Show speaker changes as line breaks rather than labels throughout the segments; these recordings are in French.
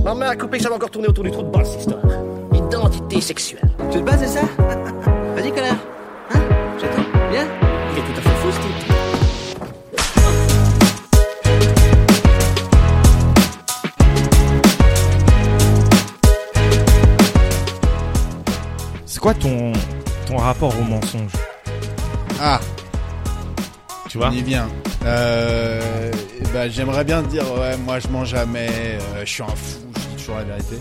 Ma main a coupé que ça va encore tourner autour du trou de balle, cette histoire. Identité sexuelle.
Tu te bases de ça Vas-y, connard. Hein J'attends. Bien
Il est tout à fait faux, ce type.
C'est quoi ton, ton rapport au mensonge
Ah,
Tu vois
on y vient. Euh, eh ben, J'aimerais bien dire, ouais, moi je mens jamais, euh, je suis un fou, je dis toujours la vérité.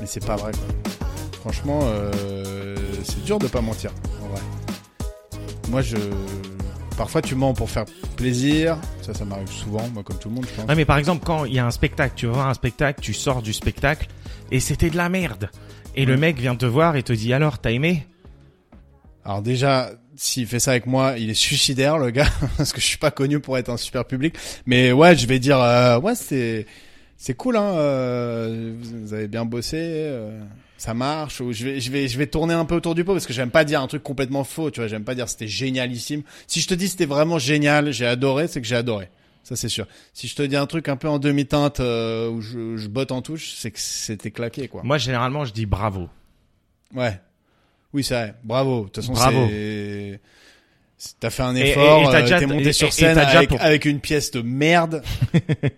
Mais c'est pas vrai, quoi. Franchement, euh, c'est dur de pas mentir, en vrai. Moi, je. Parfois, tu mens pour faire plaisir. Ça, ça m'arrive souvent, moi, comme tout le monde, je pense.
Ouais, mais par exemple, quand il y a un spectacle, tu vas voir un spectacle, tu sors du spectacle et c'était de la merde. Et le mec vient te voir et te dit alors, t'as aimé
Alors déjà, s'il fait ça avec moi, il est suicidaire le gars, parce que je suis pas connu pour être un super public. Mais ouais, je vais dire, euh, ouais, c'est c'est cool, hein. euh, vous avez bien bossé, euh, ça marche. Ou je vais je vais je vais tourner un peu autour du pot parce que j'aime pas dire un truc complètement faux. Tu vois, j'aime pas dire c'était génialissime. Si je te dis c'était vraiment génial, j'ai adoré, c'est que j'ai adoré. Ça c'est sûr. Si je te dis un truc un peu en demi-teinte euh, où je, je botte en touche, c'est que c'était claqué quoi.
Moi, généralement, je dis bravo.
Ouais. Oui, c'est vrai. Bravo. De toute façon,
Bravo.
c'est. c'est- T'as fait un
Et-
effort,
et- et t'as
euh,
déjà-
t'es monté
et- et-
sur
et
scène
t'as déjà
avec,
pour-
avec une pièce de merde,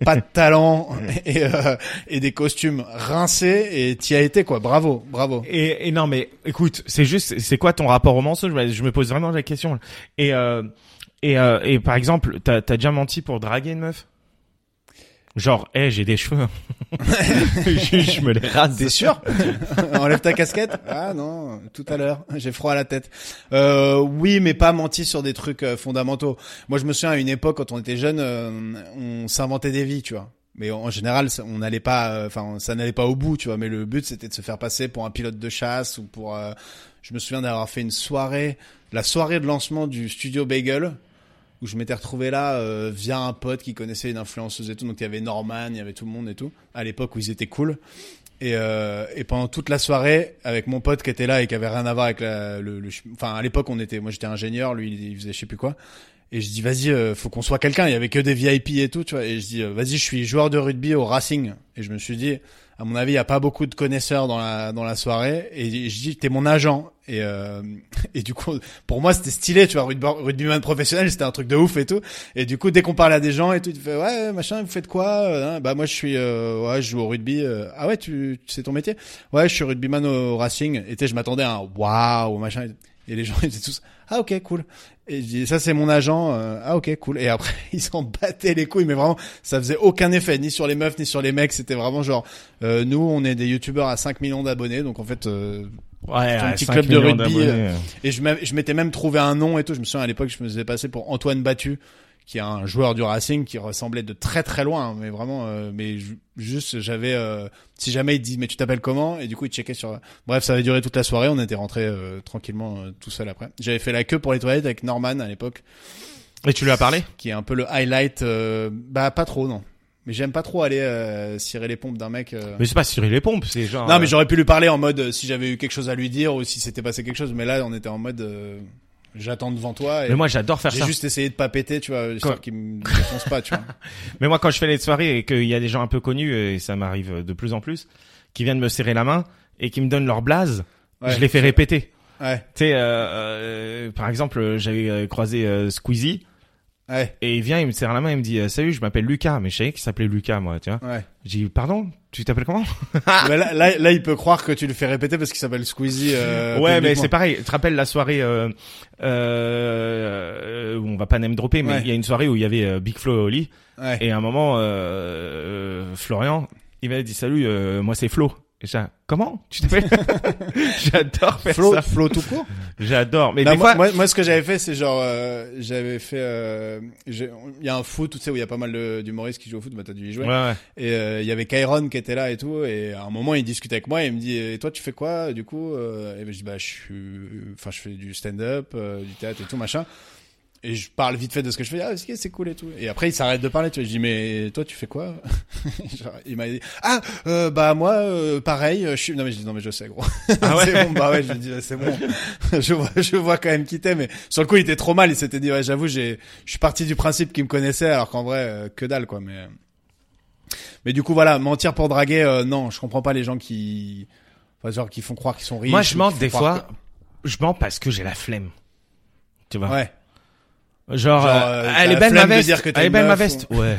pas de talent et, euh, et des costumes rincés et t'y as été quoi. Bravo, bravo.
Et, et non, mais écoute, c'est juste, c'est quoi ton rapport au mensonge Ouais, Je me pose vraiment la question. là. Et euh, et euh, et par exemple, t'as t'as déjà menti pour draguer une meuf Genre, hé, j'ai des cheveux. je, je me les rase.
T'es sûr Enlève ta casquette. Ah non, tout à l'heure, j'ai froid à la tête. Euh, oui, mais pas menti sur des trucs euh, fondamentaux. Moi, je me souviens à une époque quand on était jeune, euh, on s'inventait des vies, tu vois. Mais en général, ça- on n'allait pas, euh, enfin, ça n'allait pas au bout, tu vois. Mais le but, c'était de se faire passer pour un pilote de chasse ou pour. euh, je me souviens d'avoir fait une soirée, la soirée de lancement du studio Bagel, où je m'étais retrouvé là euh, via un pote qui connaissait une influenceuse et tout. Donc il y avait Norman, il y avait tout le monde et tout. À l'époque où ils étaient cool. Et, euh, et pendant toute la soirée, avec mon pote qui était là et qui avait rien à voir avec la, le, le ch- enfin à l'époque on était, moi j'étais ingénieur, lui il faisait je sais plus quoi. Et je dis vas-y, euh, faut qu'on soit quelqu'un. Il y avait que des VIP et tout, tu vois. Et je dis euh, vas-y, je suis joueur de rugby au Racing. Et je me suis dit, à mon avis, il y a pas beaucoup de connaisseurs dans la dans la soirée. Et je dis t'es mon agent. Et euh, et du coup, pour moi c'était stylé, tu vois, rugby, rugbyman professionnel, c'était un truc de ouf et tout. Et du coup, dès qu'on parle à des gens et tout, tu fais ouais machin, vous faites quoi Euh, hein Bah moi je suis, euh, ouais, je joue au rugby. euh. ah ouais, tu, tu- c'est ton métier Ouais, je suis rugbyman au Racing. Et tu sais, je m'attendais à un waouh machin. Et les gens ils étaient tous ah ok cool. Et je dis ça c'est mon agent. euh, ah ok cool. Et après ils s'en battaient les couilles, mais vraiment ça faisait aucun effet ni sur les meufs ni sur les mecs. C'était vraiment genre euh, nous on est des youtubeurs à 5 millions d'abonnés, donc en fait euh,
Ouais,
Ton
ouais,
petit
5
club de
millions
rugby,
d'abonnés,
euh,
euh.
et je m'av- je m'étais même trouvé un nom et tout. Je me souviens à l'époque, je me faisais passer pour Antoine Battu, qui est un joueur du Racing qui ressemblait de très très loin, hein, mais vraiment. euh, mais ju- juste, j'avais. euh, si jamais il dit, mais tu t'appelles comment Et du coup, il checkait sur. Bref, ça avait duré toute la soirée. On était rentrés euh, tranquillement euh, tout seul après. J'avais fait la queue pour les toilettes avec Norman à l'époque,
Et tu lui as parlé
qui est un peu le highlight. euh, bah pas trop non. Mais j'aime pas trop aller euh, cirer les pompes d'un mec. euh.
Mais c'est pas sur les pompes, c'est genre.
Non, mais
euh,
j'aurais pu lui parler en mode euh, si j'avais eu quelque chose à lui dire ou si c'était passé quelque chose. Mais là, on était en mode euh, j'attends devant toi. Et
Mais moi, j'adore faire
j'ai
ça.
juste essayé de pas péter, tu vois, histoire
Quoi
qu'il me défonce pas, tu vois.
Mais moi, quand je fais les soirées et qu'il y a des gens un peu connus, et ça m'arrive de plus en plus, qui viennent me serrer la main et qui me donnent leur blase,
Ouais.
je les fais répéter.
Ouais,
Tu sais, euh, euh, par exemple, euh, j'avais euh, croisé euh, Squeezie
ouais,
et il vient, il me serre la main, il me dit euh, Salut, je m'appelle Lucas. Mais je savais qu'il s'appelait Lucas, moi, tu vois.
ouais.
J'ai dit Pardon, tu t'appelles comment Ah.
Mais là, là, là, il peut croire que tu le fais répéter parce qu'il s'appelle Squeezie. euh,
Ouais, mais
publiquement.
c'est pareil. Tu te rappelles la soirée euh, euh, où on va pas name dropper, mais il
Ouais.
y a une soirée où il y avait euh, Big Flo et Oli.
Ouais.
Et à un moment, euh, euh, Florian, il m'a dit salut, euh, moi c'est Flo. Et ça, comment tu t'appelles J'adore faire
Flo,
ça.
Flo tout court.
J'adore. Mais
Non,
des
moi,
fois,
moi, moi, ce que j'avais fait, c'est genre, euh, j'avais fait, euh, j'ai- il y a un foot, tu sais, où il y a pas mal de- d'humoristes qui jouent au foot, bah t'as dû y jouer.
Ouais, ouais.
Et euh, il y avait Kyron qui était là et tout. Et à un moment, il discutait avec moi et il me dit Et toi, tu fais quoi du coup euh, Et ben, je dis Bah, je suis. Enfin, je fais du stand-up, euh, du théâtre et tout, machin. Et je parle vite fait de ce que je fais. Ah, ok, c'est cool et tout. Et après, il s'arrête de parler. Tu vois, je dis Mais toi, tu fais quoi Genre, Il m'a dit Ah, euh, bah, moi, euh, pareil. Je suis. Non, mais je dis Non, mais je sais, gros.
Ah ouais
c'est bon, bah ouais, je lui dis C'est bon. je, vois, je vois quand même qu'il t'aime. Mais sur le coup, il était trop mal. Il s'était dit Ouais, j'avoue, j'ai- je suis parti du principe qu'il me connaissait alors qu'en vrai, euh, que dalle, quoi. Mais. Mais du coup, voilà, mentir pour draguer, euh, non, je comprends pas les gens qui, enfin, genre, qui font croire qu'ils sont riches.
Moi, je
ou
mens
qui font
des
croire
fois. Je mens parce que j'ai la flemme. Tu
que-
vois.
Ouais.
Genre,
Genre,
euh,
euh,
elle
t'as
est
la
belle ma
flemme de
veste.
dire que t'es
elle est
une
belle ma
meuf
veste. Ouais. ouais.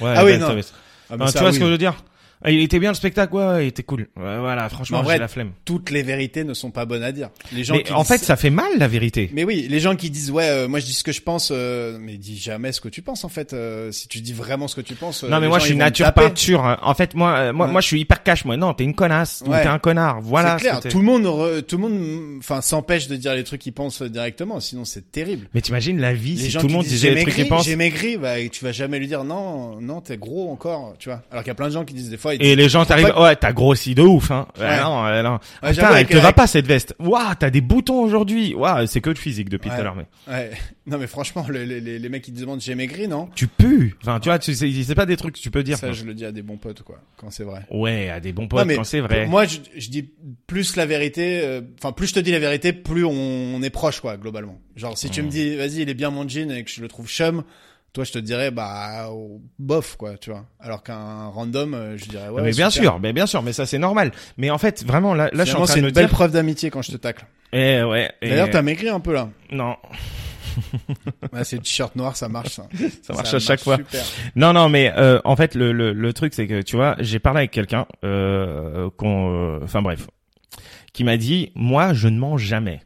Ah
elle est
oui,
belle,
non.
ta veste.
Ah, mais
Enfin,
ça,
tu vois
oui.
ce que je veux dire Ah, Il était bien le spectacle, ouais, ouais, il était cool. Ouais, voilà,
Mais
franchement,
en vrai,
j'ai la flemme.
Toutes les vérités ne sont pas bonnes à dire. Les gens
Mais
qui
en fait,
disent-
ça fait mal la vérité.
Mais oui, les gens qui disent ouais, euh, moi je dis ce que je pense, euh, mais dis jamais ce que tu penses en fait. euh, si tu dis vraiment ce que tu penses, euh,
Non mais
les
moi
gens,
je suis
ils vont te
nature
taper.
peinture. hein. En fait moi euh, moi
Ouais.
moi je suis hyper cash moi. Non t'es une connasse ou
Ouais.
t'es un connard. Voilà.
c'est
ce
clair.
que t'es.
Tout le monde, re- tout le monde, mm, enfin s'empêche de dire les trucs qu'ils pensent euh, directement. Sinon c'est terrible.
Mais t'imagines la vie
Les
si
gens
tout le
qui
monde
disent,
disait
j'ai
les trucs
maigri,
qu'ils pensent
J'ai maigri, bah et tu vas jamais lui dire non, non t'es gros encore, tu vois. Alors qu'il y a plein de gens qui disent des fois. ils
et
disent,
les gens t'arrivent
pas
ouais t'as grossi de ouf hein. Ouais,
Ouais.
non, ouais, non.
Ouais,
Putain
j'avoue,
elle te
avec-
va pas cette veste. Waouh t'as des boutons aujourd'hui. Waouh c'est que de physique depuis
Ouais.
tout à l'heure mais
Ouais. Non mais franchement, les, les, les, les mecs qui te demandent j'ai maigri, non
tu pues. Enfin tu vois tu sais c'est pas des trucs que tu peux dire.
Ça
quoi.
je le dis à des bons potes quoi, quand c'est vrai.
Ouais à des bons
Non,
potes
mais
quand c'est vrai.
Moi, je, je dis plus la vérité. euh, Enfin, plus je te dis la vérité, plus on est proche, quoi, globalement. Genre, si tu me dis, vas-y, il est bien mon jean et que je le trouve chum, toi, je te dirais, bah, oh, bof, quoi, tu vois. Alors qu'un random, euh, je dirais, ouais.
mais bien
super.
sûr, mais bien sûr, mais ça c'est normal. Mais en fait, vraiment, là, là je suis en
Finalement,
train
c'est
de
une
me
belle
dire.
preuve d'amitié quand je te tacle.
Eh ouais. eh,
D'ailleurs, t'as maigri un peu là.
non,
Ouais, c'est le t-shirt noir, ça marche. Ça,
Ça marche à chaque fois.
super.
Non, non, mais euh, en fait, le, le, le truc, c'est que tu vois, j'ai parlé avec quelqu'un, euh, qu'on, euh, enfin bref, qui m'a dit, moi, je ne mens jamais.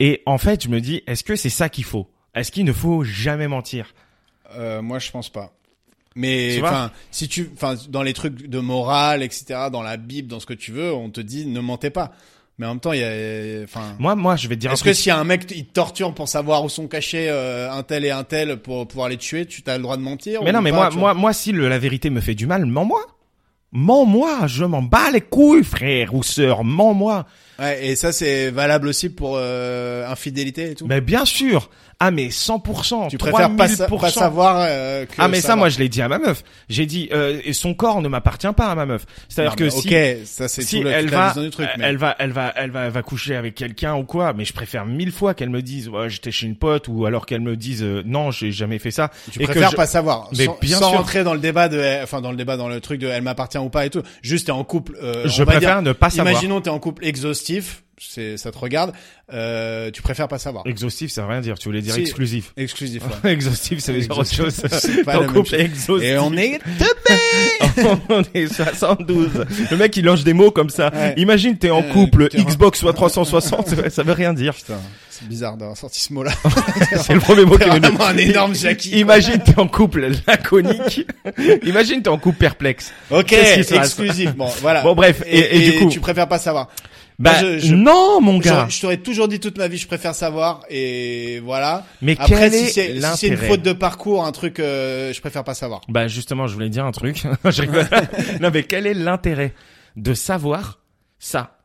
Et en fait, je me dis, est-ce que c'est ça qu'il faut Est-ce qu'il ne faut jamais mentir
Euh, moi, je pense pas. Mais
Tu vois
enfin, si tu, enfin, dans les trucs de morale, etc., dans la Bible, dans ce que tu veux, on te dit ne mentez pas. Mais en même temps, il y a, enfin.
Moi, moi, je vais te dire un
Est-ce que
truc.
s'il y a un mec, il te torture pour savoir où sont cachés euh, un tel et un tel pour pouvoir les tuer, tu as le droit de mentir
Mais
ou
non, mais
pas,
moi,
tu vois
moi, moi, si le- la vérité me fait du mal, mens-moi. Mens-moi, je m'en bats les couilles, frère ou sœur, mens-moi.
Ouais, et ça, c'est valable aussi pour euh, infidélité et tout.
Mais bien sûr. Ah, mais 100%,
tu préfères pas, sa-
3000%.
pas savoir euh, que
Ah mais ça,
savoir.
moi je l'ai dit à ma meuf. J'ai dit euh, et son corps ne m'appartient pas à ma meuf. C'est-à-dire
Non,
que
mais
si
ok, ça c'est
si
tout le,
elle
toute la
va,
vision du truc. mais-
elle va, elle va, elle va, elle va coucher avec quelqu'un ou quoi, mais je préfère mille fois qu'elle me dise ouais, j'étais chez une pote ou alors qu'elle me dise euh, non j'ai jamais fait ça.
Tu
et que
préfères
je-
pas savoir.
Mais
sans,
bien
sans
sûr.
rentrer dans le débat de, enfin dans le débat dans le truc de elle m'appartient ou pas et tout. Juste t'es en couple. euh,
Je
on va
préfère
dire-
ne pas savoir.
Imaginons t'es en couple exhaustif, c'est ça te regarde. Euh, tu préfères pas savoir.
Exhaustif, ça veut rien dire. Tu voulais dire
Si.
exclusif.
Exclusif. ouais.
Exhaustif, ça veut dire autre chose.
C'est pas
Ton
la même
couple
chose.
est exhaustif.
Et on est.
on est 72. Le mec, il lance des mots comme ça.
Ouais.
Imagine, t'es en
Euh,
couple,
t'es en-
Xbox soit 360, ouais, ça veut rien dire.
Putain, c'est bizarre d'avoir sorti ce mot-là.
C'est le premier mot qui
C'est
est venu.
vraiment un énorme Jackie, quoi.
Imagine t'es en couple laconique. Imagine t'es en couple perplexe.
Ok,
Qu'est-ce qui se passe
exclusif. Bon, voilà.
Bon, bref, et- et du coup-
tu préfères pas savoir.
Bah
je- je-
non mon gars.
J'aurais- Je t'aurais toujours dit toute ma vie, je préfère savoir, et voilà.
Mais
Après,
quel
si
est
c'est si c'est une
l'intérêt
faute de parcours, un truc, euh, je préfère pas savoir.
Bah justement, je voulais dire un truc. Je rigole. non mais quel est l'intérêt de savoir ça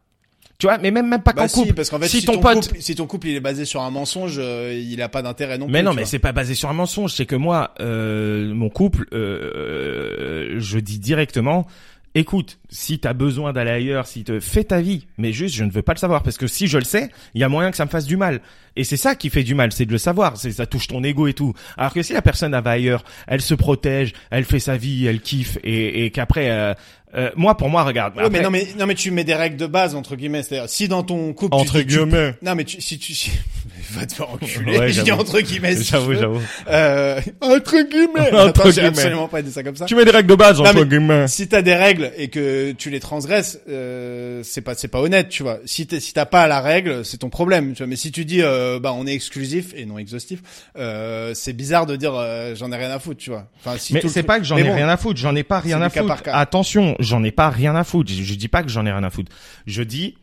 Tu vois, mais même même pas
Bah
qu'en
si,
couple.
parce qu'en fait, si,
si ton pote
couple, si ton couple il est basé sur un mensonge, euh, il a pas d'intérêt non plus.
mais non,
tu
mais
vois.
c'est pas basé sur un mensonge. C'est que moi, euh, mon couple, euh, euh, je dis directement, écoute, si t'as besoin d'aller ailleurs, si te fais ta vie, mais juste, je ne veux pas le savoir parce que si je le sais, il y a moyen que ça me fasse du mal. Et c'est ça qui fait du mal, c'est de le savoir. C'est ça touche ton ego et tout. Alors que si la personne elle va ailleurs, elle se protège, elle fait sa vie, elle kiffe et, et qu'après, euh, euh, moi pour moi, regarde.
Ouais, mais
après-
non, mais non, mais tu mets des règles de base entre guillemets. C'est-à-dire, si dans ton couple, tu-
Entre
tu- tu-
guillemets.
non, mais tu, si tu, si- va te faire enculer.
Ouais,
je dis
j'avoue.
entre guillemets. si
J'avoue,
tu veux.
j'avoue.
Euh, entre guillemets.
Entre
Attends, j'ai
guillemets.
absolument pas dit ça comme ça.
Tu mets des règles de base
Non,
entre
mais-
guillemets.
Si t'as des règles et que tu les transgresses, euh, c'est pas c'est pas honnête, tu vois. Si t'es- si t'as pas la règle, c'est ton problème, tu vois. Mais si tu dis euh, bah on est exclusif et non exhaustif, euh, c'est bizarre de dire euh, j'en ai rien à foutre, tu vois. Enfin si
Mais
tout le
c'est
truc-
pas que j'en
Mais
ai
bon,
rien à foutre, j'en ai pas
c'est
rien à
du cas
foutre.
par cas.
Attention, j'en ai pas rien à foutre. Je, je dis pas que j'en ai rien à foutre. Je dis,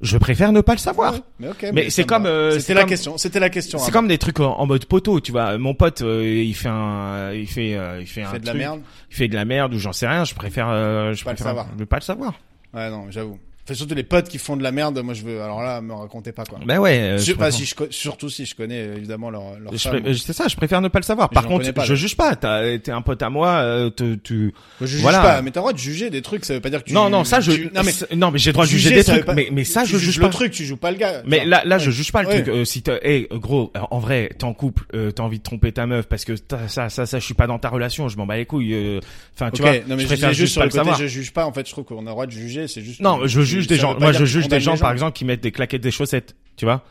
je préfère ne pas le savoir.
Mais, ok,
Mais c'est
ça me va.
comme, euh,
c'était
c'est
la
comme-
question, c'était la question. hein.
C'est
avant.
comme des trucs en, en mode poteau, tu vois. Mon pote, euh, il fait un, il fait, euh, il fait un
fait de la
truc,
merde.
il fait de la merde ou j'en sais rien. Je préfère, euh, je
Pas le
préfère
savoir.
ne pas le savoir.
Ouais non, j'avoue. Enfin, surtout les potes qui font de la merde, moi je veux. Alors là, me racontez pas quoi.
Ben ouais. euh,
Je-
je
bah,
comprends.
si je co- surtout si je connais euh, évidemment leur, leur
Je
femme.
pré- C'est ça, je préfère ne pas le savoir.
Mais
Par
j'en
contre,
connais pas,
je
là.
juge pas. T'as- T'es un pote à moi. euh, te- tu...
Moi, je juge
Voilà.
pas, mais t'as le droit de juger des trucs, ça veut pas dire que tu.
Non, non, ça je.
tu- Non mais
c'est- non, mais j'ai le droit de juger, des
ça veut
trucs.
pas-
Mais, mais ça,
tu
je
juges
juge
le
pas.
truc, tu joues pas le gars.
Mais
Enfin,
là, là,
ouais.
je juge pas le
Ouais.
truc. Euh, si t'as, hey, gros, en vrai, t'es en couple, euh, t'as envie de tromper ta meuf parce que t'as- ça, ça, ça, je suis pas dans ta relation, je m'en bats les couilles. euh. Enfin, tu
Ok,
vois,
non, mais
je
je
préfère
disais
juste
juste sur
pas
le
le
côté,
savoir.
je juge pas. En fait, je trouve qu'on a le droit de juger. C'est juste.
Non, je juge des
ça
gens.
veut pas
Moi,
dire
je
qu'on
juge
condamne
des gens,
les
par exemple, qui mettent des claquettes des chaussettes. Tu vois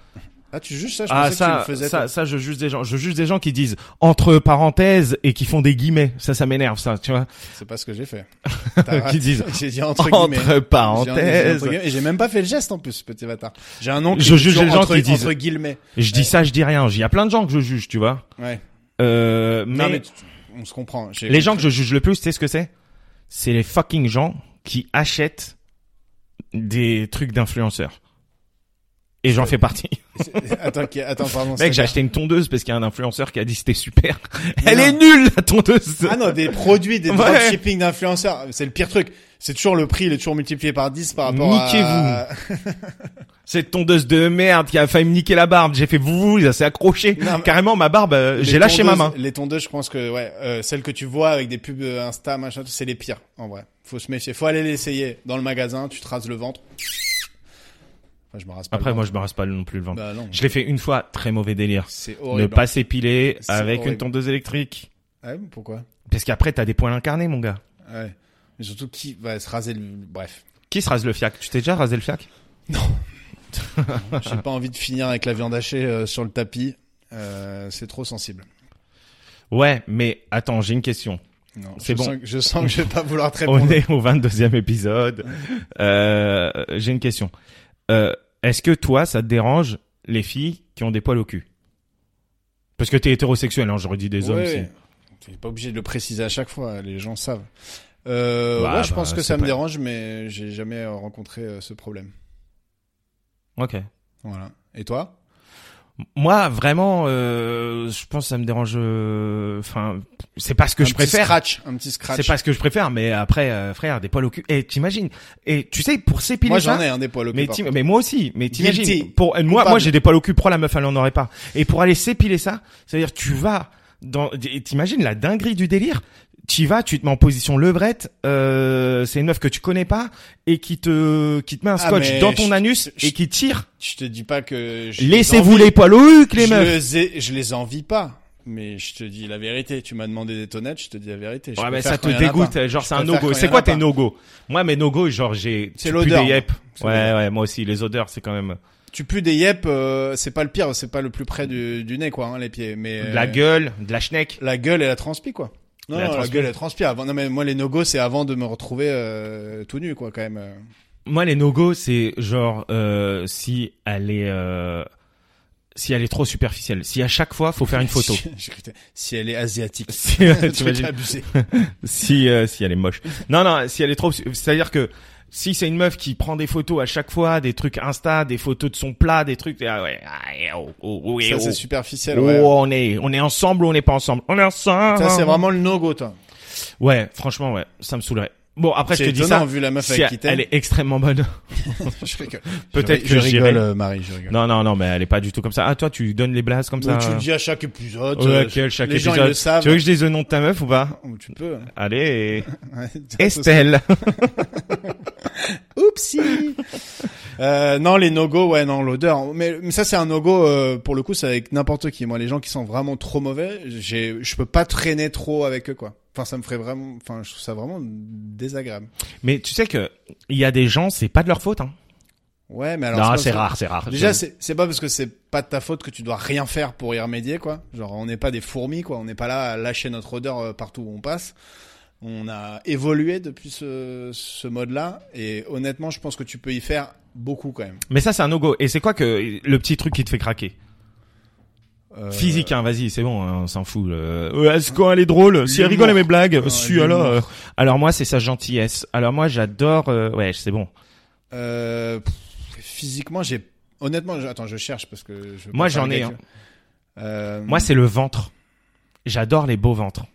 Ah, tu juges ça Je
Ah
pensais que tu
ça,
le faisais.
ça,
toi.
ça, je juge des gens. Je juge des gens qui disent entre parenthèses et qui font des guillemets. Ça, ça m'énerve, ça. Tu vois
C'est pas ce que j'ai fait. T'as raté.
Qui disent
J'ai dit entre guillemets. J'ai- j'ai
entre
dit entre
parenthèses.
guillemets. Et j'ai même pas fait le geste en plus, petit bâtard. J'ai un nom.
Je juge les gens qui disent-
entre guillemets.
Je dis ça, je dis rien. Il y a plein de gens que je juge, tu vois.
Ouais.
Euh, mais,
Non mais tu- on se comprend. J'ai-
les gens que je juge le plus, tu sais ce que c'est C'est les fucking gens qui achètent des trucs d'influenceurs. Et j'en fais partie.
Attends, qui- attends, pardon.
Mec, j'ai
c'est-
acheté une tondeuse parce qu'il y a un influenceur qui a dit c'était super.
Mais
Elle
non.
est nulle la tondeuse.
Ah non, des produits, des
Ouais.
dropshipping d'influenceurs, c'est le pire truc. C'est toujours le prix, il est toujours multiplié par 10 par rapport à...
Cette tondeuse de merde qui a failli me niquer la barbe. J'ai fait vous, ça s'est accroché.
Non, mais-
Carrément, ma barbe, euh,
Les
j'ai lâché ma
tondeuses-
main.
Les tondeuses, je pense que ouais, euh, celles que tu vois avec des pubs euh, Insta, machin, c'est les pires en vrai. Faut se méfier, faut aller l'essayer dans le magasin, tu te rases le ventre. Enfin, je me rase pas.
Après,
le
moi,
ventre.
je me rase pas non plus le ventre.
Bah non.
Je l'ai fait une fois, très mauvais délire.
C'est
Ne
horrible. hein.
pas s'épiler
C'est
avec une
horrible.
tondeuse électrique.
Ouais, mais pourquoi
Parce qu'après, t'as des poils incarnés, mon gars.
Ouais. Mais surtout qui va se raser le bref.
Qui se rase le fiac Tu t'es déjà rasé le fiac
J'ai pas envie de finir avec la viande hachée euh, sur le tapis. Euh, c'est trop sensible.
Ouais, mais attends, j'ai une question.
Non,
C'est
je
bon.
Sens, que- je sens que je vais pas vouloir te
On
répondre.
est au 22e épisode. Euh, j'ai une question. Euh, Est-ce que toi, ça te dérange les filles qui ont des poils au cul Parce que t'es hétérosexuel, hein, j'aurais dit des hommes.
Ouais,
c'est-
ouais. T'es pas obligé de le préciser à chaque fois, les gens savent. Euh,
Bah,
ouais, je
bah,
pense que
c'est
ça me
pas-
dérange, mais j'ai jamais euh, rencontré euh, ce problème.
Ok.
Voilà. Et toi
Moi, vraiment, euh, je pense que ça me dérange. euh, Enfin, c'est pas ce que
Un
je
petit
préfère.
Scratch, un petit scratch.
C'est pas ce que je préfère, mais après, euh, frère, des poils au cul. Et t'imagines Et tu sais, pour s'épiler
Moi
ça,
j'en ai un des poils au cul,
mais,
par
t'im-
contre.
mais moi aussi, mais
Guilty.
t'imagines pour euh, moi moi
Coupable.
j'ai des poils au cul pro la meuf elle en aurait pas. Et pour aller s'épiler ça, c'est-à-dire tu vas dans et t'imagines la dinguerie du délire. Tu y vas, tu te mets en position levrette, euh, c'est une meuf que tu connais pas et qui te qui te met un
Ah,
scotch
mais
dans ton
je-
anus
je-
et qui tire.
Je te dis pas que. je
Laissez-vous
envie.
les poils au cul les
je
meufs.
les ai- je les envie pas. Mais je te dis la vérité. Tu m'as demandé d'être honnête, je te dis la vérité. Je
Ouais, mais
préfère
ça
quand
te
il y en a
dégoûte,
pas.
genre
Je
c'est un
préfère quand
no-go.
il y
C'est
en
quoi
a pas.
tes no-go Moi mes no-go, genre j'ai
C'est
tu pues
l'odeur.
des yep.
C'est
Ouais
l'odeur.
ouais, moi aussi les odeurs, c'est quand même
Tu pues des yep, euh, c'est pas le pire, c'est pas le plus près du, du nez quoi, hein, les pieds. Mais
de la
euh,
gueule, de la schneck.
la gueule et la transpi quoi. Non,
La
non, la
transpi.
gueule et la transpi. Avant, non mais moi les no-go c'est avant de me retrouver euh, tout nu quoi quand même. euh.
Moi, les no-go, c'est genre euh, si elle est euh, si elle est trop superficielle. Si à chaque fois faut faire une photo.
J'ai cru que- si elle est asiatique.
si, euh,
Tu
t'imagines
abusé.
si euh, si elle est moche. Non non, si elle est trop c'est-à-dire que si c'est une meuf qui prend des photos à chaque fois, des trucs Insta, des photos de son plat, des trucs ah ouais, ah, eh, oh, oh, oh, eh,
Ça
oh.
c'est superficiel.
Oh,
Ouais.
on est on est ensemble ou on n'est pas ensemble On est ensemble.
Ça c'est vraiment le no-go toi.
Ouais, franchement ouais, ça me saoulerait. Bon, après je
C'est
te dis
étonnant
ça.
vu la meuf
Si
avec
elle,
qui t'es.
elle est extrêmement bonne.
Je rigole.
Peut-être
Je
que
rigole,
j'irai.
euh, Marie, je rigole.
Non non non, mais elle est pas du tout comme ça. Ah toi tu donnes les blases comme
Mais
ça.
tu
euh.
le dis à chaque épisode.
Ouais,
euh,
quel chaque
les gens,
épisode.
ils le savent.
Tu veux que je dise le nom de ta meuf ou pas
Ou tu peux. hein.
Allez,
Ouais.
Estelle.
Oupsie. Euh, non, les no-go, ouais, non, l'odeur. Mais, mais ça, c'est un no-go, euh, pour le coup, c'est avec n'importe qui. Moi, les gens qui sont vraiment trop mauvais, j'ai, je peux pas traîner trop avec eux, quoi. Enfin, ça me ferait vraiment, enfin, je trouve ça vraiment désagréable.
Mais tu sais que il y a des gens, c'est pas de leur faute. Hein.
Ouais, mais alors.
Non,
pas
c'est
parce que-
rare, c'est rare.
Déjà,
Je-
c'est c'est pas parce que c'est pas de ta faute que tu dois rien faire pour y remédier, quoi. Genre, on n'est pas des fourmis, quoi. On n'est pas là à lâcher notre odeur euh, partout où on passe. On a évolué depuis ce, ce mode-là. Et honnêtement, je pense que tu peux y faire beaucoup, quand même.
mais ça, c'est un no-go. Et c'est quoi que le petit truc qui te fait craquer
Euh,
Physique, hein, vas-y, c'est bon, hein, on s'en fout. le- Euh, Est-ce qu'elle est drôle Si elle rigole à mes blagues,
Ouais,
si
l'humour.
alors. euh, Alors moi, c'est sa gentillesse. Alors moi, j'adore. euh, Ouais, c'est bon.
euh, pff, physiquement, j'ai... Honnêtement, je- attends, je cherche parce que... Je veux
Moi,
pas faire
j'en
le
ai
gars
un.
qui- Euh,
Moi, c'est le ventre. J'adore les beaux ventres.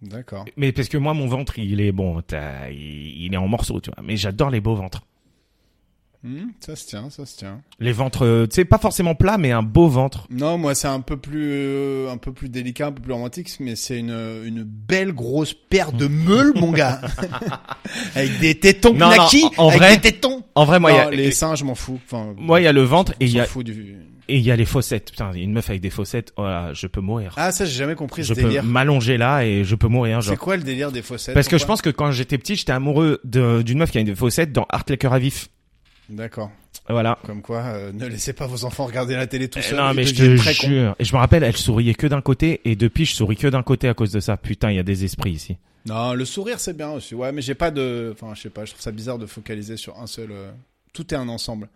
D'accord.
Mais parce que moi, mon ventre, il est bon, t'as- il il est en morceaux, tu vois. Mais j'adore les beaux ventres.
Hmm, ça se tient, ça se tient.
Les ventres, euh, tu sais, pas forcément plats, mais un beau ventre.
Non, moi c'est un peu plus euh, un peu plus délicat, un peu plus romantique, mais c'est une une belle grosse paire de meules, mon gars, avec des tétons
Hmm. Non, non,
naquis,
en- en
avec
vrai-
des tétons.
En vrai, moi, il y
Non,
a, euh,
les seins, je m'en fous. Enfin,
moi, il y a le ventre et il y
je
a,
m'en fous du.
et il y a les fossettes. Putain, une meuf avec des fossettes, oh là, je peux mourir.
Ah ça, j'ai jamais compris
je
ce
peux
délire.
m'allonger là et je peux mourir, genre.
C'est quoi le délire des faussettes
Parce que je
pourquoi
pense que quand j'étais petit, j'étais amoureux de- d'une meuf qui a une faussette dans Art le cœur à vif.
D'accord.
Voilà.
Comme quoi, euh, ne laissez pas vos enfants regarder la télé tout
Euh,
seul.
non,
ils
mais je te
deviennent très cons.
jure. Et je me rappelle, elle souriait que d'un côté et depuis, je souris que d'un côté à cause de ça. Putain, il y a des esprits ici.
Non, le sourire c'est bien aussi. Ouais, mais j'ai pas de. Enfin, je sais pas. Je trouve ça bizarre de focaliser sur un seul. euh, Tout est un ensemble.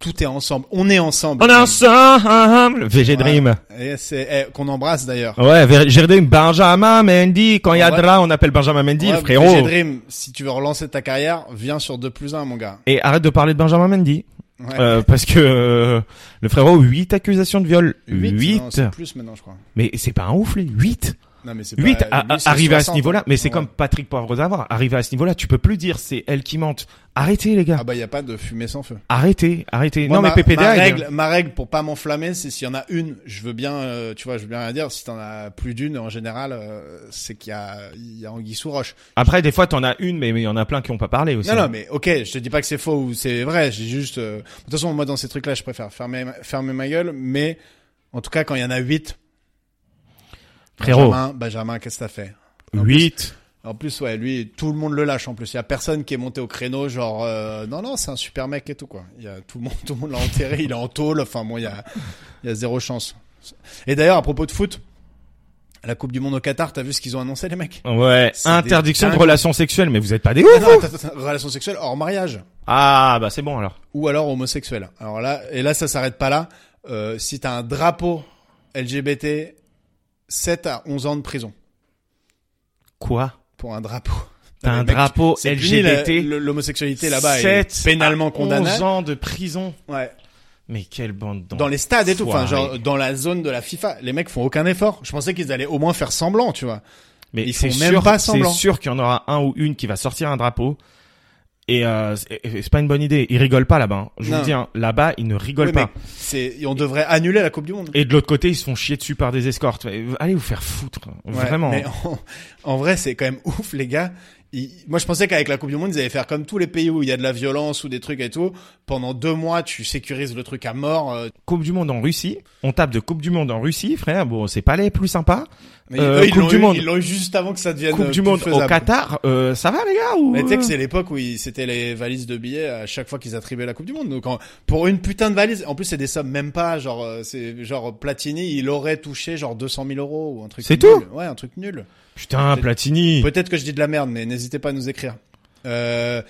Tout est ensemble. On est ensemble.
On est ensemble! VG
Voilà.
Dream.
Et c'est eh, qu'on embrasse d'ailleurs.
Ouais, VG Dream, Benjamin Mendy. Quand il y a
Ouais.
Dra, on appelle Benjamin Mendy,
Ouais,
le frérot.
VG Dream, si tu veux relancer ta carrière, viens sur 2 plus 1, mon gars.
Et arrête de parler de Benjamin Mendy.
Ouais.
Euh, parce que euh, le frérot, 8 accusations de viol.
Huit,
8.
non, c'est plus maintenant, je crois.
mais c'est pas un ouf, lui. 8.
Non, mais c'est
8
pas-
à,
lui,
à-
c'est
arrivé à ce
60.
niveau-là. Mais c'est
Ouais.
comme Patrick Poivre d'Avare. Arrivé à ce niveau-là, tu peux plus dire c'est elle qui mente. Arrêtez, les gars.
Ah bah, y a pas de fumée sans feu.
Arrêtez, arrêtez.
Moi,
non,
ma,
mais PPDA.
ma
il est-
règle, ma règle pour pas m'enflammer, c'est s'il y en a une, je veux bien, euh, tu vois, je veux bien rien dire. Si t'en as plus d'une, en général, euh, c'est qu'il y a, il y a anguille sous roche.
Après, des fois, t'en as une, mais mais il y en a plein qui ont pas parlé aussi.
Non, non, mais ok, je te dis pas que c'est faux ou c'est vrai. J'ai juste, euh, de toute façon, moi dans ces trucs-là, je préfère fermer, ma- fermer ma gueule. Mais en tout cas, quand il y en a huit,
Frérot,
Benjamin, Benjamin, qu'est-ce que t'as fait En plus-
8.
En plus, ouais, lui, tout le monde le lâche. En plus, il y a personne qui est monté au créneau, genre, euh, non, non, c'est un super mec et tout quoi. Il y a tout le monde, tout le monde l'a enterré, il est en tôle. Enfin bon, il y a, il y a zéro chance. Et d'ailleurs, à propos de foot, à la Coupe du Monde au Qatar, t'as vu ce qu'ils ont annoncé les mecs
Ouais,
C'est des
interdiction de
dingues.
relations sexuelles, mais vous êtes pas des ouf.
Ah non, attends, attends, Relation sexuelle hors mariage
Ah, bah c'est bon alors.
ou alors homosexuel. Alors là, et là, ça s'arrête pas là. Euh, si t'as un drapeau LGBT, 7 à 11 ans de prison
Quoi
pour un drapeau.
T'as
Mais
un
mec,
drapeau
c'est puni, la-
LGBT
le- L'homosexualité là-bas est
sept
pénalement
à
condamnée.
11 ans de prison.
Ouais.
Mais quelle bande
Dans les stades et tout, enfin
Foiré.
genre dans la zone de la FIFA, les mecs font aucun effort. Je pensais qu'ils allaient au moins faire semblant, tu vois.
Mais
ils
c'est
font même
sûr,
pas
c'est
semblant.
sûr qu'il y en aura un ou une qui va sortir un drapeau. Et euh, c'est et c'est pas une bonne idée. Ils rigolent pas là-bas. hein. Je vous
Non.
le dis, hein, là-bas, ils ne rigolent
Oui, mais
pas.
c'est on devrait annuler la Coupe du Monde.
Et de l'autre côté, ils se font chier dessus par des escortes. euh, Allez vous faire foutre. hein.
Ouais,
Vraiment.
Mais en, en vrai, c'est quand même ouf, les gars. Ils- moi, je pensais qu'avec la Coupe du Monde, ils allaient faire comme tous les pays où il y a de la violence ou des trucs et tout. Pendant deux mois, tu sécurises le truc à mort. euh,
Coupe du Monde en Russie. On tape de Coupe du Monde en Russie, frère. Bon, c'est pas les plus sympas.
mais
Euh,
eux, ils
Coupe
l'ont
du
eu-
Monde.
ils l'ont eu juste avant que ça devienne euh,
Coupe du
plus
Monde au
faisable.
Qatar. euh, ça va, les gars ou... euh
Mais tu sais que c'est l'époque où ils- c'était les valises de billets à chaque fois qu'ils attribuaient la Coupe du Monde. Donc en- pour une putain de valise, en plus c'est des sommes même pas genre euh, c'est genre Platini, il aurait touché genre 200 000 euros ou un truc.
C'est
nul. Ouais, un truc nul.
Putain, Platini.
Peut-être que je dis de la merde, mais n'hésitez pas à nous écrire. Euh,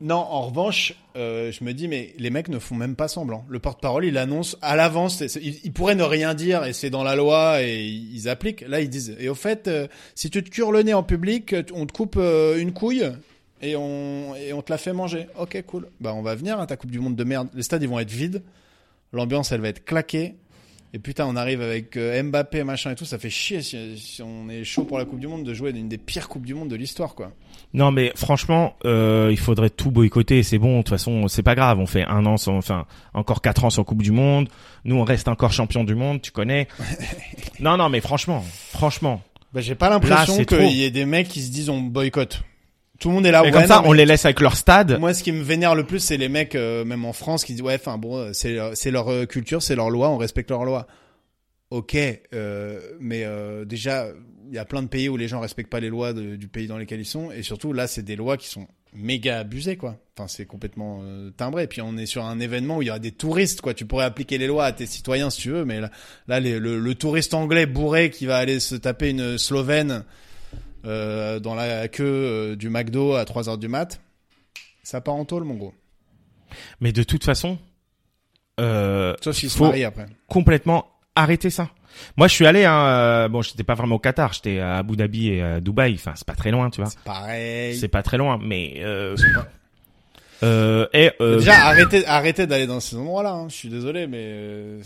non, en revanche, euh, je me dis, mais les mecs ne font même pas semblant. Le porte-parole, il annonce à l'avance. c'est- c'est- Il, il pourrait ne rien dire et c'est dans la loi et ils appliquent. Là, ils disent, et au fait, euh, si tu te cures le nez en public, euh, on te coupe euh, une couille et on, et on te la fait manger. Ok, cool. Bah, on va venir à ta Coupe du Monde de merde. Les stades, ils vont être vides. L'ambiance, elle va être claquée. Et putain, on arrive avec euh, Mbappé, machin et tout, ça fait chier si, si on est chaud pour la Coupe du Monde de jouer une des pires Coupes du Monde de l'histoire, quoi.
Non, mais franchement, euh, il faudrait tout boycotter. C'est bon. De toute façon, c'est pas grave. On fait un an sans, enfin, encore quatre ans sans Coupe du Monde. Nous, on reste encore champion du monde. Tu connais. non, non, mais franchement, franchement.
Bah, j'ai pas
Là,
l'impression
c'est
qu'il
trop.
y ait des mecs qui se disent on boycotte. Tout le monde est là,
et
Ah ouais,
comme ça,
non, mais
on les laisse avec leur stade.
Moi, ce qui me vénère le plus, c'est les mecs, euh, même en France, qui disent ouais, enfin bon, euh, c'est leur- c'est leur euh, culture, c'est leur loi, on respecte leur loi. Ok, euh, mais euh, déjà, il y a plein de pays où les gens respectent pas les lois de- du pays dans lesquels ils sont, et surtout là, c'est des lois qui sont méga abusées, quoi. Enfin, c'est complètement euh, timbré. Et puis on est sur un événement où il y aura des touristes, quoi. Tu pourrais appliquer les lois à tes citoyens si tu veux, mais là, là, les- le, le touriste anglais bourré qui va aller se taper une Slovène euh, dans la queue euh, du McDo à 3 heures du mat', ça part en tôle, mon gros.
Mais de toute façon, euh,
Sauf s'ils se
Faut-
marient après.
complètement arrêter ça. Moi, je suis allé, hein, euh, bon, j'étais pas vraiment au Qatar, j'étais à Abu Dhabi et à Dubaï. Enfin, c'est pas très loin, tu vois.
C'est pareil.
Ah. C'est pas très loin, mais euh, euh, et euh,
Déjà, arrêtez, arrêtez d'aller dans ces endroits-là. hein. Je suis désolé, mais. euh,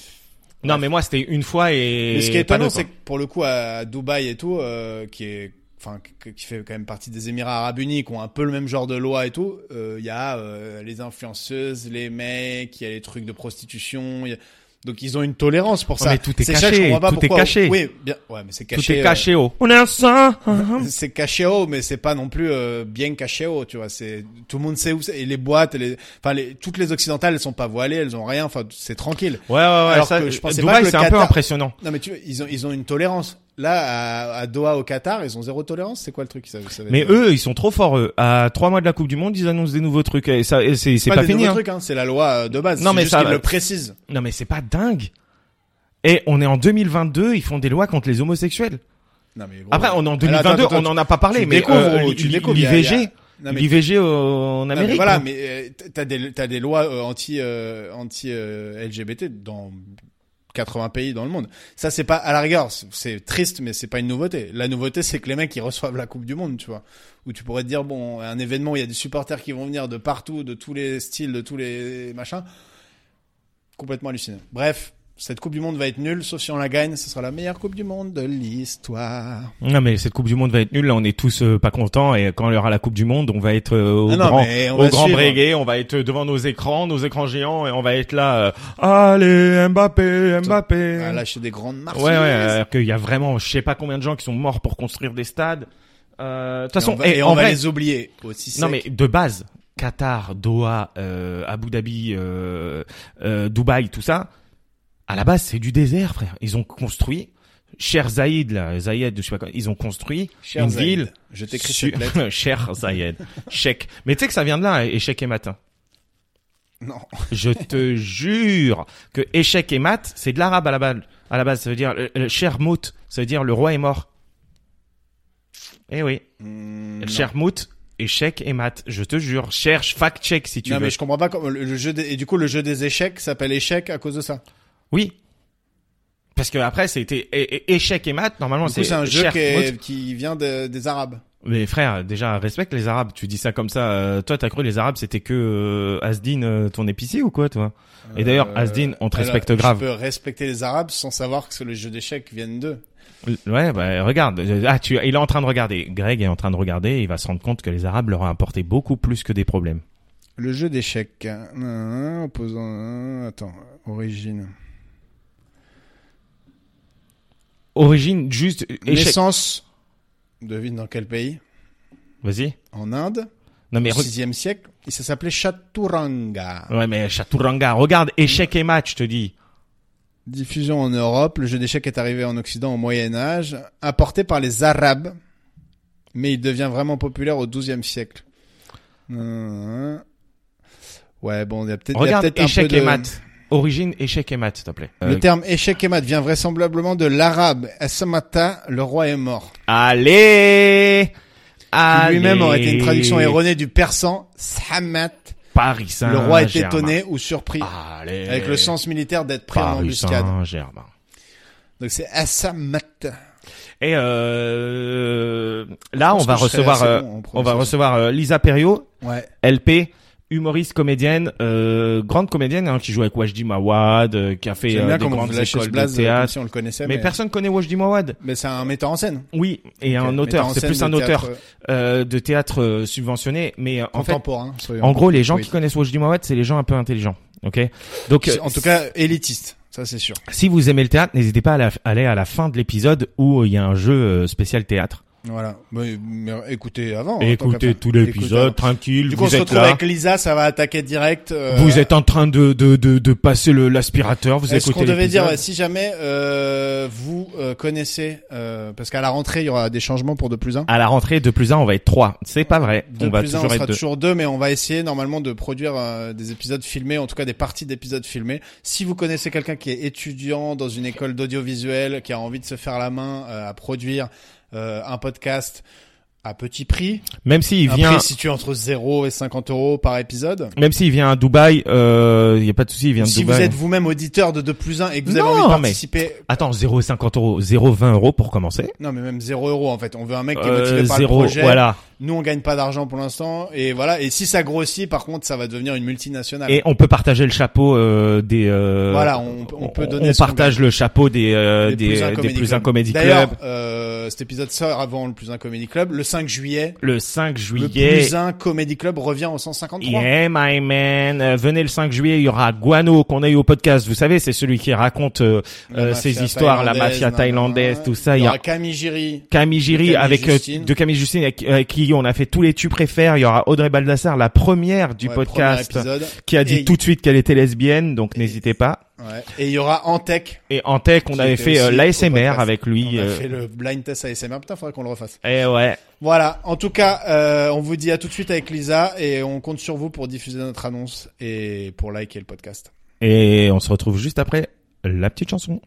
non, mais moi, c'était une fois et.
mais ce qui est
pas deux,
étonnant,
quoi.
c'est que pour le coup, à Dubaï et tout, euh, qui est enfin que- qui fait quand même partie des Émirats Arabes Unis, qui ont un peu le même genre de loi et tout. euh, Il y a euh, les influenceuses, les mecs, il y a les trucs de prostitution. il y a- Donc ils ont une tolérance pour
Non,
ça.
mais tout est
C'est ça que
caché,
je comprends pas
tout est
pourquoi-
caché.
Oui, bien. Ouais, mais c'est
Tout
caché.
est
euh,
caché haut. On est ensemble.
c'est caché haut, mais c'est pas non plus euh, bien caché haut, tu vois. C'est tout le monde sait où c'est. Et les boîtes, les, enfin les, toutes les occidentales, elles sont pas voilées, elles ont rien. Enfin, c'est tranquille.
Ouais, ouais, ouais.
Alors
ça,
que je pensais pas
Dubaï,
que le
c'est un peu
Qatar-
impressionnant.
Non, mais tu vois, ils ont ils ont une tolérance. Là, à, à Doha au Qatar, ils ont zéro tolérance. C'est quoi le truc ça, ça va
Mais
être-
eux, ils sont trop forts. Eux. À trois mois de la Coupe du Monde, ils annoncent des nouveaux trucs. Et ça, et c'est c'est
pas,
pas,
des
fini.
nouveaux
hein.
trucs, hein. C'est la loi euh, de base.
Non,
c'est
mais
juste
ça
qu'ils
va-
le précisent.
Non, mais c'est pas dingue. Et on est en 2022. Ils font des lois contre les homosexuels.
Non, mais bon,
Après, on est en
Alors,
2022.
attends, attends,
on n'en a pas parlé.
tu
mais
découvres,
euh,
ou
l-
tu
l-
découvres, il y a- il y a-
L'IVG.
Non, mais-
L'IVG au- en
Non, Ah, mais
Amérique.
voilà,
hein.
mais euh, t'as des t'as des lois euh, anti euh, anti euh, LGBT dans 80 pays dans le monde. Ça c'est pas à la rigueur, c'est- c'est triste mais c'est pas une nouveauté. La nouveauté c'est que les mecs ils reçoivent la Coupe du monde, tu vois. Où tu pourrais te dire bon, un événement où il y a des supporters qui vont venir de partout, de tous les styles, de tous les machins. Complètement halluciné. Bref, cette Coupe du monde va être nulle sauf si on la gagne, ce sera la meilleure Coupe du monde de l'histoire.
Non, mais cette Coupe du Monde va être nulle. Là, on est tous euh, pas contents. Et quand il y aura la Coupe du Monde, on va être euh, au
Ah non,
grand,
mais on
au
va
grand
suivre.
breguet. On va être devant nos écrans, nos écrans géants, et on va être là. euh, Allez, Mbappé, Mbappé.
À lâcher des grandes marques.
Ouais, ouais, alors qu'il y a vraiment, je sais pas combien de gens qui sont morts pour construire des stades. Euh, De toute façon,
on va,
et
et
en
on va
vrai-
les oublier aussi.
non
sec.
mais de base, Qatar, Doha, euh, Abu Dhabi, euh, euh, Dubaï, tout ça, à la base c'est du désert, frère. Ils ont construit, cher Zaïd, là, Zaïd, je sais pas quoi, ils ont construit
Cher
une
Zaïd,
ville.
Je t'écris
sur-
cette lettre.
cher Zaïd, chèque. Mais tu sais que ça vient de là, échec et matin.
Non.
Je te jure que échec et mat, c'est de l'arabe à la base. À la base, ça veut dire euh, euh, Shermout, ça veut dire le roi est mort. Eh oui,
Mm,
Shermout, échec et mat. Je te jure, cherche fact check si tu
non
veux.
mais je comprends pas comment le le jeu des- et du coup le jeu des échecs s'appelle échec à cause de ça.
Oui. Parce que après, c'était é- é- échec et mat. Normalement,
Du coup
c'est
c'est un jeu qui, est-
Shermout.
qui vient de- des Arabes.
Mais frère, déjà respecte les Arabes. Tu dis ça comme ça. euh, toi, t'as cru les Arabes c'était que euh, Asdin, euh, ton épicier ou quoi, toi Et d'ailleurs,
Euh,
Asdin, on te
alors,
respecte grave.
Je peux respecter les Arabes sans savoir que le jeu d'échecs viennent d'eux.
Ouais, bah regarde. Ah, tu, il est en train de regarder. Greg est en train de regarder. et il va se rendre compte que les Arabes leur ont apporté beaucoup plus que des problèmes.
Le jeu d'échecs. Nan, Opposant. euh, Attends. Origine.
Origine juste échec.
Naissance. Devine dans quel pays
Vas-y.
En Inde.
Non mais
Au
re-
6e siècle. Et ça s'appelait Chaturanga.
ouais mais Chaturanga. Regarde échec et match, je te dis.
Diffusion en Europe, le jeu d'échecs est arrivé en Occident au Moyen Âge, apporté par les Arabes, mais il devient vraiment populaire au XIIe siècle. Euh, Ouais, bon, il y a peut-être il y a
Regarde
peut-être un peu
échec
de...
et mat. Origine échec et mat, s'il te plaît.
Le
Euh,
terme échec et mat vient vraisemblablement de l'arabe Asamata, le roi est mort,
Allez.
qui
Allez.
lui-même aurait été une traduction erronée du persan Samat,
Paris Saint. Ah,
le roi est étonné ou surpris,
Allez.
avec le sens militaire d'être pris en
Paris
embuscade.
Saint-Germain.
Donc c'est Asamat.
Et euh, là, on
pense
va
que je serais
recevoir,
assez
euh,
bon en
on va
prononciation.
recevoir euh, Lisa Perriot,
Ouais.
LP, humoriste, comédienne, euh, grande comédienne hein, qui joue avec Wajdi Mawad, euh, qui a fait
J'aime
euh,
bien
des
quand on
grandes
vous lâchez ce
écoles de
blaze, euh, comme
théâtre.
si on le connaissait.
mais,
mais-
personne connaît Wajdi Mawad.
Mais c'est un metteur en scène.
Oui, et un
Metteur
auteur.
en
C'est
scène
plus
de
un auteur
théâtre
euh, de théâtre euh, subventionné, mais euh, en fait,
contemporain. soyons-
en gros, les gens
Oui.
qui connaissent Wajdi Mawad, c'est les gens un peu intelligents. Ok. Donc,
Qui-
euh,
en tout cas élitiste, ça c'est sûr.
si vous aimez le théâtre, n'hésitez pas à la- aller à la fin de l'épisode où il y a un jeu euh, spécial théâtre.
Voilà. Mais, mais écoutez avant. Oh, en tant
Écoutez
qu'affaire.
tout
Écoutez avant.
l'épisode, tranquille.
Du coup, on
vous
se
êtes
retrouve
là.
avec Lisa, ça va attaquer direct. euh,
Vous êtes en train de de de, de passer le l'aspirateur. Vous
Est-ce
écoutez
qu'on devait dire
l'épisode.
ouais, si jamais euh, vous euh, connaissez euh, parce qu'à la rentrée il y aura des changements pour de plus un.
à la rentrée de plus 1 on va être 3 C'est pas vrai.
De
on va
plus un, on
toujours
sera
être deux.
toujours deux, mais on va essayer normalement de produire euh, des épisodes filmés, en tout cas des parties d'épisodes filmés. Si vous connaissez quelqu'un qui est étudiant dans une école d'audiovisuel, qui a envie de se faire la main euh, à produire euh, un podcast à petit prix.
Même s'il
un
vient,
prix situé entre 0 et 50 euros par épisode.
même s'il vient à Dubaï, euh, y a pas de souci, il vient de
Si vous
Dubaï.
êtes vous-même auditeur de 2 plus 1 et que vous
Non,
avez envie de
mais-
participer...
Attends, 0,50 euros, 0,20 euros pour commencer.
Non, mais même 0 euros en fait. On veut un mec qui est
Euh,
motivé par
zéro,
le projet.
voilà.
Nous, on gagne pas d'argent pour l'instant. Et voilà. Et si ça grossit, par contre, ça va devenir une multinationale.
Et on peut partager le chapeau euh, des. euh,
Ah. Voilà, on- on peut donner
On
ce qu'on
partage le chapeau des euh, des,
un
des
Comedy
plus un
Club.
comédie
D'ailleurs,
club.
euh, cet épisode sort avant le plus un comedy club. Le 5 juillet,
Le 5
le
juillet.
plus un comedy club revient au 153.
Yeah, my man. Euh, venez le 5 juillet, il y aura Guano qu'on a eu au podcast. Vous savez, c'est celui qui raconte euh,
La
euh,
mafia
ces histoires, la
thaïlandaise,
mafia
nan, nan,
thaïlandaise,
nan.
tout ça.
Il y aura
a
Camille Giry.
Camille Giry
Camille
avec euh,
Justine.
de Camille Justine avec, euh, avec qui on a fait tous les tu préfères. Il y aura Audrey Baldassar, la première du
ouais,
podcast,
premier épisode.
qui a dit
Et-
tout de suite qu'elle était lesbienne, donc n'hésitez pas.
Ouais. Et il y aura Antec.
Et en tech, on
Qui
avait
était
fait euh,
aussi au
l'ASMR
podcast.
avec
On
lui.
a
euh,
fait le blind test ASMR. Putain, faudrait qu'on le refasse.
Eh ouais.
Voilà. En tout cas, euh, on vous dit à tout de suite avec Lisa et on compte sur vous pour diffuser notre annonce et pour liker le podcast.
Et on se retrouve juste après la petite chanson.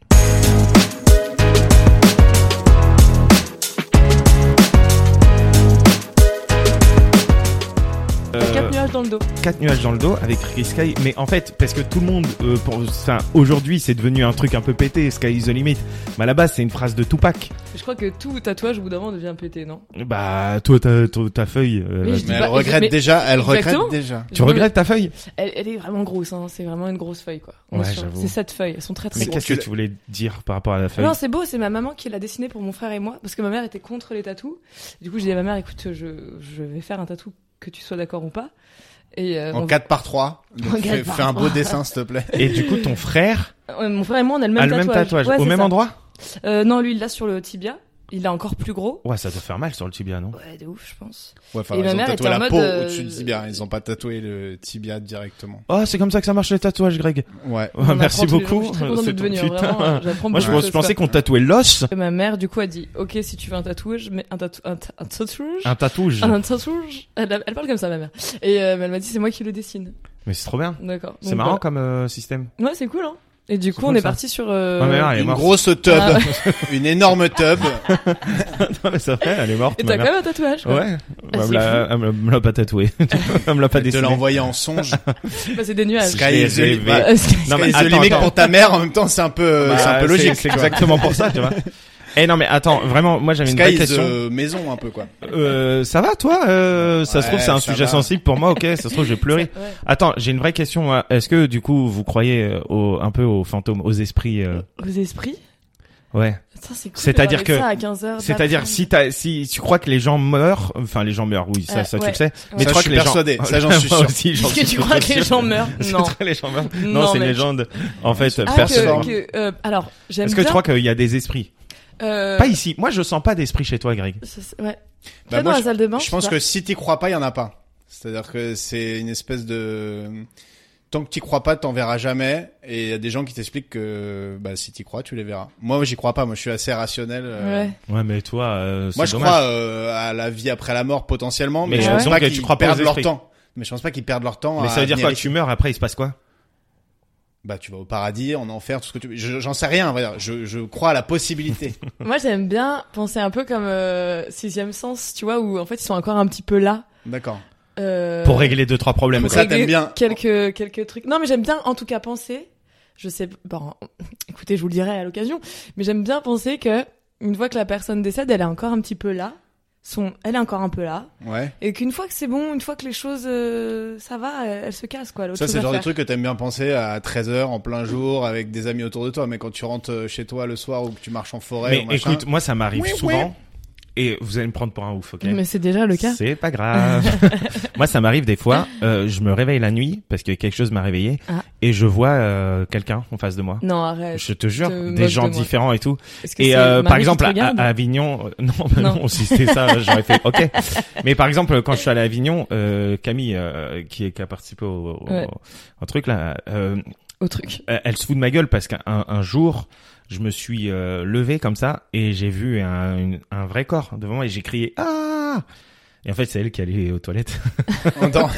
Quatre nuages dans le dos.
4 nuages dans le dos avec Ricky Sky mais en fait parce que tout le monde euh, pour enfin, aujourd'hui c'est devenu un truc un peu pété Sky is the limit mais à la base c'est une phrase de Tupac
Je crois que tout tatouage au bout d'un moment devient pété, non
bah toi ta, ta- ta feuille euh,
Mais je dis
Mais
pas-
elle regrette
Bah, mais-
déjà, elle
Exactement.
regrette déjà.
tu regrettes ta feuille
elle, elle est vraiment grosse, hein. c'est vraiment une grosse feuille quoi. On
Ouais,
est sur-
j'avoue.
C'est cette feuille, elles sont très très
mais
grosses.
qu'est-ce que tu voulais dire par rapport à la feuille
Non, c'est beau, c'est ma maman qui l'a dessiné pour mon frère et moi, parce que ma mère était contre les tatous. Du coup, j'ai dit à ma mère, écoute, je, je vais faire un tatou que tu sois d'accord ou pas. Et euh, on-
En 4 par 3.
En quatre
Fais,
par
fais un beau
trois.
dessin, s'il te plaît.
et du coup ton frère
euh, mon frère et moi, on a le même
a Ah, le
tatouage.
même tatouage
Ouais,
au
c'est
même
ça.
endroit
Euh, Non, lui, il l'a sur le tibia. Il l'a encore plus gros.
ouais ça doit faire mal sur le tibia non
Ouais, de ouf, je pense.
Ouais, enfin,
Et
ils
ma
ont
mère était
tatoué
en
la
mode,
peau
euh,
au-dessus du tibia. Ils ont pas tatoué le tibia directement.
oh c'est comme ça que ça marche les tatouages Greg
Ouais.
Ouais,
On en
merci
apprend tous les jours.
beaucoup
Je suis très contente
C'est
d'être
ton-
venue, hein,
putain.
vraiment, j'apprends
moi je
beaucoup de
pense-
choses,
pensais
quoi.
qu'on tatouait l'os
Et Ma mère, du coup, a dit Ok, si tu veux un tatouage, mais un, tatou un, ta- un tatouage.
un tatouage
Un tatouage elle, a- elle parle comme ça, ma mère. Et euh, elle m'a dit C'est moi qui le dessine.
mais c'est trop bien
D'accord.
c'est
Donc,
marrant comme euh, système
voilà. Ouais, c'est cool, hein. Et du coup,
cool,
on est
ça.
parti sur. euh,
Ouais, mais là, elle est
Une
morte.
grosse tub.
Ah.
Une énorme tub.
Non, mais c'est vrai, elle est morte
Et
ma
t'as
mère.
quand même un tatouage, quoi.
Ouais, elle me
c'est
l'a- elle me me l'a pas tatoué. elle me l'a pas
Ah, Elle te l'a
dessiné.
envoyé en songe.
Bah, c'est des nuages.
Sky is the
J'ai
limit.
rêvé.
Ouais.
Euh, c'est-
Non, mais
Sky is the
attends,
limit
attends.
pour ta mère, en même temps, c'est un peu,
Bah,
euh, c'est un peu logique.
C'est
tu vois.
exactement pour ça, tu vois. Eh non mais attends, vraiment, moi j'avais une vraie
Sky is
question.
the maison, un peu, quoi. Bah,
Euh, ça va toi Euh, Ça se
Ouais,
trouve c'est un
ça
sujet
va.
sensible pour moi, ok Ça se trouve je vais pleurer.
Ouais.
Attends, j'ai une vraie question. moi. Est-ce que du coup vous croyez euh, au, un peu aux fantômes, aux esprits euh,
Aux esprits Euh,
Ouais.
Putain, c'est cool. d'avoir
C'est-à-dire que-
ça à 15 heures,
C'est-à-dire
d'après-
si t'as, si tu crois que les gens meurent, enfin les gens meurent, oui, ça,
Euh,
ça tu
ouais.
le sais.
Ça,
crois
je suis
que les gens-
persuadé. Ça, j'en suis
Moi
sûr.
aussi, j'en
Est-ce que
suis
tu
sûr.
crois que les gens meurent Non.
C'est très les gens meurent. Non,
Non,
c'est une
mec.
légende. En fait,
Ah,
personne.
percevant.
que, que, euh, alors, j'aime
Est-ce
bien.
que tu crois qu'il y a des esprits
euh,
Pas ici. Moi, je sens pas d'esprit chez toi, Greg.
ça, c'est- Ouais. Pas
Bah, moi,
dans la
je-
salle de bain.
Je pense
sais
que si t'y crois pas, il y en a pas. C'est-à-dire que c'est une espèce de tant que t'y crois pas, t'en verras jamais. Et il y a des gens qui t'expliquent que bah si t'y crois, tu les verras. Moi, j'y crois pas. Moi, je suis assez rationnel.
pas.
euh.
Ouais.
Ouais, mais toi, euh, c'est
Moi, je
dommage.
crois euh, à la vie après la mort potentiellement, mais,
Mais
je
ouais.
pense
donc,
pas
tu
qu'ils
crois pas aux
perdent leur
esprits.
temps. Mais je pense pas qu'ils perdent leur temps.
Mais
à
ça veut dire
venir
quoi
ici.
Tu meurs après, il se passe quoi
Bah, tu vas au paradis, en enfer, tout ce que tu. veux. Je- J'en sais rien. on va dire. Je, je crois à la possibilité.
Moi, j'aime bien penser un peu comme euh, sixième sens, tu vois, où en fait ils sont encore un petit peu là.
D'accord.
Euh,
Pour régler deux trois problèmes.
Mais
quoi.
ça, t'aimes bien.
Quelques quelques trucs. Non, mais j'aime bien en tout cas penser. Je sais. Bon, écoutez, je vous le dirai à l'occasion. Mais j'aime bien penser que une fois que la personne décède, elle est encore un petit peu là. Son, elle est encore un peu là.
Ouais.
Et qu'une fois que c'est bon, une fois que les choses, euh, ça va, elle, elle se casse quoi. elle a autre
Ça,
chose
c'est le
à
genre de
faire.
truc que t'aimes bien penser à 13h en plein jour avec des amis autour de toi. Mais quand tu rentres euh, chez toi le soir ou que tu marches en forêt ou
Mais
machin.
écoute, moi, ça m'arrive
Oui, oui.
souvent. Et vous allez me prendre pour un ouf, ok
Mais c'est déjà le cas.
C'est pas grave. Moi, ça m'arrive des fois. euh, je me réveille la nuit parce que quelque chose m'a réveillé
Ah.
et je vois euh, quelqu'un en face de moi.
Non, arrête.
Je te jure,
te
des
moques
gens
de moi.
différents et tout.
Est-ce que
Et
c'est
euh,
Marie
par
qui
exemple,
te
à,
regarde
à Avignon, euh, non, bah non.
Non.
si c'était ça, j'aurais fait OK. Mais par exemple, quand je suis allé à Avignon, euh, Camille, euh, qui, est- qui a participé au, au-
Ouais.
au truc là, euh,
au truc.
euh, elle se fout de ma gueule parce qu'un un jour, je me suis euh, levé comme ça et j'ai vu un, une- un vrai corps devant moi et j'ai crié ah. Et en fait, c'est elle qui allait aux toilettes.
En temps-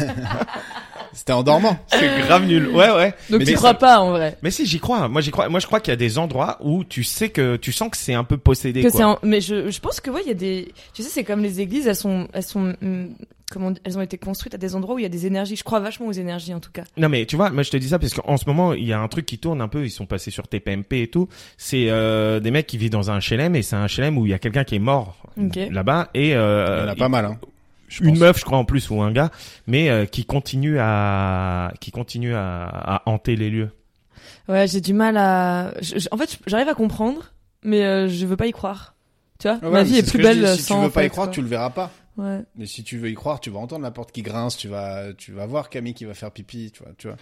C'était en dormant.
C'est grave nul. Ouais, ouais.
Donc
Mais
tu
ça-
crois pas en vrai.
Mais si, j'y crois. Moi, j'y crois. Moi, je crois qu'il y a des endroits où tu sais que tu sens que c'est un peu possédé.
Que
quoi.
c'est en- mais je, je pense que ouais, il y a des tu sais c'est comme les églises, elles sont elles sont hum, comment dire, elles ont été construites à des endroits où il y a des énergies. Je crois vachement aux énergies en tout cas.
Non mais tu vois, moi je te dis ça parce qu'en ce moment il y a un truc qui tourne un peu. Ils sont passés sur TPMP et tout. C'est euh, des mecs qui vivent dans un HLM et c'est un HLM où il y a quelqu'un qui est mort
Ok.
là-bas et
Il y en
euh,
a pas mal, hein.
il- une meuf je crois en plus ou un gars, mais euh, qui continue à qui continue à, à hanter les lieux.
Ouais, j'ai du mal à je- je- en fait, j'arrive à comprendre, mais euh, je veux pas y croire. Tu vois,
Ouais,
ma
mais
vie
c'est
est
ce
plus
que je
belle
dis,
euh,
Si
sans
tu veux
en
pas y
fait,
croire,
quoi.
tu le verras pas.
Ouais.
Mais si tu veux y croire, tu vas entendre la porte qui grince, tu vas, tu vas voir Camille qui va faire pipi, tu vois, tu vois.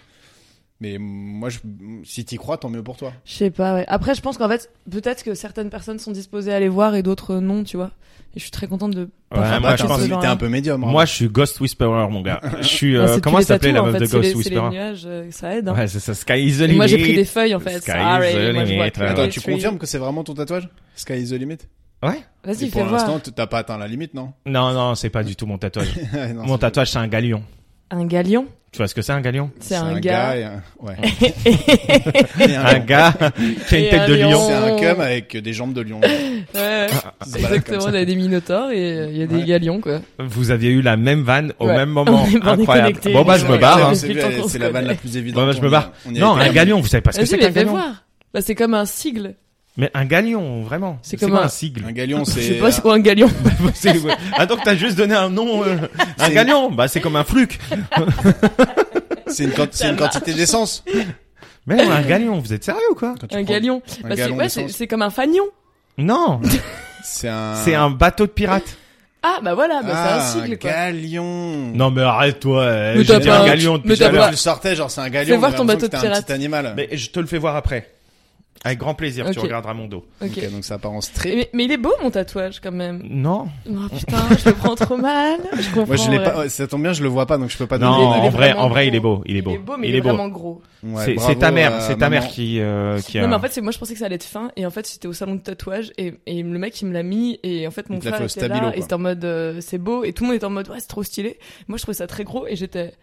Mais moi, je, si t'y crois, tant mieux pour toi.
Je sais pas, ouais. Après, je pense qu'en fait, peut-être que certaines personnes sont disposées à les voir et d'autres euh, non, tu vois. Et je suis très contente de. pas
Ouais,
faire
moi,
partie
je
de
pense
ce
que
que
t'es
genre-là.
un peu médium. hein.
Moi je suis Ghost Whisperer mon gars. Je suis
Ah,
euh,
c'est
comment
tous
elle
les
s'appelait la
tatous, en
meuf de
fait, c'est les-
Ghost
C'est les
Whisperer
nuages, euh, ça aide. hein.
Ouais, c'est ça. Sky is the
Et
limit.
moi, j'ai pris des feuilles en fait.
Sky is
Sorry,
the
moi, je vois
limit,
que
ouais.
les
Attends, tu
trees.
confirmes que c'est vraiment ton tatouage Sky is the limit
Ouais.
Vas-y,
Et Pour
fais voir.
l'instant, t- t'as pas atteint la limite, non,
Non non, c'est pas du tout mon tatouage.
Non,
mon
c'est-
tatouage c'est un galion.
Un galion,
Tu vois ce que c'est un galion
c'est un, gars.
et un- Ouais. Et
Un gars qui a
Et
une tête de
un lion.
lion.
C'est un cum avec des jambes de lion.
Ouais,
Il se balade
exactement.
comme
Il y a des minotaures et euh, il y a des
Ouais.
galions, quoi.
Vous aviez eu la même vanne au
Ouais.
même moment.
On est pas
Incroyable.
déconnectés.
Bon bah je
ça.
me barre. hein.
Ouais.
C'est
Depuis le temps qu'on
c'est
se
la vanne
connaît.
la plus évidente.
Bon bah je
On
me
y-
barre.
on y a
Non,
été.
un galion, vous savez pas ce que
Vas-y,
c'est
mais
qu'un
fais
galion
voir. Bah, c'est comme un sigle.
Mais un galion, vraiment.
C'est
C'est
comme
comme
un-
un
Un
sigle.
galion,
Je
c'est. euh,
sais pas c'est quoi un galion.
C'est- ouais. Ah donc t'as juste donné un nom. euh, Un
C'est-
galion, bah c'est comme un fluc.
C'est une, quanti- c'est une quantité d'essence.
Mais non, un galion, vous êtes sérieux ou quoi
Quand tu
Un
prends-
galion. Bah,
un
c'est
galon
ouais, c'est-
d'essence.
c'est comme un fanion.
Non,
C'est un.
c'est un bateau de pirate.
Ah, bah voilà, bah,
Ah,
c'est un sigle, quoi.
galion.
Non mais arrête-toi, euh,
Mais
j'ai
t'as
dit
pas
un
un-
galion
mais
depuis tout
t'as
à
Tout à l'heure,
pas-
l'heure.
tu sortais, genre c'est un galion.
Fais voir
on a
ton
l'impression
bateau
que
de
t'es un petit animal.
Mais je te le fais voir après. Avec grand plaisir, tu
Ok.
regarderas mon dos.
Ok.
Ok, donc ça part en
Et
strip.
Mais, mais il est beau mon tatouage quand même.
Non.
Oh putain, je le prends trop mal. Je comprends.
Moi je l'ai
ouais.
pas. ouais, Ça tombe bien, je le vois pas, donc je peux pas.
Non,
donner
il est
en vrai,
vraiment
en vrai, il est beau, il est
Il
beau,
est beau, mais il
il
est
est beau.
vraiment gros.
Ouais,
c'est
bravo,
c'est ta mère,
euh,
c'est ta
maman.
mère qui euh, qui a.
Non mais en fait c'est moi je pensais que ça allait être fin et en fait j'étais au salon de tatouage et, et le mec il me l'a mis et en fait mon
Il te l'a
frère
fait au
était
stabilo,
là et
quoi.
c'était en mode euh, c'est beau et tout le monde était en mode ouais c'est trop stylé. Moi je trouvais ça très gros et j'étais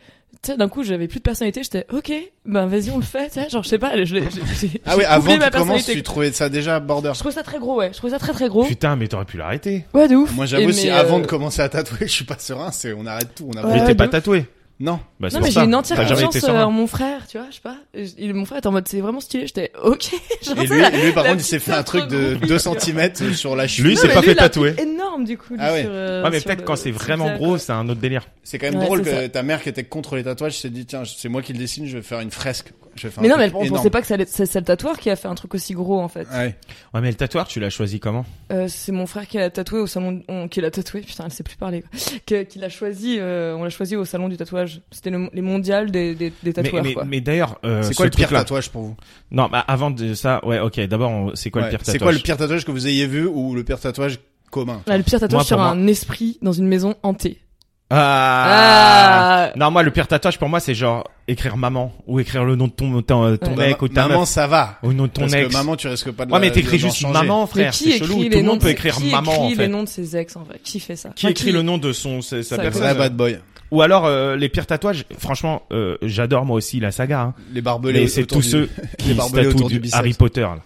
tu sais d'un coup j'avais plus de personnalité j'étais ok ben vas-y on le fait tu sais genre je sais pas je l'ai- j'ai j'ai-
Ah oui,
j'ai
avant
oublié
que
ma
tu commences,
personnalité.
tu trouvais ça déjà border.
Je trouve ça très gros ouais je trouve ça très très gros
Putain, mais t'aurais pu l'arrêter.
ouais de ouf.
Moi
Et
j'avoue, si
mais,
avant de
euh,
commencer à tatouer, je suis pas serein, c'est on arrête tout, on
Ouais,
Mais
arrête.
t'es pas
de
tatoué.
Non.
Bah, c'est
Non
pour
mais j'ai
ça.
une entière
T'as jamais été
confiance
serein.
en mon frère, tu vois, je sais pas. Et je- il- mon frère était en mode c'est vraiment stylé, j'étais ok. Genre,
Et
tu sais,
lui,
la-
lui, par
la
contre, il s'est
petite euh,
fait un truc de
groupie,
2
tu vois.
cm sur la cheville.
Lui, il s'est
mais
pas
lui,
fait
il a
tatouer.
pris énorme du coup. lui,
Ah ouais.
sur, euh,
Ouais, mais
sur
peut-être
le-
quand c'est
sur le
vraiment
visage,
gros,
quoi.
c'est un autre délire.
C'est quand même
Ouais,
drôle
c'est
que
ça.
ta mère qui était contre les tatouages s'est dit tiens, c'est moi qui le dessine, je vais faire une fresque. quoi. Je vais faire
Mais
un
non, mais
truc
elle- on
énorme.
pensait pas que ça allait être- c'est c'est le tatoueur qui a fait un truc aussi gros en fait.
Ouais.
Ouais, mais le tatouage, tu l'as choisi comment
Euh, c'est mon frère qui l'a tatoué au salon, on, qui l'a tatoué. Putain, elle sait plus parler. quoi. Que- Qui l'a choisi, euh, on l'a choisi au salon du tatouage. C'était le- les mondiales des, des, des
Mais,
tatoueurs
mais,
quoi.
mais d'ailleurs, euh,
C'est quoi
ce
le pire
truc-là-
tatouage pour vous
Non, bah, avant de ça, ouais, ok. D'abord, on- c'est quoi
Ouais.
le pire
C'est
tatouage Eh
quoi le pire tatouage que vous ayez vu ou le pire tatouage commun
Ah, le pire tatouage
Moi, pour
sur
moi-
un esprit dans une maison hantée.
Ah, Non, moi, le pire tatouage pour moi, c'est genre écrire maman ou écrire le nom de ton ton, ton
Bah,
mec ou ben, ta
Maman,
meuf
ça va.
ou le nom de ton
Parce
ex.
que maman, tu risques pas de
Ouais,
la-
mais t'écris
de- d'en
juste
changer.
maman,
Mais
frère.
qui
C'est
écrit
chelou. Tout
les
le
noms
monde
de-
peut écrire
qui
maman en
écrit les
fait.
noms de ses ex en vrai Qui fait ça
Qui
Enfin,
écrit le nom de son sa sa
Ça,
C'est
personne
la bad boy.
Ou alors euh, les pires tatouages. Franchement, euh, j'adore moi aussi la saga. hein.
Les barbelés.
Mais c'est
autour
tous
du-
ceux qui
les
se
barbelés autour
tatouent
du
du
biceps.
Harry Potter. là.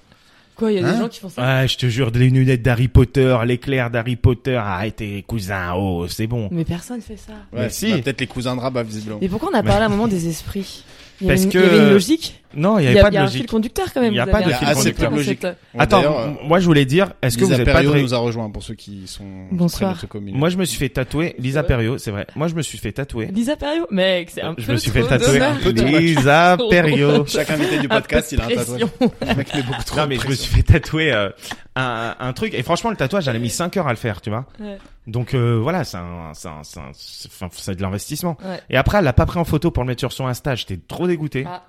Quoi, il y a des
Hein
gens qui font ça
Ah, je te jure, les lunettes d'Harry Potter, l'éclair d'Harry Potter, arrêtez, cousin, oh, c'est bon.
Mais personne fait ça.
Ouais,
Mais si.
bah, Peut-être les cousins de Rabat, visiblement.
Mais pourquoi on a parlé à un moment des esprits il y, avait
Parce
une,
que-
il y avait une logique.
Non, il
Il
n'y
y a,
avait pas
il y
de
a un fil
logique.
conducteur quand même.
Il y a
vous
pas
avez
de
un
fil
fil
conducteur. Il y a assez peu de
concept.
Bon,
Attends,
d'ailleurs, euh,
m- moi je voulais dire, est-ce que vous
Lisa
n'êtes pas
Perriot
de...
nous a rejoint pour ceux qui sont.
Bonsoir.
qui traînent le truc au milieu.
Moi je me suis fait tatouer, Lisa
vrai.
Perriot, c'est vrai. Moi je me suis fait tatouer.
Lisa Perio, euh, mec, c'est un peu
Je me suis
trop
fait tatouer
dommage.
peu trop.
Lisa Perriot.
Chaque invité du podcast, il a un tatouage.
Pression.
Le mec met beaucoup trop
Non
de
mais je me
pression.
suis fait tatouer euh, un, un truc et franchement le tatouage j'avais mis 5 heures à le faire tu vois
Ouais.
donc euh, voilà c'est un, c'est un- c'est un- c'est enfin, c'est de l'investissement
Ouais.
et après elle l'a pas pris en photo pour le mettre sur son Insta j'étais trop dégoûté
Ah.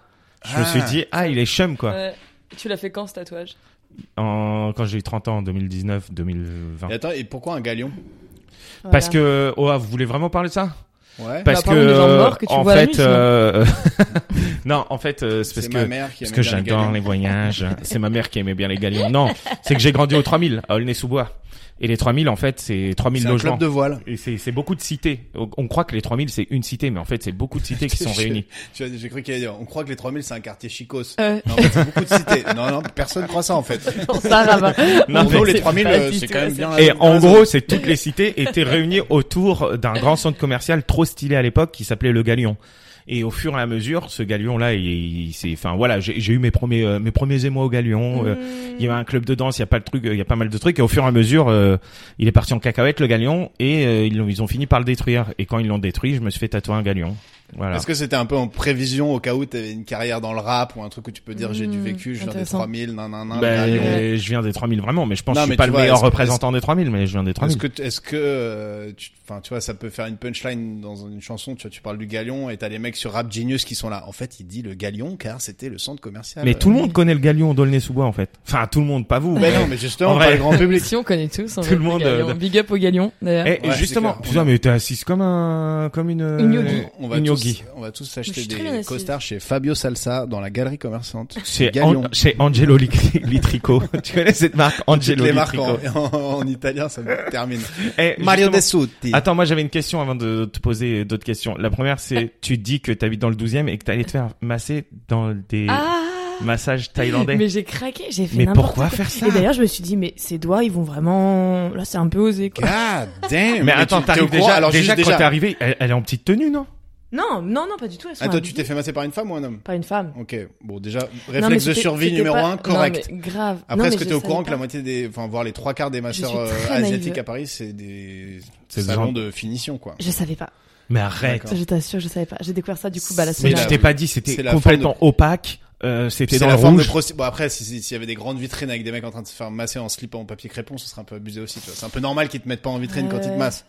je me suis dit ah il est chum quoi
Ouais. Tu l'as fait quand ce tatouage
en, quand j'ai eu 30 ans en 2019 2020
Et attends, et pourquoi un galion
parce
Voilà. Bah,
que oh ah, vous voulez vraiment parler de ça
Ouais.
parce
parlons des gens morts que tu
en
vois à la nuit,
fait
sinon.
euh, non en fait euh, c'est parce
C'est
que
ma mère qui
Parce que
aimait bien les
j'adore
galions.
les voyages. C'est ma mère qui aimait bien les galions. Non, c'est que j'ai grandi au 3000, à Aulnay-sous-Bois. Et les 3000, en fait, c'est 3000
C'est un
logements.
club de voile.
Et c'est c'est beaucoup de cités. On on croit que les 3000, c'est une cité, mais en fait, c'est beaucoup de cités qui sont
Je-
réunies.
Tu vois, J'ai cru qu'il allait dire, on croit que les 3000 c'est un quartier chicos.
Euh.
Non, en fait, c'est beaucoup de cités. Non, non, personne croit ça en fait.
Pour ça, Rabat.
Non,
en gros,
mais-
les 3000
pas
euh,
du
c'est
tout
quand même
assez.
bien. la-
Et
bien
en
la
gros,
zone.
c'est toutes les cités étaient réunies autour d'un grand centre commercial trop stylé à l'époque qui s'appelait le Galion. Et au fur et à mesure, ce Galion-là, il, il c'est, enfin voilà, j'ai j'ai eu mes premiers, euh, mes premiers émois au Galion. euh,
Hmm.
il y avait un club de danse, il y a pas le truc, euh, il y a pas mal de trucs. Et au fur et à mesure, euh, il est parti en cacahuète le Galion, et euh, ils, l'ont- ils ont fini par le détruire. Et quand ils l'ont détruit, je me suis fait tatouer un Galion. Voilà.
Est-ce que c'était un peu en prévision au cas où t'avais une carrière dans le rap ou un truc où tu peux dire j'ai du
Mmh,
vécu, je viens des
intéressant.
3000, nan nan nan.
Ben,
nan, nan.
je viens des 3000 vraiment, mais je pense
Non,
que je
mais
suis pas
tu
le
vois,
meilleur
est-ce-
représentant des 3000, mais je viens des 3000.
Est-ce que, est-ce que, euh, tu- enfin, tu vois, ça peut faire une punchline dans une chanson. Tu vois, tu parles du Galion et t'as les mecs sur Rap Genius qui sont là. En fait, il dit le Galion car c'était le centre commercial.
Mais tout le monde connaît le Galion d'Aulnay-sous-Bois en fait. Enfin, tout le monde, pas vous.
Mais Ben non, mais justement,
En
pas
vrai.
le grand public.
Si on connaît tous. en
Tout
vrai,
le monde,
Galion.
euh,
Big up au Galion, d'ailleurs.
Eh,
Ouais,
et
c'est
justement,
clair.
putain, mais t'es assise comme un, comme une, euh,
Une yogi.
On va,
une
tous,
yogi.
on va tous
Mais je
acheter
suis très bien
des
assise.
costards chez Fabio Salsa dans la galerie commerçante.
C'est
Galion.
An- c'est Angelo Litri- Litrico. tu connais cette marque,
Toutes
Angelo
les marques
Litrico.
en, en- en italien, ça me termine.
Eh,
Mario
justement,
Dessutti.
Attends, moi j'avais une question avant de te poser d'autres questions. La première, c'est tu dis que t'habites dans le 12e et que t'allais te faire masser dans des
Ah!
massages thaïlandais.
Mais j'ai craqué, j'ai fait
Mais
n'importe
pourquoi
quoi.
faire ça
Et d'ailleurs, je me suis dit, mais ces doigts, ils vont vraiment, là, c'est un peu osé, quoi.
God damn.
Mais
tu-
attends,
t'es au
t'arrives
courant
déjà,
Alors,
déjà,
juste
quand t'es
déjà.
arrivé, elle, elle est en petite tenue, non?
Non, non, non, pas du tout. elles sont
Attends, tu
habillées.
t'es fait masser par une femme ou un homme
Pas une femme.
Ok, bon déjà,
Non, mais
réflexe de
c'était-
survie
c'était
numéro
pas-
un, correct.
Non, mais grave.
Après,
Non, mais
est-ce que
je
t'es au
savais
courant que
pas.
la moitié des, enfin, voire les trois quarts des masseurs
suis
euh,
très naïve.
asiatiques à Paris, c'est des
C'est des
salons
gens-
de finition, quoi.
Je savais pas.
Mais arrête.
D'accord.
Je t'assure, je savais pas. J'ai découvert ça du coup, bah la
C'est
Mais
semaine
la-
tu
dernière.
t'es pas dit, c'était
c'est la
complètement opaque, euh, c'était
C'est
dans
la
le
forme de
rouge.
prosti- Bon après, si- si- s'il y avait des grandes vitrines avec des mecs en train de se faire masser en slip en papier crépon, ce serait un peu abusé aussi. tu vois. C'est un peu normal qu'ils te mettent pas en vitrine quand ils te
Ouais.
massent.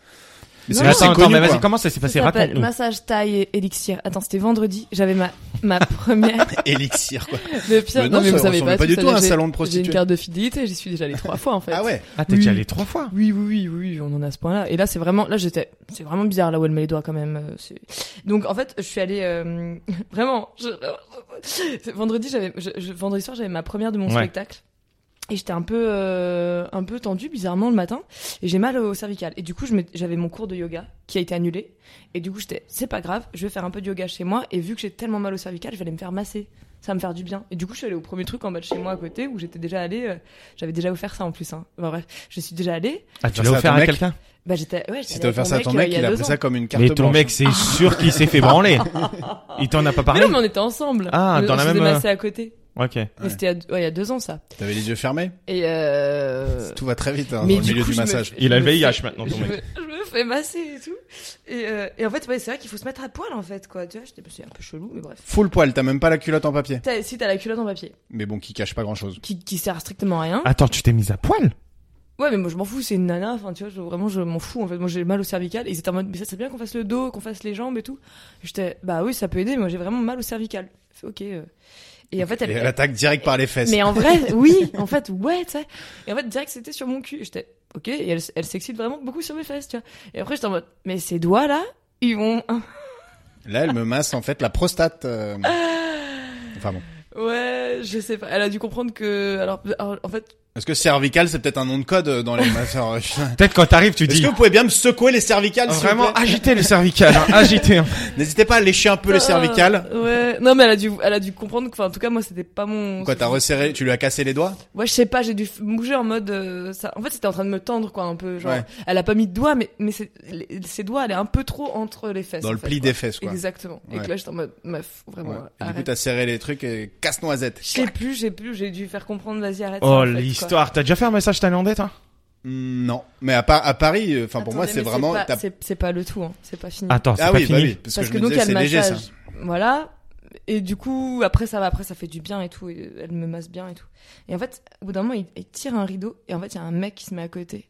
Mais
Non,
c'est
Mais
non,
c'est
attends, attends,
connu,
mais
quoi.
vas-y, comment ça s'est
Ça
passé?
s'appelle
Raconte-nous.
massage taille et élixir. Attends, c'était vendredi. J'avais ma ma première.
Élixir quoi.
Le pire,
Mais non, ça
vous savez
ressemble pas
tout
du
ça,
tout à un
j'ai-
salon de
J'ai
prostituée.
une carte de fidélité. J'y suis déjà allée trois fois en fait.
Ah ouais.
Ah, t'es
Oui.
déjà allé trois fois.
Oui, oui, oui, oui, on en a ce point-là. Et là, c'est vraiment, là, j'étais, c'est vraiment bizarre là où elle met les doigts quand même. euh, c'est- Donc, en fait, je suis allée euh, vraiment. je- Vendredi, j'avais, je- je- vendredi soir, j'avais ma première de mon
Ouais.
spectacle. Et j'étais un peu, euh, un peu tendue bizarrement le matin. Et j'ai mal au cervical. Et du coup, je m'étais- j'avais mon cours de yoga qui a été annulé. Et du coup, j'étais, c'est pas grave, je vais faire un peu de yoga chez moi. Et vu que j'ai tellement mal au cervical, je vais aller me faire masser. Ça va me faire du bien. Et du coup, je suis allée au premier truc en bas de chez moi à côté où j'étais déjà allée. euh, j'avais déjà offert ça en plus. Hein. Enfin, bref, je suis déjà allée.
Ah, tu
Faire
l'as
ça à
offert
ton
à
mec
quelqu'un?
Bah j'étais. Ouais, j'étais
Si
allée
t'as
avec
offert
mon
ça à ton mec,
euh,
il a
deux
pris
ans.
ça comme une carte
Mais ton
blanche.
mec, c'est sûr qu'il s'est fait branler. Il t'en a pas
Mais
parlé
non, mais on était ensemble.
Ah,
On-
dans
on
la
s'était
même,
euh,
massé à côté.
Ok.
Mais c'était à deux- ouais, il y a deux ans ça.
T'avais les yeux fermés.
Et euh...
Tout va très vite hein,
mais
dans le
du
milieu
coup,
du
je me-
massage.
Il
je
a le
me
VIH
fais-
maintenant, ton
Je
mec.
me, je me fais masser et tout. Et, euh, et en fait, ouais, c'est vrai qu'il faut se mettre à poil en fait, quoi. Tu vois, j'étais- c'est un peu chelou, mais bref.
Full poil, t'as même pas la culotte en papier.
T'as- si t'as la culotte en papier,
Mais bon, qui cache pas grand chose.
qui, qui sert à strictement à rien.
Attends, tu t'es mise à poil
Ouais, mais moi je m'en fous, c'est une nana. Enfin, tu vois, je- vraiment, je m'en fous. En fait, moi j'ai mal au cervical. Et ils étaient en mode, mais ça serait bien qu'on fasse le dos, qu'on fasse les jambes et tout. J'étais, bah oui, ça peut aider. Mais moi j'ai vraiment mal au cervical. Fait, ok. euh. Et en fait, elle,
Et elle attaque direct par les fesses.
Mais en vrai, oui, en fait, ouais, tu sais. Et en fait, direct, c'était sur mon cul. J'étais, ok, et elle, elle s'excite vraiment beaucoup sur mes fesses, tu vois. Et après, j'étais en mode, mais ces doigts-là, ils vont.
Là, elle me masse en fait la prostate. euh, Enfin bon.
Ouais, je sais pas. Elle a dû comprendre que. Alors, alors, en fait,
Est-ce que cervical, c'est peut-être un nom de code euh, dans les masseurs euh, chiens
Peut-être quand t'arrives, tu
Est-ce
dis Ah,
que vous pouvez bien me secouer les cervicales s'il vous
vraiment
plaît
agiter le cervical, hein, agiter. hein.
N'hésitez pas à lécher un peu le
ah,
cervical.
Ouais. Non, mais elle a dû, elle a dû comprendre que, enfin, en tout cas, moi, c'était pas mon.
Quoi, t'as resserré, tu lui as cassé les doigts
Ouais, je sais pas, j'ai dû f- bouger en mode. euh, ça... En fait, c'était en train de me tendre, quoi, un peu. Genre,
Ouais.
elle a pas mis de doigts, mais, mais c'est- les- ses doigts, elle est un peu trop entre les fesses.
Dans
en
le
fait,
pli
quoi.
des fesses, quoi.
Exactement. Et
Ouais.
que là, j'étais en mode, meuf, vraiment.
Ouais. Et Du coup,
arrête.
t'as serré les trucs et casse-noisette.
Je sais plus, je sais plus, j'ai dû faire comprendre, vas-y, arrête. ça,
Oh,
en fait, quoi.
l'histoire. T'as déjà fait un massage hein? thaïlandais, toi
Hmm, Non, mais à, Pa- à Paris, euh, enfin pour
Attendez,
moi,
mais
c'est vraiment.
pas-
t'as-
C'est c'est pas le tout, hein. c'est pas fini.
Attends, c'est
ah
pas
oui, bah
fini.
oui, parce, que je me
donc, il y
disais,
a le
c'est léger ça.
massage. Voilà. Et du coup, après, ça va, après, ça fait du bien et tout. et elle me masse bien et tout. Et en fait, au bout d'un moment, il, il tire un rideau. Et en fait, il y a un mec qui se met à côté.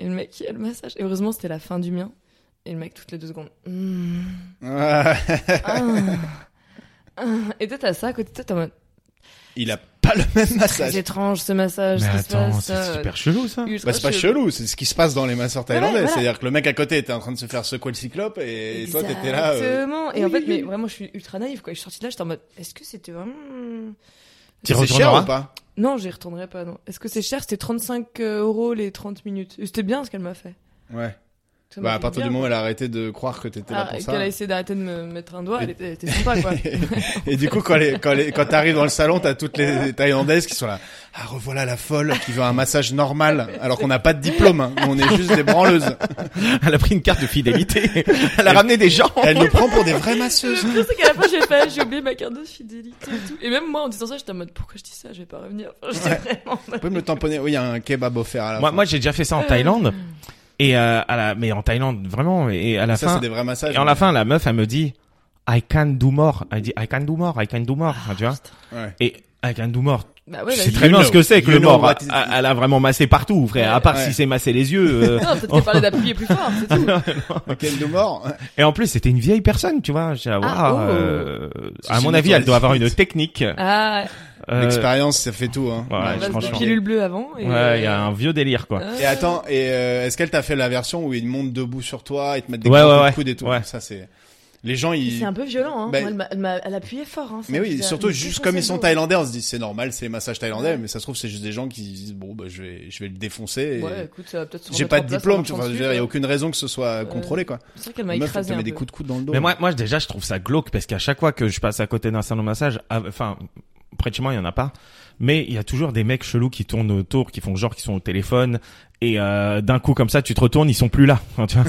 Et le mec, il a le massage. Et heureusement, c'était la fin du mien. Et le mec, toutes les deux secondes. Hmm. Ah. Ah. Et toi, t'as ça à côté de toi, t'es en mode.
Il a pas le même
C'est
massage.
étrange ce massage.
Mais
qui se
attends,
passe,
c'est
euh,
super chelou, ça.
ultra
Bah, c'est pas chelou, c'est ce qui se passe dans les masseurs thaïlandais.
voilà.
C'est-à-dire que le mec à côté était en train de se faire secouer le cyclope et, et toi t'étais là. euh,
Exactement. Et en
oui,
fait,
oui.
mais vraiment, je suis ultra naïve, quoi. Je suis sortie de là, j'étais en mode, est-ce que c'était vraiment.
T'y
C'est cher
retourneras
ou pas
Non, j'y retournerai pas, non. Est-ce que c'est cher C'était 35 euros les 30 minutes. Et C'était bien ce qu'elle m'a fait.
Ouais.
Ça m'a
Bah, à
fait
partir
bien.
du moment où elle a arrêté de croire que t'étais là
Ah,
pour
qu'elle a
ça.
essayé d'arrêter de me mettre un doigt,
Et-
elle était, elle était sympa, quoi.
Et du coup, quand les, quand les, quand t'arrives dans le salon, t'as toutes les Thaïlandaises qui sont là. Ah, revoilà la folle qui veut un massage normal, alors qu'on n'a pas de diplôme, hein. on est juste des branleuses.
Elle a pris une carte de fidélité. Elle a ramené des gens.
Elle nous prend pour des vraies masseuses.
Le pire, c'est qu'à la fin, j'ai fait, j'ai oublié ma carte de fidélité et tout. Et même moi, en disant ça, j'étais en mode, pourquoi je dis ça? Je vais pas revenir. Enfin, j'étais vraiment.
Vous pouvez me le tamponner. Oui, il y a un kebab offert à la
Moi,
fin.
moi, j'ai déjà fait
Ah.
ça en Thaïlande. Et euh, à la, mais en Thaïlande, vraiment. Et à la
ça,
fin,
c'est des vrais massages.
et
hein.
en la fin, la meuf, elle me dit, I can do more. Elle dit, I can do more, I can do more.
Ah,
Enfin, tu vois.
Ouais.
Et I can do more.
Bah ouais,
tu
bah,
sais
je-
très
You
bien
know.
ce que c'est que
You
le
know
mort.
what is-
Elle, elle a vraiment massé partout, frère. À part
Ouais.
si c'est masser les yeux. euh.
Non, peut-être qu'elle parlait d'appuyer plus fort, c'est tout.
Quel de mort.
Et en plus, c'était une vieille personne, tu vois. J'ai,
Ah,
waouh,
oh.
euh, à
C'est
mon
une
avis, elle doit avoir une
toilette.
technique.
Ah,
Euh,
L'expérience, ça fait tout, hein.
Ouais,
on va se
franchement.
pilule bleue avant. Et...
ouais, il y a un vieux délire, quoi.
Ah.
Et attends, et euh, est-ce qu'elle t'a fait la version où ils montent debout sur toi et te mettent des
Ouais,
coups
ouais,
de
ouais.
coude et tout
Ouais.
Ça c'est les gens ils.
C'est un peu violent, hein.
Bah,
Moi, elle, m'a- elle m'a- elle appuyait fort, hein. ça
Mais
me
oui,
faisait-
surtout
me
juste
défonçait
comme
le
ils sont
dos.
thaïlandais, on se dit c'est normal, c'est les massages thaïlandais,
Ouais.
mais ça se trouve c'est juste des gens qui disent bon bah je vais je vais le défoncer. et
Ouais, écoute, ça va peut-être se
J'ai
remettre
pas
en
de
place
diplôme,
en
tu vois,
marchant
je veux
dessus,
dire, il y a
ouais.
aucune raison que ce soit
Ouais.
contrôlé quoi.
C'est vrai qu'elle m'a
La Meuf, elle te
écrasé un
met
peu.
des coups de coude dans le dos.
Mais moi, moi, déjà, je trouve ça glauque parce qu'à chaque fois que je passe à côté d'un salon de massage, ah, enfin, près de chez moi, il y en a pas. Mais il y a toujours des mecs chelous qui tournent autour, qui font genre qu'ils sont au téléphone. Et euh, d'un coup comme ça, tu te retournes, ils sont plus là. Enfin, tu, vois.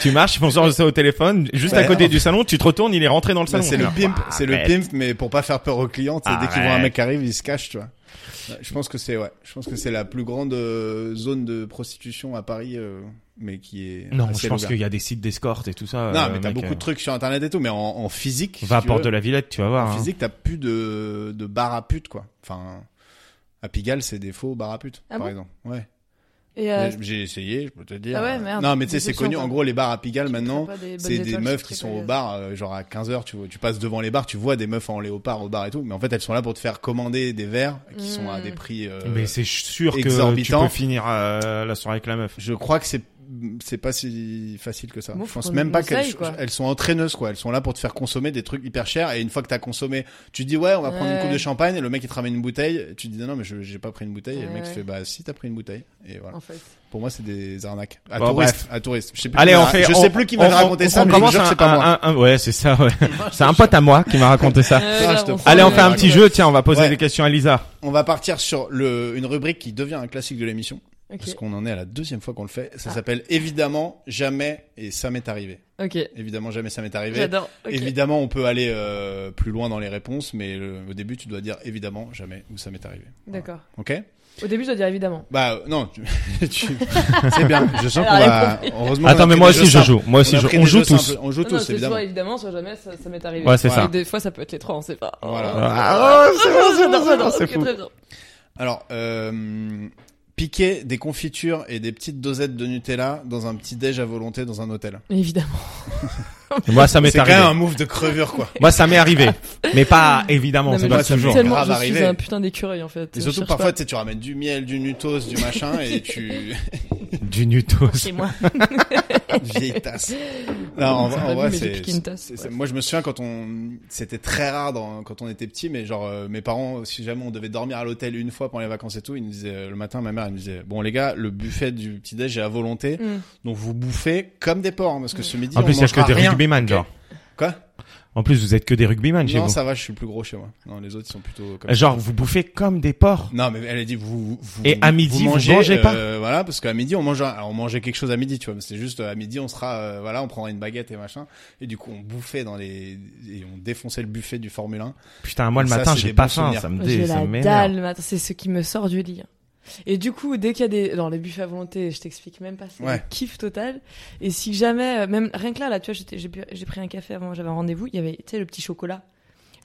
Tu marches, ils font genre ça au téléphone, juste à
Ouais,
côté
non.
du salon, tu te retournes, il est rentré dans le
Bah,
salon.
c'est le
Genre,
pimp,
Ouah,
c'est le
arrête.
pimp, mais pour pas faire peur aux clients, tu sais, dès qu'ils voient un
Arrête.
mec qui arrive, ils se cachent, tu vois. Ouais, Je pense que c'est ouais, je pense que c'est la plus grande euh, zone de prostitution à Paris, euh, mais qui est
Non,
assez
je pense
ouverte.
qu'il y a des sites d'escorte et tout ça.
Non,
euh,
mais t'as
mec,
beaucoup
euh,
de trucs sur internet et tout, mais en, en physique.
Va à
si tu
Porte
veux,
de la Villette, tu vas
En
voir. hein.
physique, t'as plus de, de bar à pute, quoi. Enfin, à Pigalle, c'est des faux bar à pute,
Ah
par
bon
exemple. Ouais.
Et, euh,
Mais J'ai essayé, je peux te dire.
Ah ouais, merde.
Non, mais tu sais, c'est
Déception,
connu.
quoi.
En gros, les bars à Pigalle,
je
maintenant,
mettrais pas bonnes
c'est des
étoiles
meufs
sur
qui
ce
sont
truc,
au
euh,
bar, euh, genre à 15h, tu, vois, tu passes devant les bars, tu vois des meufs en léopard au bar et tout, mais en fait elles sont là pour te faire commander des verres qui sont à
Mm.
des prix... euh,
Mais c'est sûr que tu
exorbitant.
peux finir euh, la soirée avec la meuf.
je crois que c'est c'est pas si facile que ça.
Bon,
je
faut
pense
qu'on
même pas
nous
qu'elles
aille, quoi.
elles sont entraîneuses quoi. Elles sont là pour te faire consommer des trucs hyper chers et une fois que t'as consommé, tu te dis ouais on va prendre une
Ouais.
coupe de champagne et le mec il te ramène une bouteille. Tu te dis non non mais je- j'ai pas pris une bouteille et le mec il
Ouais. Oh.
fait bah si t'as pris une bouteille et voilà.
En fait.
Pour moi c'est des arnaques. À
Bon,
touristes,
bref.
à touristes. Je sais plus
Allez,
qui
on
m'a-
fait.
Je
on-
sais plus qui
on-
m'avait
on-
raconté
on
ça mais je vous
commence
jure que
un-
c'est pas
un-
moi.
un- un- ouais, c'est ça. Ouais. c'est un pote à moi qui m'a raconté ça.
Euh,
Ah,
là,
je te
on
prends.
Allez, on
sent-
fait un petit jeu. Tiens, on va poser
Ouais.
des questions à Lisa.
On va partir sur le, une rubrique qui devient un classique de l'émission
Ok,
parce qu'on en est à la deuxième fois qu'on le fait. Ça
Ah.
s'appelle évidemment jamais et ça m'est arrivé.
ok.
Évidemment jamais ça m'est arrivé.
J'adore. ok.
Évidemment, on peut aller euh, plus loin dans les réponses, mais euh, au début, tu dois dire évidemment jamais où ça m'est arrivé. Voilà.
D'accord.
Ok
Au début, je dois dire évidemment.
Bah euh, non, tu... tu- c'est bien. Je sens qu'on
Alors,
va. Heureusement. qu'on a
Attends, mais
pris
moi
des
aussi
jeux
je
simples.
joue. Moi aussi
a
je.
pris
On
des
joue
jeux
tous.
simples. On joue
Ah Non, non,
tous,
c'est
évidemment.
soit évidemment, soit jamais, ça, ça m'est arrivé.
Ouais, c'est
Voilà.
Et
ça.
des fois, ça peut être les trois, on sait pas. Oh.
Voilà.
Ah, c'est bon, c'est
J'adore,
bon, c'est bon,
j'adore.
c'est
Ok,
fou.
très bien.
Alors, euh, piquer des confitures et des petites dosettes de Nutella dans un petit déj à volonté dans un hôtel.
Évidemment.
Moi, ça m'est
C'est quand même un
arrivé.
move de crevure, quoi.
Moi, ça m'est arrivé. Mais pas évidemment,
Non,
c'est
mais
pas
moi, ça me
toujours.
fait-
Tellement,
grave
je
arrivé.
suis un putain d'écureuil, en fait.
Et
Je
surtout,
cherche
parfois,
pas.
tu sais, tu ramènes du miel, du nutos, du machin, et tu
Du nutos.
chez moi.
vieille tasse. Non, en,
Ça
vrai-
m'a
en
vu,
vrai,
mais j'ai
c'est.
piqué une tasse,
c'est- c'est-
ouais.
Moi, je me souviens quand on, c'était très rare dans- quand on était petit, mais genre euh, mes parents, si jamais on devait dormir à l'hôtel une fois pendant les vacances et tout, ils nous disaient euh, le matin, ma mère, elle nous disait bon les gars, le buffet du petit déj est à volonté,
Mm.
donc vous bouffez comme des porcs hein, parce que ce midi
En
on
plus, il y a
mangera
que des
rien.
rugbyman, genre.
Quoi
En plus, vous êtes que des rugbyman chez
Non,
vous. Ah,
ça va, je suis plus gros chez moi. Non, les autres ils sont plutôt comme.
Genre, vous bouffez comme des porcs.
Non, mais elle a dit vous. vous
Et à midi, vous mangez pas
euh, Voilà, parce qu'à midi on mange, un- alors, on mangeait quelque chose à midi, tu vois. mais C'était juste euh, à midi, on sera, euh, voilà, on prendra une baguette et machin. Et du coup, on bouffait dans les et on défonçait le buffet du Formule 1.
Putain, moi le
Ça,
matin,
c'est
j'ai
des
pas
bons
faim.
souvenirs.
Ça me
J'ai
dé, ça
la
m'énerve.
dalle le matin, c'est ce qui me sort du lit. hein. Et du coup, dès qu'il y a des dans les buffets à volonté, je t'explique même pas, c'est
Ouais.
le kiff total. Et si jamais euh, même rien que là là, tu vois, j'étais- j'ai bu- j'ai pris un café avant, j'avais un rendez-vous, il y avait tu sais le petit chocolat.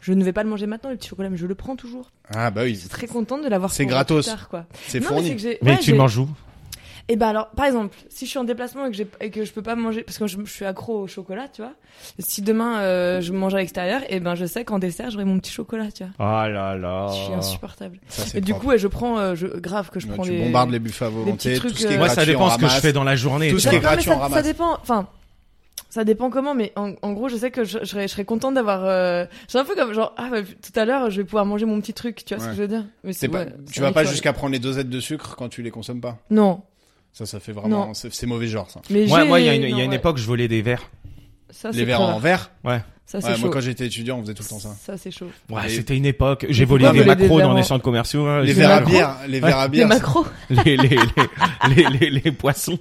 Je ne vais pas le manger maintenant le petit chocolat, mais je le prends toujours.
Ah bah
Je
oui,
suis très contente de l'avoir
C'est
pour
gratos.
plus tard quoi.
c'est
Non, mais c'est
fourni.
que j'ai
Mais
ouais,
tu
j'ai-
le manges où
Et ben alors, par exemple, si je suis en déplacement et que, j'ai- et que je peux pas manger, parce que je, je suis accro au chocolat, tu vois. Si demain euh, je mange à l'extérieur, et ben je sais qu'en dessert j'aurai mon petit chocolat, tu vois.
Oh là là.
Je suis insupportable.
Ça, c'est
Et du
propre.
coup, ouais, je prends, euh, je, grave que je
Ouais,
prends
tu
les.
bombardes les buffets à volonté,
petits
tout
trucs,
ce qui est
euh,
Moi,
gratuit,
ça
on
dépend ce que je
ramasse.
fais dans la journée.
Tout
tu
ce qui est
vois.
D'accord, mais
gratuit, on
ça, ça
ramasse.
dépend. Enfin, Ça dépend comment, mais en, en gros, je sais que je, je serais, je serais contente d'avoir. Euh... C'est un peu comme genre, ah, bah, tout à l'heure, je vais pouvoir manger mon petit truc, tu vois ce
Ouais.
que je veux dire Mais
C'est pas,
ouais, c'est
tu vas
vrai
pas
que-
jusqu'à prendre les dosettes de sucre quand tu les consommes pas.
Non,
Ça, ça fait vraiment,
Non.
c'est c'est mauvais genre ça.
mais
Moi,
j'ai-
moi, il y a une, il y a
non,
une
ouais.
époque, je volais des verres.
Ça,
les
Ah, c'est
verres
crevard.
en verre.
Ça, c'est
Ouais,
chaud.
moi quand j'étais étudiant, on faisait tout le temps
Euh,
ça.
c'est chaud.
Ouais,
Et-
c'était une époque. J'ai volé
Ouais,
des
mais les
macros
verres
dans
en-
les centres commerciaux. hein,
Les
j'ai-
verres à
macros.
bière, les verres à
Les
bière,
macros.
les, les, les, les, les, les poissons.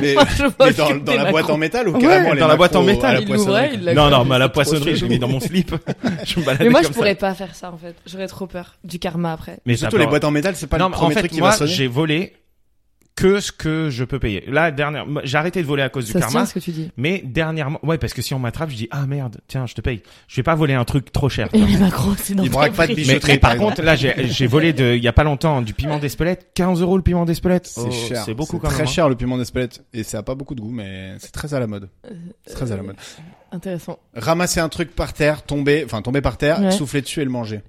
mais,
Moi, je vois
mais dans,
que
dans
des
la boîte
macros.
en métal ou
Ouais,
carrément les
dans la boîte en
macros à
métal,
la
il
poissonnerie,
l'ouvrait,
quoi.
il l'a-
Non, non,
comme-
mais à la
c'est trop
poissonnerie, je l'ai mis
chelou.
dans mon slip. je me baladais
Mais moi, je
comme ça.
pourrais pas faire ça, en fait. J'aurais trop peur du karma après.
Mais
Surtout
ça-
les boîtes en métal, c'est pas
non,
le
mais
premier
en fait,
truc qui
moi,
va sonner.
j'ai volé que ce que je peux payer. Là, dernière, moi, j'ai arrêté de voler à cause du
Ça se
karma.
tient, ce que tu dis.
Mais dernièrement, ouais, parce que si on m'attrape, je dis ah merde, tiens, je te paye. Je vais pas voler un truc trop cher.
Et les macros, c'est dans
Il braque pas de
prix.
biche.
Mais,
Bijouterie,
mais par
par
contre, là, j'ai j'ai volé de, il y a pas longtemps, du piment d'Espelette, 15 euros le piment d'Espelette.
C'est
Oh,
cher.
C'est beaucoup quand
très
même. hein.
cher le piment d'Espelette et ça a pas beaucoup de goût mais c'est très à la mode.
Euh,
C'est très à la mode.
Intéressant.
Ramasser un truc par terre, tomber, enfin tomber par terre,
Ouais.
souffler dessus et le manger.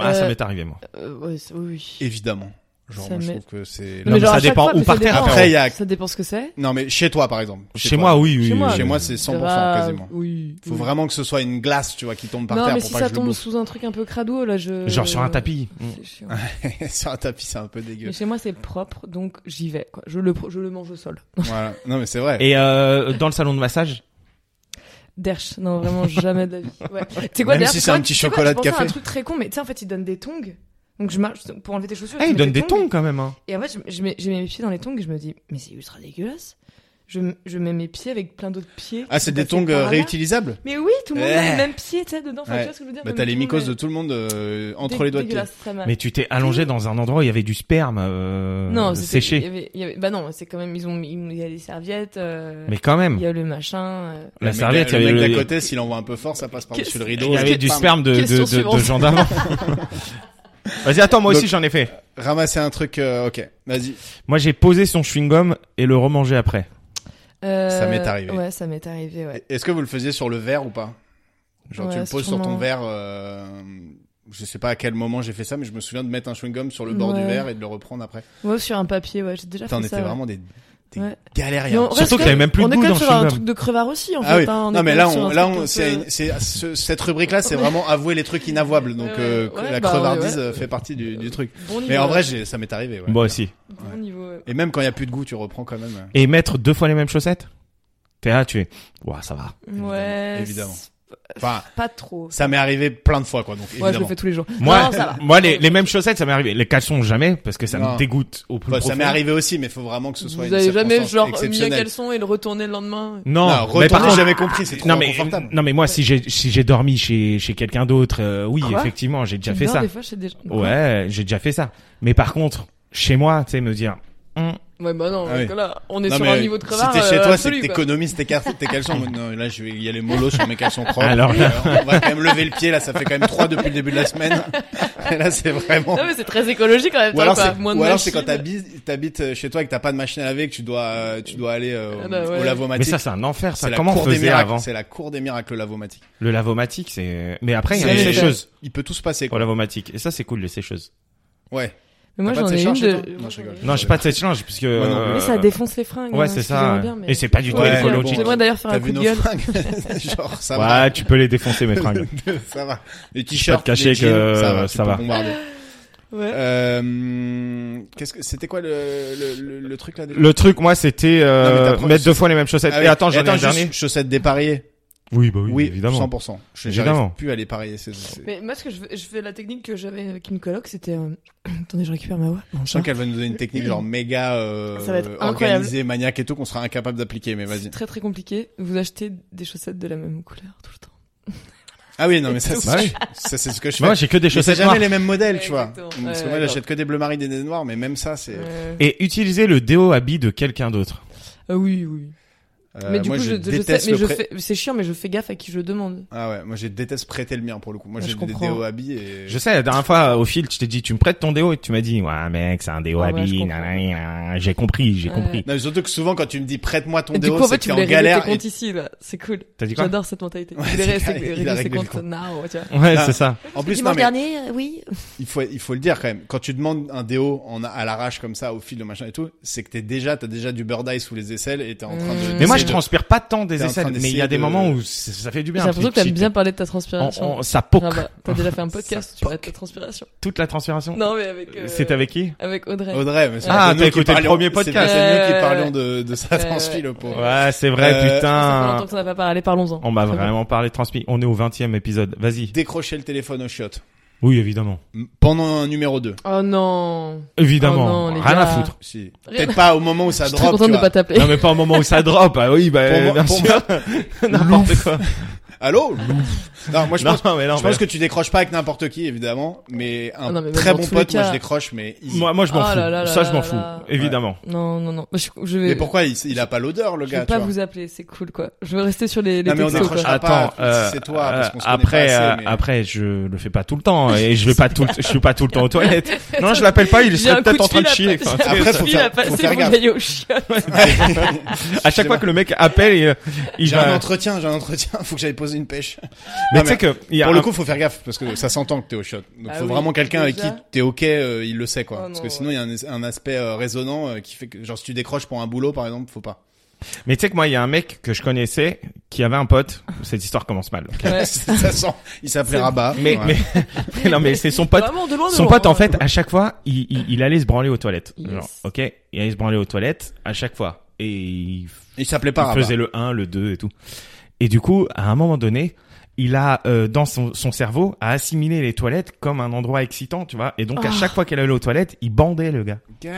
Ah, ça
Euh,
m'est arrivé moi.
Euh, ouais, c'est- oui, oui.
Évidemment. Genre
Ça
moi, je
m'est-
trouve que c'est
Non, mais
genre, à
ça
chaque
dépend
fois,
où
mais
par
ça
terre,
dépend.
après il y a
Ça dépend ce que c'est.
non mais chez toi par exemple.
Chez
toi.
moi, oui, oui.
Chez moi,
oui.
Chez moi c'est 100%
Ah,
quasiment.
Oui.
Faut
oui.
vraiment que ce soit une glace, tu vois, qui tombe par
Non,
terre
mais
pour
si
pas
ça
que je le
tombe
bouffe.
sous un truc un peu crado, là, je.
Genre sur un tapis.
Mm.
C'est chiant.
Ah, sur un tapis, c'est un peu dégueu.
Mais chez moi, c'est propre, donc j'y vais. Quoi. Je, le, pro- je le mange au sol.
voilà. Non, mais c'est vrai.
Et euh, dans le salon de massage,
Derche, non, vraiment jamais de la vie. Ouais. Tu sais quoi,
Même
d'ailleurs,
si
tu
c'est
vois,
un petit
tu sais quoi,
chocolat
je
de
pensais à
café.
un truc très con, mais tu sais, en fait, ils donnent des tongs. Donc je marche pour enlever tes chaussures.
ah,
je
ils
mets
donnent
des
des tongs quand même. Hein.
Et en fait, je, je mets, je mets mes pieds dans les tongs et je me dis, mais c'est ultra dégueulasse. Je, m- je mets mes pieds avec plein d'autres pieds.
ah,
qui
c'est
sont
des
passés
tongs
par
euh,
là.
réutilisables
Mais oui, tout le monde a
Ouais.
les mêmes pieds, tu sais, dedans. Enfin,
Ouais.
tu vois ce que je veux dire
Bah,
Même
t'as les
tout le monde
mycoses de
a-
tout le monde euh, entre
Dé-
les doigts de pied.
dégueulasse, très mal.
Mais tu t'es allongé dans un endroit où il y avait du sperme euh,
Non, c'était- il y
séché.
avait- il y avait- Bah non, c'est quand même, ils ont, mis- il y a des serviettes, euh,
Mais quand
il
même,
y a le machin. euh.
la
Le mec-
serviette, il y
le
avait
mec
le-
d'à côté, s'il envoie un peu fort, ça passe par-dessus le rideau.
il y avait du
Pam.
sperme de, de,
Question
de, de
suivante.
gens d'avant. Vas-y, attends, moi aussi j'en ai fait.
Ramasser un truc, euh, ok. Vas-y.
Moi, j'ai posé son chewing-gum et le remanger après.
Euh,
Ça m'est arrivé.
Ouais, ça m'est arrivé, ouais.
Est-ce que vous le faisiez sur le verre ou pas Genre, tu
Ouais,
le poses sur ton
sûrement.
verre. euh, Je sais pas à quel moment j'ai fait ça, mais je me souviens de mettre un chewing-gum sur le bord du
Ouais.
verre et de le reprendre après.
Moi, sur un papier, ouais, j'ai déjà
Putain, on
fait
était
ça. ouais.
vraiment des, des
Ouais. Mais
galériens.
on reste
Surtout que
quand
t'avais même plus
on
de
est
goût
quand
dans
même
le
sur un
chewing-gum.
truc de crevard aussi, en
Ah
fait.
oui.
hein, on est
non mais
quand
là
même sur
on,
un
là
truc
on,
un
c'est,
peu- euh,
une- c'est ce- cette rubrique là c'est vraiment avouer les trucs inavouables donc
Ouais,
euh,
ouais,
la
bah,
crevardise
ouais.
euh, fait partie du, du truc.
Bon niveau,
Mais en vrai
ouais.
j'ai, ça m'est arrivé. Ouais.
Moi aussi.
Bon niveau, euh, ouais.
Et même quand il y a plus de goût tu reprends quand même. euh.
Et mettre deux fois les mêmes chaussettes. T'es là, tu es. Ouah, ça va.
Évidemment,
Ouais.
évidemment.
c'est
Enfin
Pas trop.
ça m'est arrivé plein de fois quoi donc
Ouais, je le
évidemment.
fais tous les jours.
Moi,
Non, ça va.
moi, les, les mêmes chaussettes, ça m'est arrivé. Les caleçons, jamais, parce que ça
Non.
me dégoûte au plus
Enfin, ça
profond.
m'est arrivé aussi mais faut vraiment que ce
Vous
soit une
avez jamais
circonstance
genre mis un
exceptionnelle.
caleçon et le retourner le lendemain
Non,
Non,
mais par
retourner,
contre-
j'ai jamais compris c'est trop
non mais
inconfortable.
non mais moi si j'ai si j'ai dormi chez chez quelqu'un d'autre euh, oui
Quoi
effectivement j'ai déjà fait
Non,
ça
bah. Des fois, j'ai des...
ouais j'ai déjà fait ça mais par contre chez moi tu sais me dire Hum,
Ouais, bah non,
Ah oui.
parce que là, on est
Non,
sur
mais
un niveau de crevard.
si t'es chez
euh,
toi, c'est
absolu,
que
quoi.
t'économises tes, car- tes caleçons. Non, là, je vais y aller mollo sur mes caleçons propres.
Alors là-
Euh, on va quand même lever le pied. Là, ça fait quand même trois depuis le début de la semaine. Et là, c'est vraiment.
Non, mais c'est très écologique quand même.
Ou alors,
t'as
c'est,
pas moins de
ou alors c'est quand
machines.
t'habites, t'habites euh, chez toi et que t'as pas de machine à laver, que tu dois, euh, tu dois aller euh,
Ah bah
au- au
ouais.
mais
lavomatique.
ça c'est un enfer ça
c'est la
comment on
cour des
faisait
miracles.
avant
C'est la cour des miracles, le lavomatique.
le lavomatique c'est mais après il y a
C'est-
les sécheuses
Il peut tout se passer,
au
quoi.
lavomatique et ça c'est cool les sécheuses
Ouais.
Mais moi,
T'as pas
j'en
de
ai une
séchage chez
de.
toi Non, je rigole.
non j'ai pas de sèche-linge puisque
Moi non plus.
Mais ça défonce les fringues.
ouais
hein,
c'est
excusez-moi
ça
bien, mais-
et c'est pas du tout
Ouais,
écologique
bon,
J'aimerais d'ailleurs faire
T'as
un
vu
coup de
nos
gueule.
fringues? Genre, ça va.
ouais tu peux les défoncer mes fringues
ça va. Les
Pas
t-shirts,
de cacher
les jeans,
que
ça va. tu
ça
peux
va.
bombarder.
Ouais.
Euh, qu'est-ce que c'était quoi le, le, le, le truc là déjà
le truc moi c'était euh,
Non, mais t'as pro-
mettre deux fois les mêmes chaussettes
Ah oui.
et attends j'en ai un
juste
dernier
chaussettes dépareillées.
oui bah
Oui,
évidemment
100%. Je
Évidemment.
j'arrive plus à les parier. c'est- c'est-
Mais moi, ce que je fais, je fais la technique que j'avais avec une coloc, c'était. euh, Attendez, je récupère ma voix.
Je sens qu'elle va nous donner une technique genre méga euh,
Ça va être incroyable.
organisée, maniaque et tout qu'on sera incapable d'appliquer. Mais
C'est
vas-y.
très très compliqué. Vous achetez des chaussettes de la même couleur tout le temps.
Ah oui, non, mais ça, c'est,
Bah oui.
ça, c'est ce que je fais.
moi j'ai que des
Mais c'est
chaussettes
jamais
noires
les mêmes modèles, tu
Ouais,
vois.
exactement.
Parce que
Ouais,
moi,
d'accord.
j'achète que des bleus marines et des noirs, mais même ça, c'est.
Euh,
et utiliser le déo à billes de quelqu'un d'autre.
Ah oui, oui.
euh,
mais du
moi,
coup,
je,
je, je
déteste
sais, mais
le
je
prêt-
fais, c'est chiant, mais je fais gaffe à qui je demande.
Ah ouais, moi, je déteste prêter le mien pour le coup. Moi,
Ouais,
j'ai
je
des
comprends.
déos habits et.
Je sais, la dernière fois au fil, je t'ai dit, tu me prêtes ton déo et tu m'as dit, ouais mec, c'est un déo
Ah
à
ouais, je
billes,
comprends.
nanana, j'ai compris, j'ai
Ouais.
compris.
Non, mais surtout que souvent, quand tu me dis prête-moi ton
Et du
déo,
coup, en
c'est
fait,
que
tu
t'es en
voulais régler
galère.
tes
et-
comptes ici, là. C'est cool.
T'as dit quoi
J'adore cette mentalité.
Ouais,
Tu voulais
c'est
régler-
carré, il a
régler ses
réglé le
comptes
compte.
now, tu vois.
Ouais,
Ah.
c'est ça.
En plus, non,
dimanche
mais
dernier, oui.
il faut, il faut le dire quand même. Quand tu demandes un déo en, à l'arrache comme ça, au fil de machin et tout, c'est que t'es déjà, t'as déjà du bird eye sous les aisselles et t'es en train de.
Mais
d'essayer
Euh,
Mais moi,
de
je transpire pas tant des
T'es en
aisselles,
train
mais il
d'essayer
y a des
de-
moments où c- ça fait du
J'ai
bien.
l'impression que t'aimes
Petite-
bien parler de ta
on-
transpiration.
on- ça poque
Ah bah, t'as déjà fait un podcast, tu vois, ta transpiration.
toute la transpiration.
Non, mais avec. euh,
C'était avec qui
Avec Audrey.
Audrey, mais c'est
Ah,
c'est nous
t'as
qui
écouté le
parlions-
premier
c'est-
podcast.
C'est nous
Ouais.
qui parlions de, de sa
Euh, Ouais.
transpi, le pauvre.
Ouais, c'est vrai,
Ça
Euh,
fait longtemps
putain.
qu'on n'a pas parlé, parlons-en.
On m'a
Très bien.
vraiment parlé de transpi. On est au 20 e épisode. Vas-y.
Décrocher le téléphone au chiottes.
Oui, évidemment.
Pendant un numéro 2.
Oh non.
Évidemment.
Oh non, les
Rien à
gars.
foutre.
Si.
Rien.
Peut-être pas au moment où ça
Je suis très
drop, tu
contente de
vois.
pas t'appeler.
Non, mais pas au moment où ça drop. Ah oui, bah,
Pour moi-
bien
pour
sûr. N'importe quoi.
Allô Non, moi je
non,
pense,
mais non,
je
mais-
pense que tu décroches pas avec n'importe qui, évidemment, mais un
Ah non, mais même
très
dans
bon
tous les
pote, moi
cas.
je décroche, mais easy.
moi, moi, je m'en
Oh
fous.
là là là
ça, je
là
m'en
là
fous.
là.
Évidemment.
Non, non non. Moi, Je, je vais.
Mais pourquoi il, il a pas l'odeur, le
je
gars
vais
tu
pas
vois.
vous appeler, c'est cool quoi. Je veux rester sur les, les
Non, mais on
textos
décroche
quoi.
Ah, pas,
Attends,
si c'est toi,
euh,
parce qu'on se connaît
après,
pas assez,
euh,
mais-
après, je le fais pas tout le temps et je vais pas tout, le- je suis pas tout le temps aux toilettes. Non, je l'appelle pas, il
J'ai un
serait
coup
peut-être
de
en train
fil
de
à
chier.
passer.
Enfin,
Après, faut
Il a
faire, faut
passé
faire
pour
gaffe.
aller au chien.
à chaque fois que le mec appelle, il, il
J'ai un
va.
entretien, j'ai un entretien, faut que j'aille poser une pêche.
Mais
Non,
tu sais que il y a
Pour
un-
le coup, faut faire gaffe parce que ça s'entend que t'es au shot. Donc,
Ah
faut
oui,
vraiment quelqu'un avec qui
déjà.
t'es ok, euh, il le sait quoi.
Oh
parce
non,
que sinon, il y a un, un aspect euh, résonnant euh, qui fait que, genre, si tu décroches pour un boulot, par exemple, faut pas.
mais tu sais que moi, il y a un mec que je connaissais qui avait un pote. Cette histoire commence mal.
Ouais.
ça sent. Il s'appelait
C'est-
Rabat.
Mais,
Ouais.
mais, mais non, mais c'est son pote.
Vraiment de loin de
Son
loin,
pote, en
hein.
fait, à chaque fois, il, il, il allait se branler aux toilettes.
Yes.
Genre, ok, il allait se branler aux toilettes à chaque fois. Et il
il s'appelait pas
il
Rabat.
faisait le 1, le 2 et tout. Et du coup, à un moment donné, il a euh, dans son, son cerveau a assimilé les toilettes comme un endroit excitant, tu vois. Et donc à
Oh.
chaque fois qu'elle allait aux toilettes, il bandait le gars.
God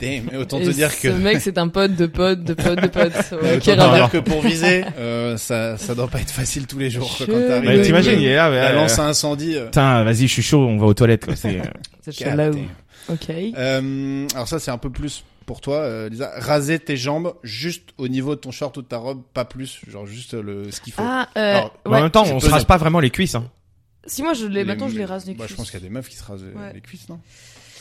damn. Et Autant
Et
te dire que.
Ce mec, c'est un pote de pote de pote de pote.
Euh,
Ouais,
autant
Qui
te
rabat.
dire que pour viser, euh, ça, ça doit pas être facile tous les jours quoi, quand
Je-
t'arrives.
Mais
Mais
oui,
t'imagines,
oui.
il est là,
La
ouais,
lance
euh,
à incendie. euh,
putain, vas-y, je suis chaud, on va aux toilettes. Quoi. C'est, euh,
C'est chaud, là où.
God damn.
Ok.
Euh, alors ça, c'est un peu plus pour toi, euh, Lisa. Raser tes jambes juste au niveau de ton short ou de ta robe, pas plus, genre juste euh, le ce qu'il faut.
Ah euh,
Alors,
mais en
ouais.
même temps,
C'est
on se
pesant.
rase pas vraiment les cuisses. Hein.
Si moi je les,
Les-
maintenant je les rase les
bah, Je
cuisses.
pense qu'il y a des meufs qui se rasent euh,
Ouais.
les cuisses, non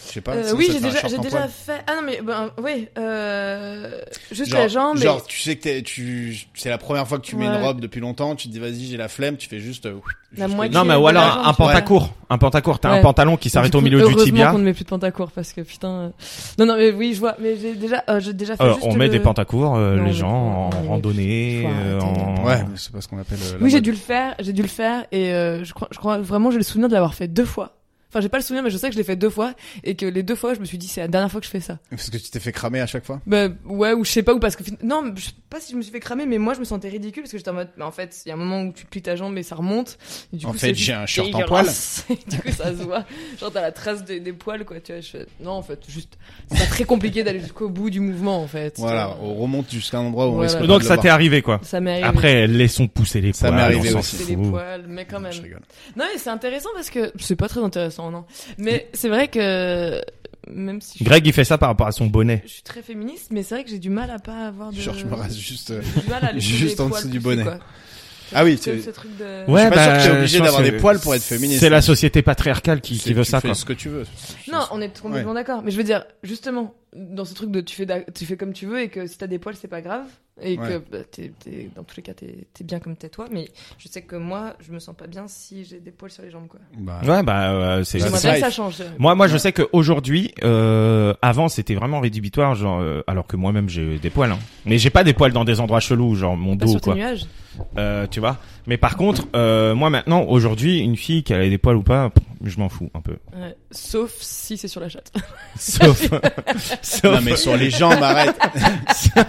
Je sais pas.
Euh,
sinon
oui,
ça
j'ai
fait un
déjà,
short
j'ai
en
déjà
poil.
fait. Ah non mais ben oui, euh, juste
Genre,
la jambe. et-
genre, tu sais que t'es- tu, c'est la première fois que tu mets
Ouais.
une robe depuis longtemps. Tu te dis vas-y, j'ai la flemme. Tu fais juste. euh,
La
juste-
moitié.
Non, mais
de
ou
la
alors
jambe,
un
tu vois.
pantacourt. Un pantacourt, t'as un
Ouais.
pantalon qui s'arrête
Du
au
coup,
milieu du
Heureusement
tibia.
qu'on ne met plus de pantacourt parce que putain. euh, Non non mais oui je vois mais j'ai déjà euh, j'ai déjà fait
Euh,
juste
on met
le-
des pantacours, euh,
Non,
les
mais
gens,
faut-
en
faut
randonnée,
arrêter.
euh, en...
Ouais, mais c'est pas ce qu'on appelle. euh, la
Oui j'ai
mode.
dû le faire j'ai dû le faire et euh, je crois je crois vraiment j'ai le souvenir de l'avoir fait deux fois. Enfin j'ai pas le souvenir mais je sais que je l'ai fait deux fois et que les deux fois je me suis dit c'est la dernière fois que je fais ça.
Parce que tu t'es fait cramer à chaque fois.
Bah ouais, ou je sais pas, ou parce que... fin- Non, mais je sais pas si je me suis fait cramer, mais moi je me sentais ridicule parce que j'étais en mode... mais en fait, il y a un moment où tu plies ta jambe et ça remonte. Et du
En
coup,
fait,
c'est
j'ai un short en
dégueulasse. Et du coup, ça se voit. Genre, t'as la trace des, des poils, quoi. Tu vois, je fais... Non, en fait, juste... C'est pas très compliqué d'aller jusqu'au bout du mouvement, en fait.
Voilà, on remonte jusqu'à un endroit où on
Voilà.
risque pas
Donc
de le
ça
voir.
t'est arrivé quoi.
Ça m'est arrivé.
Après, laissons pousser les
Ça
poils.
m'est arrivé
on s'en
aussi.
C'est les
fout.
poils, mais quand
Non,
même.
Je rigole.
Non, mais c'est intéressant parce que... C'est pas très intéressant, non. Mais c'est vrai que... Même si je,
Greg, il fait ça par rapport à son bonnet.
je suis très féministe, mais c'est vrai que j'ai du mal à pas avoir de...
Genre, je me rase juste. euh,
J'ai du mal à laisser
juste
les
en
poils
dessous du
pousser,
bonnet.
quoi.
Ah oui,
C'est
tu-
ce truc de.
Ouais,
suis pas sûr
bah,
que t'es obligé
je pense
d'avoir
que
des poils pour être féministe.
C'est la société patriarcale qui,
c'est-
qui veut
tu
ça,
fais
quoi.
ce que tu veux.
Non, on est complètement d'accord. Mais je veux dire, justement, dans ce truc de tu fais, da- tu fais comme tu veux et que si t'as des poils, c'est pas grave. Et que
Ouais.
bah, t'es- t'es- dans tous les cas, t'es t'es bien comme t'es toi. Mais je sais que moi, je me sens pas bien si j'ai des poils sur les jambes, quoi.
Bah,
Ouais, bah, euh, c'est.
J'aimerais
That's
bien que ça
life.
change.
Moi, moi, je
Ouais.
sais que aujourd'hui, euh, avant, c'était vraiment rédhibitoire, genre, euh, alors que moi-même, j'ai des poils. Hein. Mais j'ai pas des poils dans des endroits chelous, genre mon
Pas
dos,
sur tes
quoi.
nuages.
Euh, tu vois. Mais par contre, euh, moi maintenant, aujourd'hui, une fille qui a des poils ou pas, pff, je m'en fous un peu.
Ouais. Sauf si c'est sur la chatte.
Sauf, sauf.
Non mais sur les jambes, arrête.
ça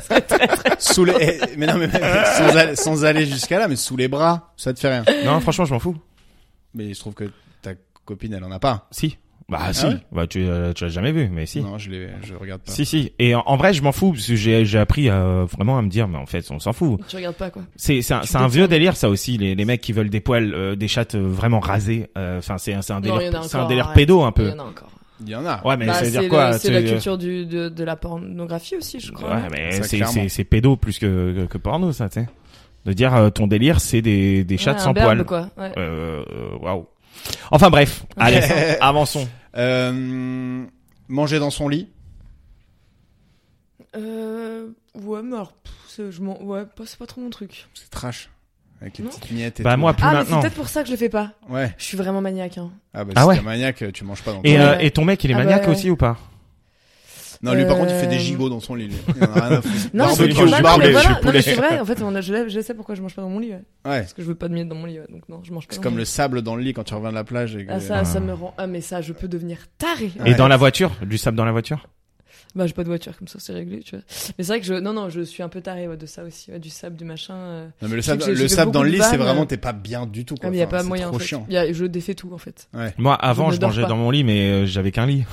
serait très très.
sous les, eh, mais non mais sans aller, sans aller jusqu'à là, mais sous les bras, ça te fait rien.
Non, franchement, je m'en fous.
Mais il se trouve que ta copine, elle en a pas.
Si. Bah,
Ah
si.
ouais
bah, tu, euh, tu l'as jamais vu, mais si.
Non, je les, je regarde pas.
Si si et en, en vrai je m'en fous parce que j'ai j'ai appris euh, vraiment à me dire mais en fait on s'en fout
Tu regardes pas, quoi.
c'est c'est un, c'est un vieux délire ça aussi les, les mecs qui veulent des poils euh, des chattes euh, vraiment rasées euh, enfin c'est un c'est un
Non, il y en
délire
a
c'est un
encore,
délire
ouais.
pédo un
Il y
peu
en a encore.
Il y en a.
ouais mais
Bah,
ça veut
c'est
dire quoi
le-
tu- euh,
C'est la culture du, de, de la pornographie aussi, je crois.
ouais mais
Ça,
c'est
clairement.
c'est c'est pédo plus que que, que porno ça tu sais de dire euh, ton délire c'est des des chattes
Ouais, un
sans
berbe,
poils
quoi. Ouais.
Euh, euh, waouh enfin bref allez avançons
Euh, manger dans son lit.
Euh, ouais, mais alors, pff, c'est- je m'en, ouais, pas- c'est pas trop mon truc.
C'est trash. Avec les
Non.
petites miettes. Et
Bah,
tout.
moi, Plus
ah, mais
maintenant.
c'est peut-être pour ça que je le fais pas.
Ouais.
Je suis vraiment maniaque, hein.
Ah bah
Ah
si
ouais.
t'es maniaque, tu manges pas dans ton
et
lit.
euh,
Ouais.
et ton mec il est
Ah, bah,
maniaque
ouais.
aussi ou pas
Non, lui, par contre, il fait des
Euh,
gigots dans son lit. lui. Il en a rien à foutre.
Non, mais c'est
Barbecue,
trop mal,
poulet,
mais voilà.
je
Non, mais
poulet.
c'est vrai. En fait, on a- je, je sais pourquoi je mange pas dans mon lit. ouais.
Ouais.
Parce que je veux pas de miettes dans mon lit. ouais. Donc non, je mange pas.
C'est
dans
comme
mon
le
lit.
sable dans le lit quand tu reviens de la plage. Et que...
Ah ça, ça me rend. Ah mais ça, je peux devenir taré.
Ouais.
Et dans la voiture, du sable dans la voiture.
Bah j'ai pas de voiture, comme ça c'est réglé. Tu vois. Mais c'est vrai que je. Non non, je suis un peu taré ouais, de ça aussi, ouais, du sable, du machin. euh.
Non, mais le
Je sais
sable,
que j'ai-
le
j'ai
sable dans
beaucoup
le
de
lit, c'est
vannes,
vraiment,
euh,
t'es pas bien du tout.
Ah,
Quoi.
mais y a
Enfin,
pas
c'est
moyen.
Trop
en fait.
chiant.
Y a- je défais tout en fait.
Moi, avant,
ne
je
dors
mangeais
pas.
dans mon lit, mais euh, j'avais qu'un lit.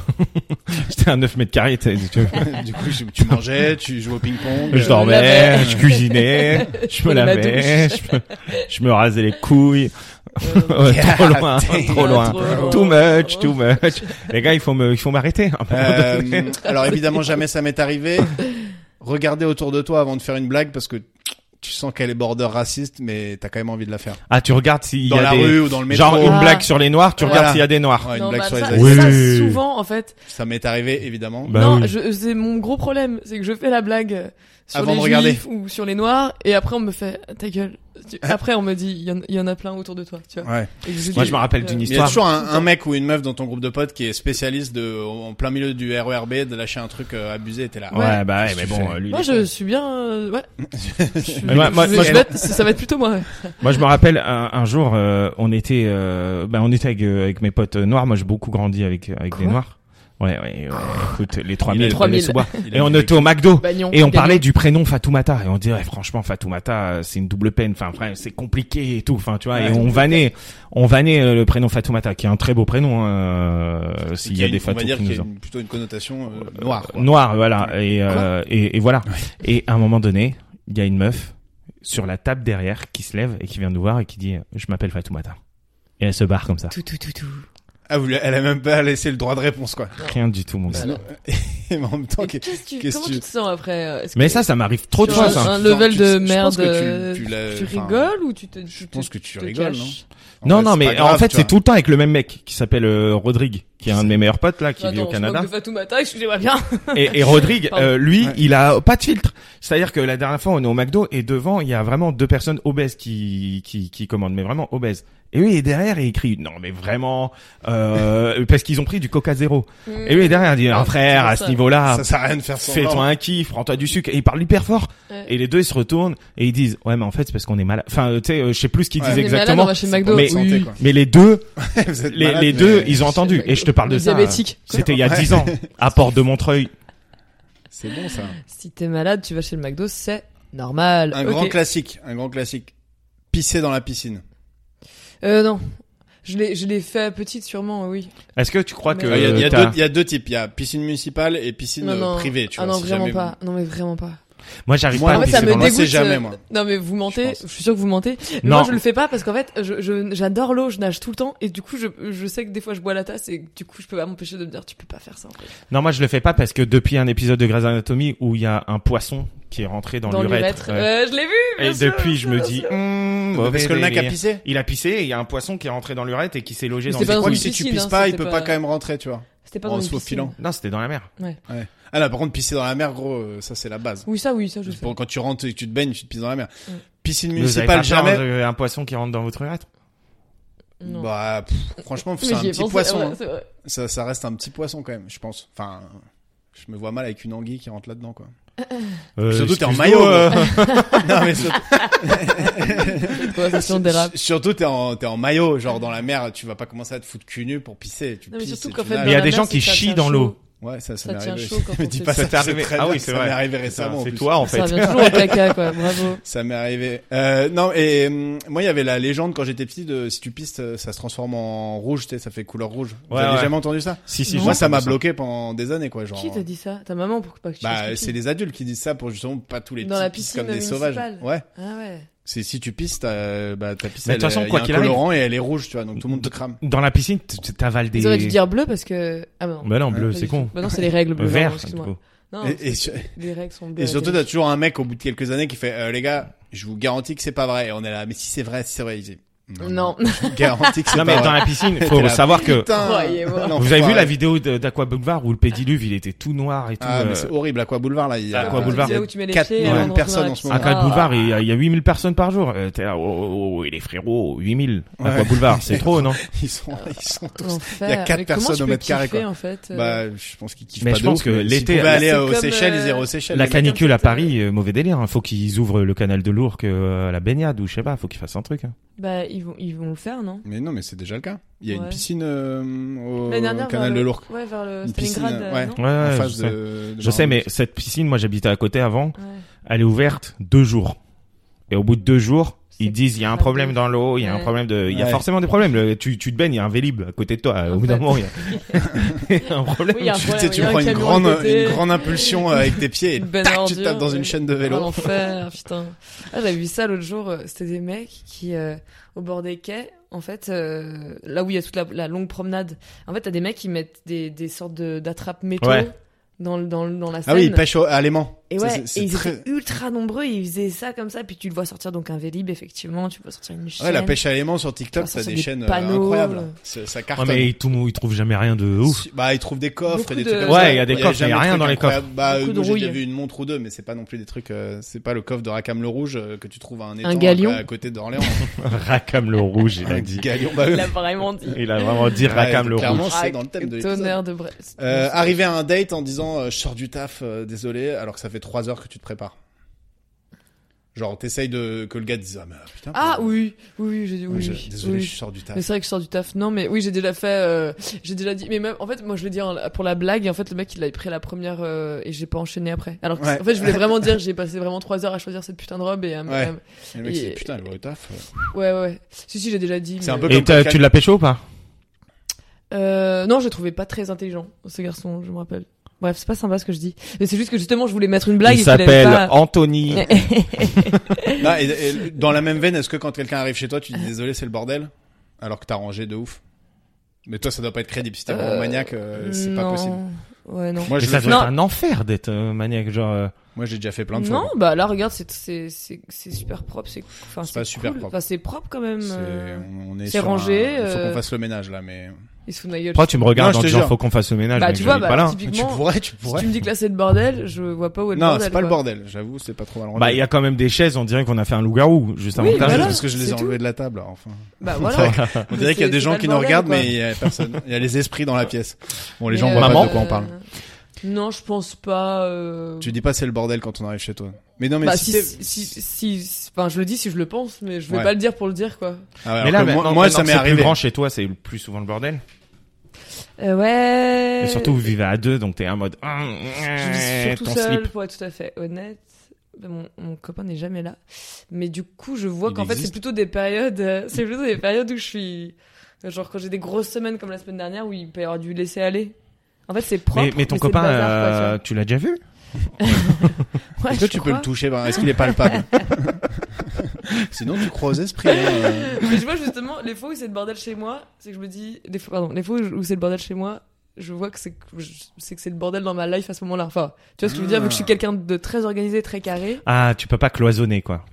J'étais à 9 mètres carrés. t'as- tu vois.
du coup, je- tu mangeais, tu jouais au ping-pong.
Je
euh,
dormais,
lavais.
je cuisinais, je me
prenais ma
lavais,
douche.
je me, je me rasais les couilles.
Euh,
Ouais, trop loin,
damn.
trop loin.
Trop loin.
Too much, too much. Les gars, il faut me, il faut m'arrêter. à un moment donné.
Euh, alors évidemment, jamais ça m'est arrivé. Regardez autour de toi avant de faire une blague parce que tu sens qu'elle est border raciste, mais t'as quand même envie de la faire.
Ah, tu regardes s'il y
Dans
a
la
des,
rue ou dans le métro.
genre une
Ah.
blague sur les noirs, tu regardes
Voilà.
s'il y a des noirs.
Ouais, une
non,
blague
bah,
sur les
ça,
asiatiques.
asiatiques.
ça,
Oui.
souvent en fait.
Ça m'est arrivé évidemment.
Bah
non,
oui.
je- c'est mon gros problème, c'est que je fais la blague euh, sur
Avant
les
de regarder.
juifs ou sur les noirs, et après on me fait ta gueule. Tu-
Ah.
Après on me dit il y, en- il y en a plein autour de toi, tu vois.
Ouais.
Et je
Moi,
dis,
je me rappelle d'une
euh,
Mais Il y a
histoire.
toujours un, un mec ou une meuf dans ton groupe de potes qui est spécialiste de en plein milieu du RERB de lâcher un truc euh, abusé. T'es là.
Ouais, bah, ouais, mais
tu
bon,
fais
euh, lui. il
Moi
est
je suis bien, euh, ouais. Je suis-
Mais moi- moi-
je-
moi,
je
je-
vais être- ça va être plutôt moi. ouais.
Moi, je me rappelle un, un jour, euh, on était, euh, ben, on était avec, euh, avec mes potes euh, noirs. Moi, j'ai beaucoup grandi avec euh, avec
Quoi
des noirs. Ouais, ouais, ouais. Écoute, les 3000,
Les
les
3000.
sous-bois.
Il a
Et on
mis des-
était au McDo.
Bagnon,
Et on
Gagnon.
parlait du prénom Fatoumata et on disait ouais, franchement Fatoumata euh, c'est une double peine enfin vrai, c'est compliqué et tout enfin tu vois
Ouais,
et on
double
vannait on vannait euh, le prénom Fatoumata qui est un très beau prénom hein, euh, s'il y a
une-
des
On
Fatou
va dire
qui
qu'il y
nous
a
en-
une- plutôt une connotation euh, noire. quoi.
noir voilà et euh, et, et voilà et à un moment donné il y a une meuf sur la table derrière qui se lève et qui vient nous voir et qui dit je m'appelle Fatoumata et elle se barre comme ça
Tout, tout, tout, tout.
Ah, vous, lui- elle a même pas laissé le droit de réponse quoi.
Ah,
rien du tout mon gars
Voilà.
Mais en même temps,
Et qu'est-ce que tu-
qu'est-ce
comment
que
tu te sens après euh, est-ce
mais
que
ça ça m'arrive trop de
tu as
fois
un,
ça
un level
Tu-
de
je pense
merde.
que tu-
euh,
tu
Tu,
l'as- enfin,
rigoles ou tu te. Je
pense que tu rigoles, en
non
fait,
non
c'est
mais
pas grave,
en fait
tu
c'est
vois.
tout le temps avec le même mec qui s'appelle euh, Rodrigue qui est un de mes meilleurs potes là qui vit au Canada
de Fatoumata, excusez-moi bien.
Et, et Rodrigue,
Pardon.
euh, lui,
Ouais.
il a pas de filtre. C'est-à-dire que la dernière fois, on est au McDo et devant, il y a vraiment deux personnes obèses qui qui, qui commandent, mais vraiment obèses. Et lui, il est derrière et il crie non mais vraiment euh, parce qu'ils ont pris du Coca zéro. Et lui il est Eh derrière, il dit un
Ouais,
frère
c'est
à
ça.
ce niveau-là,
Ça sert à rien de faire semblant.
fais-toi un kiff, prends-toi du sucre. Et il parle hyper fort.
Ouais.
Et les deux ils se retournent et ils disent ouais mais en fait c'est parce qu'on est malade. Enfin euh, tu sais, euh, je sais plus ce qu'ils
Ouais.
On
disent
est Ah, malade,
exactement.
on va chez
C'est
McDo.
pour
Mais-
votre santé,
oui.
quoi.
mais les deux,
Vous êtes
les,
malade,
les
mais-
deux, ils ont entendu. Et je te parle de ça.
Diabétique.
euh, C'était il y a 10 ans, à Port de Montreuil.
C'est bon ça.
Si t'es malade, tu vas chez le McDo, c'est normal.
Un
Ok.
grand classique, un grand classique. Pisser dans la piscine.
Euh, non. Je l'ai, je l'ai fait petite sûrement, oui.
Est-ce que tu crois
Mais- Ah,
que
Ah, Il y, a, il y a
Euh, t'as-
deux, il y a deux types. Il y a piscine municipale et piscine
non,
euh,
non.
privée. Tu
ah
vois,
non,
si
vraiment
jamais-
pas. Non, mais vraiment pas.
Moi, j'arrive
Moi,
pas
en
à
fait, ça
pisser
me
dans
Moi,
l'eau.
c'est
dégoûte.
jamais,
euh,
moi.
Non, mais vous mentez.
Je
Je, suis sûr que vous mentez. Mais
Non.
Moi, je le fais pas parce qu'en fait, je, je, j'adore l'eau, je nage tout le temps, et du coup, je, je sais que des fois, je bois la tasse, et du coup, je peux pas m'empêcher de me dire, tu peux pas faire ça. En fait.
Non, moi, je le fais pas parce que depuis un épisode de Grey's Anatomy où il y a un poisson qui est rentré dans, l'urètre. ouais.
Euh, je l'ai vu. bien
et
sûr,
depuis, je me
bien
dis,
sûr.
hmm,
Mais Parce
mauvais
que le mec a
délire.
pissé.
Il a pissé et il y a un poisson qui est rentré dans l'urètre et qui s'est logé
Mais
dans
c'est
le
pas
Je crois
une
que si tu
piscine,
pisses
hein,
pas, il
c'était
peut pas...
pas-
quand même rentrer, tu vois.
C'était pas
Oh,
dans une
sauf
piscine.
filant.
Non, c'était dans la mer.
Ah là, par contre, pisser dans la mer, gros, euh, ça c'est la base.
Oui, ça, oui, ça, je sais.
Pour- quand tu rentres et que tu te baignes, tu te pisses dans la mer.
Mm.
Piscine
Vous avez pas
municipale,
peur,
jamais.
euh, un poisson qui rentre dans votre urètre.
Non.
Bah, pff, franchement,
Mais
c'est un
j'y ai
petit
pensé,
poisson.
ouais,
hein.
c'est vrai.
Ça, ça reste un petit poisson quand même, je pense. Enfin, je me vois mal avec une anguille qui rentre là-dedans, quoi.
Euh,
surtout t'es en
excuse-nous,
maillot.
euh,
gros. non mais surtout,
Conversation dérape.
surtout t'es en t'es en maillot, genre dans la mer, tu vas pas commencer à te foutre cul nu pour pisser. Tu
Non, mais
pisses
surtout
et
qu'en
tu
fait, dans
nages.
Mais il y a
la
des
mer,
gens
c'est
qui
que ça
chient
tient
dans
chaud.
l'eau.
Ouais, ça, ça,
Ça
m'est
tient
arrivé.
chaud quand
Me
on
dis
fait
pas
ça.
ça.
Ça t'est arrivé.
c'est très
Ah
bien,
oui, c'est
ça
vrai.
m'est arrivé
Putain,
récemment. en
C'est
plus.
toi, en
Ça
fait.
revient toujours au caca, quoi. Bravo.
Ça m'est arrivé. Euh, non, et hum, moi, il y avait la légende quand j'étais petit de si tu pistes, euh, ça se transforme en rouge, tu sais, ça fait couleur rouge. Vous
Ouais,
avez
ouais.
jamais entendu ça
Si, si,
Non.
j'ai
Moi, ça m'a
entendu
bloqué pendant des années, quoi. Genre,
Qui t'a dit ça Ta maman pour pas que tu
bah,
fasses pipi
c'est les adultes qui disent ça pour justement pas tous les
Dans
petits
la
pissent
piscine
comme des sauvages.
municipale.
Ouais.
Ah ouais.
C'est si tu pistes, euh, bah, ta piste,
Mais de
elle,
toute façon,
est- il y
quoi
a un
qu'il arrive-
colorant et elle est rouge, tu vois, donc tout le monde te crame.
Dans la piscine, t- t'avales des.
Ils auraient dû dire bleu parce que. Ah bah non.
Bah non, bleu,
pas du
c'est
tout.
con.
Bah non, c'est les règles bleues.
Vert.
pardon,
du coup.
Excuse-moi. Non,
Et- et
c'est-
sur-
les règles sont bleues.
Et surtout,
à la
t'as toujours un mec au bout de quelques années qui fait, euh, les gars, je vous garantis que c'est pas vrai. Et on est là, mais si c'est vrai, si c'est vrai, il dit,
Non.
je vous garantis que c'est
Non,
pas
mais dans
vrai.
la piscine,
T'es
faut
là,
savoir que.
Putain,
Croyez-moi.
l'enfoiré.
Vous avez vu la vidéo de- d'Aqua Boulevard où le pédiluve il était tout noir et tout.
Ah, mais
euh,
c'est horrible, Aqua Boulevard, là. il y a-
Aqua Boulevard.
C'est là où tu mets les
Quatre
pieds,
millions
avant
de
de
personnes
rentrer
en ce
dans
moment.
la piscine.
Aqua Boulevard, il y, a, il y a 8000 personnes par jour. Euh, T'es là, oh, oh, oh, et les frérots, 8000. Aqua
Ouais.
Boulevard, c'est trop, non
Ils sont, ils sont
Ah,
tous.
l'enfer.
Il y a quatre
Mais
personnes
comment tu
au
peux
mètre carré,
kiffer,
quoi.
en fait, euh,
Bah, je pense qu'ils kiffent
Mais
pas
je
de
pense
ouf,
que
mais s'ils
l'été,
pouvaient
là,
aller
c'est
euh, aux
comme,
Seychelles,
euh,
ils iraient aux Seychelles.
La
les mecs.
canicule à Paris, euh, mauvais délire. hein. Faut qu'ils ouvrent le canal de l'Ourcq euh, à la baignade ou je sais pas, faut qu'ils fassent un truc. hein.
Bah, ils vont, ils vont le faire, non
Mais non, mais c'est déjà le cas. Il y a une
Ouais.
piscine euh, au
L'année dernière,
canal
vers
de
le-
l'Ourcq.
Ouais, vers le
Une piscine,
Stalingrad. euh,
ouais.
non
Ouais, ouais,
en
je
face
sais.
de, de
Je sais, mais
Barberousse.
cette piscine, moi j'habitais à côté avant,
Ouais.
elle est ouverte deux jours. Et au bout de deux jours,
C'est
ils disent il y a un problème dans l'eau, il y a un
Ouais.
problème de, il y a
Ouais.
forcément des problèmes. Le- Tu, tu te baignes, il y a un vélib à côté de toi. Au
En
bout d'un
fait.
moment, il y a- il y a un problème.
Oui, il y a un
Tu, tu
problème, il
sais, tu
y a un
prends une
camion à
grande,
côté.
une grande impulsion euh, avec tes pieds et
Une bonne
tac, tu te
ordure,
tapes dans une
ouais.
chaîne de
Ah,
vélo.
L'enfer, putain. Ah, j'avais vu ça l'autre jour. euh, C'était des mecs qui, euh, au bord des quais, en fait, euh, là où il y a toute la, la longue promenade, en fait, t'as des mecs qui mettent des, des sortes de- d'attrapes métaux
Ouais.
dans, le- dans, le- dans la
Ah
Seine.
oui, ils pêchent au- à l'aimant.
et
Ça,
ouais,
c'est- c'est
et ils
très-
étaient ultra nombreux, ils faisaient ça comme ça, puis tu le vois sortir donc un vélib, effectivement, tu vois sortir une chaîne. Ah,
Ouais, la pêche à l'aimant sur
Ils
TikTok, ça a
sortent
des
des
chaînes euh,
panneaux.
incroyables. C'est- Ça
Ouais,
cartonne.
mais ils, tout, le monde- ils trouvent jamais rien de ouf.
Si- Bah, ils trouvent des coffres
Beaucoup
et des
de-
trucs. comme
Ouais,
ça.
il y a des coffres, mais il y a
jamais
rien
de
dans les
trucs incroyables. Bah,
Beaucoup de
moi, j'ai déjà
rouille.
vu une montre ou deux, mais c'est pas non plus des trucs. euh, c'est pas le coffre de Racam le Rouge euh, que tu trouves à un étang
galion.
euh, à côté d'Orléans.
Racam le rouge, il a
Un
dit.
galion. Bah,
Il
oui.
l'a vraiment dit.
Il a vraiment dit
Ouais,
Racam le rouge.
Clairement, c'est dans le thème de l'épisode.
Tonnerre de Brest.
Euh, arriver à un date en disant euh, je sors du taf, euh, désolé, alors que ça fait trois heures que tu te prépares. Genre t'essayes de que le gars te dise ah mais euh, putain.
Ah
bah,
oui, oui, oui, j'ai- oui,
je-
oui,
désolé,
oui.
je sors du taf.
Mais c'est vrai que je sors du taf. Non, mais oui, j'ai déjà fait. euh, j'ai déjà dit. Mais même, en fait, moi, je l'ai dit en- pour la blague. Et en fait, le mec, il a pris la première euh, et j'ai pas enchaîné après. Alors, que,
Ouais.
en fait, je voulais vraiment dire, j'ai passé vraiment trois heures à choisir cette putain de robe et. à me-
Ouais.
à me-
Et le mec il dit
Et-
putain elle va au taf. euh.
ouais, ouais. Si, si, j'ai déjà dit.
C'est
mais-
un peu-
Et t'as- tu l'as pêché ou pas
Euh, non, je le trouvais pas très intelligent ce garçon. Je me rappelle. Bref, c'est pas sympa ce que je dis. Mais c'est juste que justement, je voulais mettre une blague.
Il
et qu'il avait
s'appelle
pas-
Anthony.
Non, et, et dans la même veine est-ce que quand quelqu'un arrive chez toi tu dis désolé c'est le bordel alors que t'as rangé de ouf. Mais toi ça doit pas être crédible si t'es vraiment
Euh,
maniaque euh, c'est pas
Non.
possible.
Ouais, non.
Moi
Mais
je
ça
le fais.
doit
Non.
être un enfer d'être euh, maniaque, genre. euh,
moi j'ai déjà fait plein de
non,
fois.
bah là, regarde, c'est c'est c'est c'est super propre. C'est enfin,
C'est pas super
cool.
propre.
Enfin, c'est propre quand même.
C'est-
euh,
on est
c'est
sur un-
rangé,
Il faut qu'on
euh,
fasse le ménage là mais.
Ils se foutent de ma gueule.
Pourquoi tu me regardes
Non, je
en
te
disant
jure.
faut qu'on fasse le ménage
Bah,
mais
tu
que
vois,
j'habite
bah,
pas là. hein.
typiquement,
Tu pourrais tu
Si
pourrais.
tu me dis que là c'est le bordel, je vois pas où est le
Non
bordel.
c'est pas le
quoi.
bordel j'avoue c'est pas trop mal rangé.
Bah, il y a quand même des chaises, on dirait qu'on a fait un loup-garou, juste avant
Oui,
le
Ah,
Voilà,
juste parce que je les ai
c'est
enlevés de la table, alors, enfin.
Bah voilà.
On dirait qu'il y a
c'est-
des
c'est
gens
pas
qui
le
nous
bordel,
regardent,
quoi.
mais il y a personne. Il y a les esprits dans la pièce. Bon, les
Mais,
gens voient
euh,
pas
Maman
de quoi on parle.
Non, je pense pas. euh,
Tu dis pas c'est le bordel quand on arrive chez toi. Mais non, mais
bah,
si,
si,
t'es-
si, si, si- enfin, je le dis si je le pense, mais je vais
Ouais.
pas le dire pour le dire, quoi.
Ah ouais, alors
Mais là,
que moi,
maintenant,
moi,
maintenant
ça
que
m'est
c'est
arrivé.
plus grand chez toi, c'est plus souvent le bordel.
Euh, ouais.
Et surtout, vous vivez à deux, donc t'es en mode. hum,
Je
Je
eh,
vis surtout seul, pour être tout à fait honnête. Ben, Mon, mon copain n'est jamais là, mais du coup, je vois
Il
qu'en fait,
existe
c'est plutôt des périodes, euh, c'est plutôt des périodes où je suis, genre quand j'ai des grosses semaines comme la semaine dernière où il peut y avoir du laisser aller. En fait, c'est propre.
Mais, mais ton
c'est le
copain,
bazar, quoi, tu vois.
euh, tu l'as déjà vu
Ouais,
Est-ce que
je
tu peux
crois.
le toucher ben, Est-ce qu'il est palpable Sinon, tu crois aux esprits. hein, euh.
Mais je vois justement les fois où c'est le bordel chez moi, c'est que je me dis les fois, pardon, les fois où, où c'est le bordel chez moi, je vois que c'est que je- c'est que c'est le bordel dans ma life à ce moment-là. Enfin, tu vois ce que je veux dire vu que je suis quelqu'un de très organisé, très carré.
Ah, tu peux pas cloisonner, quoi.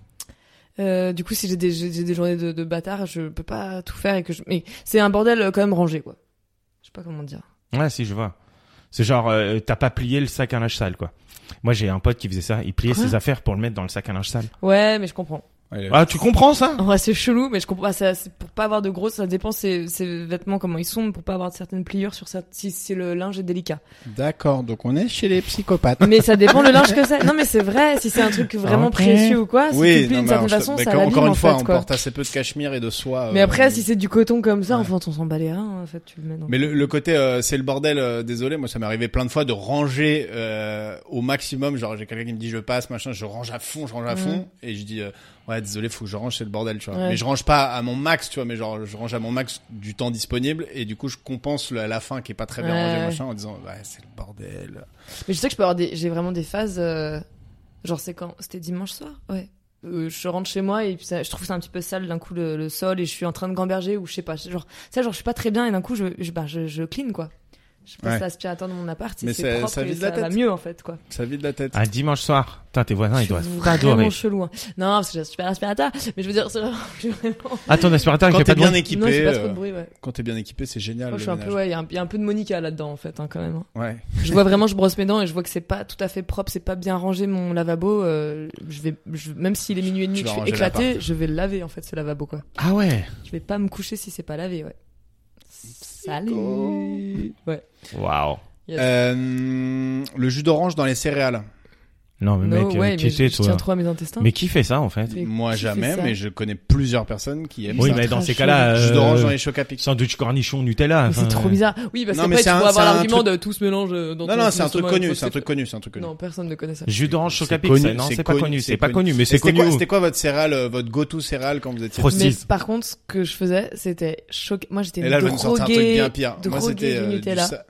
euh, du coup, si j'ai des j'ai j'ai des journées de, de bâtard, je peux pas tout faire et que je mais c'est un bordel euh, quand même rangé quoi. Je sais pas comment dire.
Ouais, si, je vois. C'est genre, euh, t'as pas plié le sac à linge sale, quoi. Moi, j'ai un pote qui faisait ça. Il pliait
Quoi
ses affaires pour le mettre dans le sac à linge sale.
Ouais, mais je comprends.
Allez.
Ah, tu comprends ça
En vrai, c'est chelou, mais je comprends. Bah, ça, c'est pour pas avoir de grosses, ça dépend ses, ses vêtements comment ils sont, mais pour pas avoir certaines pliures sur ça. Si, si le linge est délicat.
D'accord, donc on est chez les psychopathes.
Mais ça dépend le linge que c'est. Non, mais c'est vrai, si c'est un truc vraiment
Ok.
précieux ou quoi, si tu plies
non,
d'une
mais
certaine
alors, je te-
façon,
mais
ça
quand-
l'abîme
encore
en
une fois,
fait,
on
quoi.
porte assez peu de cachemire et de soie.
Mais
euh,
après, si c'est du coton comme ça,
ouais.
enfin, on s'en bat les reins, en fait, tu le mets dans...
Mais le, le côté euh, c'est le bordel, euh, désolé, moi ça m'est arrivé plein de fois de ranger euh, au maximum. Genre j'ai quelqu'un qui me dit je passe, machin, je range à fond, je range à
Mhm.
fond, et je dis euh, ouais désolé, faut que je range, c'est le bordel, tu vois.
Ouais.
Mais je range pas à mon max, tu vois, mais genre je range à mon max du temps disponible, et du coup je compense le- la fin qui est pas très bien
Ouais,
rangée,
ouais.
machin, en disant ouais c'est le bordel.
Mais je sais que je peux avoir des, j'ai vraiment des phases, euh, genre c'est quand, c'était dimanche soir, ouais. Euh, je rentre chez moi et puis ça- je trouve ça un petit peu sale d'un coup le, le sol et je suis en train de gamberger ou je sais pas, genre ça genre je suis pas très bien et d'un coup je, je bah je, je clean quoi. Je passe
Ouais.
l'aspirateur dans mon appart,
Mais
et
ça-
c'est propre
ça
et
vide
ça
la
va
tête.
mieux en fait quoi.
Ça vide la tête.
Un dimanche soir. Putain, tes voisins,
Je
ils
suis
doivent
vraiment
t'adorer.
chelou. hein. Non, parce que j'ai un super aspirateur, mais je veux dire, c'est vraiment... j'ai vraiment-
Ah, ton aspirateur, il
Quand
fait
t'es
pas de
bien
bruit
non, c'est
équipé,
pas trop
euh,
de bruit, ouais.
quand t'es bien équipé, c'est génial.
Moi, je
le
suis un peu,
ménage.
ouais, il y, a un- il y a un peu de Monica là-dedans, en fait, hein, quand même. hein.
Ouais.
Je vois vraiment, je brosse mes dents et je vois que c'est pas tout à fait propre, c'est pas bien rangé mon lavabo. euh, je vais, je- même s'il est minuit et demi,
Tu
que
vas
je suis
ranger
éclaté, je vais le laver, en fait, ce lavabo, quoi.
Ah ouais.
Je vais pas me coucher si c'est pas lavé, ouais. Salut! Ouais.
Waouh.
Euh, le jus d'orange dans les céréales.
Non, mais
No
mec,
way,
euh, qui
mais je
était,
je tiens
toi?
trop à mes intestins.
Mais qui fait ça, en fait?
Mais
Moi
qui fait
jamais,
ça
mais je connais plusieurs personnes qui aiment
Oui,
ça.
mais
ultra
dans ces
chaud.
cas-là,
Jus d'orange dans
euh,
les chocs à pic.
sandwich cornichon Nutella.
Mais c'est
enfin,
trop
euh,
bizarre. Oui, parce
Non,
qu'après,
mais
tu
c'est
peux
un- c'est
avoir
un
l'argument
truc-
de tout se mélange euh, dans
Non,
ton
non, c'est un truc
estomac, une
connu,
fois que
c'est un truc connu, c'est un truc connu.
Non, personne ne connaît ça.
euh, Jus d'orange
C'est
chocapic,
connu,
ça, non,
c'est
c'est pas
connu,
connu,
c'est
c'est pas
connu.
connu, mais
Et
c'est
C'était
connu.
quoi,
au-
c'était quoi votre céréale, euh, votre go-to céréale quand vous étiez
Frosty.
Mais
Hosties.
par contre, ce que je faisais, c'était choqué. Moi, j'étais
Et là, je vais me sortir un truc
droguée-
bien pire. Moi,
droguée
c'était
du
euh, du
Nutella.
sa-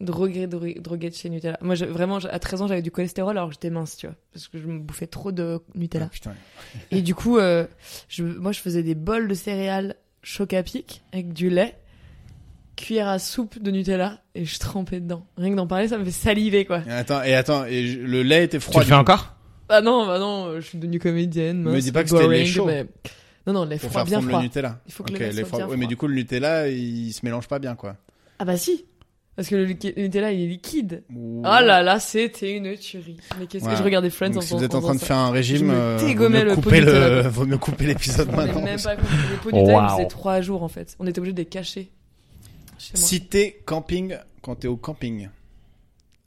droguée, droguée, droguée de chez Nutella. Moi, je- vraiment, je- à 13 ans, j'avais du cholestérol alors que j'étais mince, tu vois, parce que je me bouffais trop de
Ah,
Nutella.
putain.
Et du coup, euh, je, moi, je faisais des bols de céréales chocapic avec du lait, cuillère à soupe de Nutella, et je trempais dedans. Rien que d'en parler, ça me fait saliver, quoi.
Et attends, et attends, et je- le lait était
Tu
froid.
le
du
fais
coup.
encore?
Bah non, bah non, euh, je suis devenue comédienne.
Me
mince,
dis pas que c'était le lait
boring,
chaud.
mais- Non, non, lait
pour
froid,
faire
bien
fondre
froid.
le Nutella.
Il faut que le
Ok,
lait soit
froid-
bien
ouais, mais
froid.
du coup, le Nutella, il se mélange pas bien, quoi.
Ah bah si, parce que le liqui- le Nutella, il est liquide.
Ouh.
Ah là là, c'était une tuerie. Mais qu'est-ce
Ouais.
que je regardais Friends
Donc,
en
si vous êtes
en
en train de
faisant
faire un régime,
me
euh, vaut
dégommais
mieux
le pot
couper
de
le,
Nutella.
vaut mieux couper l'épisode
ça. On est
maintenant.
même pas compris. Les pots du Nutella,
Wow.
ils faisaient trois jours en fait. On était obligé de les cacher Euh, chez moi.
Si t'es camping, quand t'es au camping.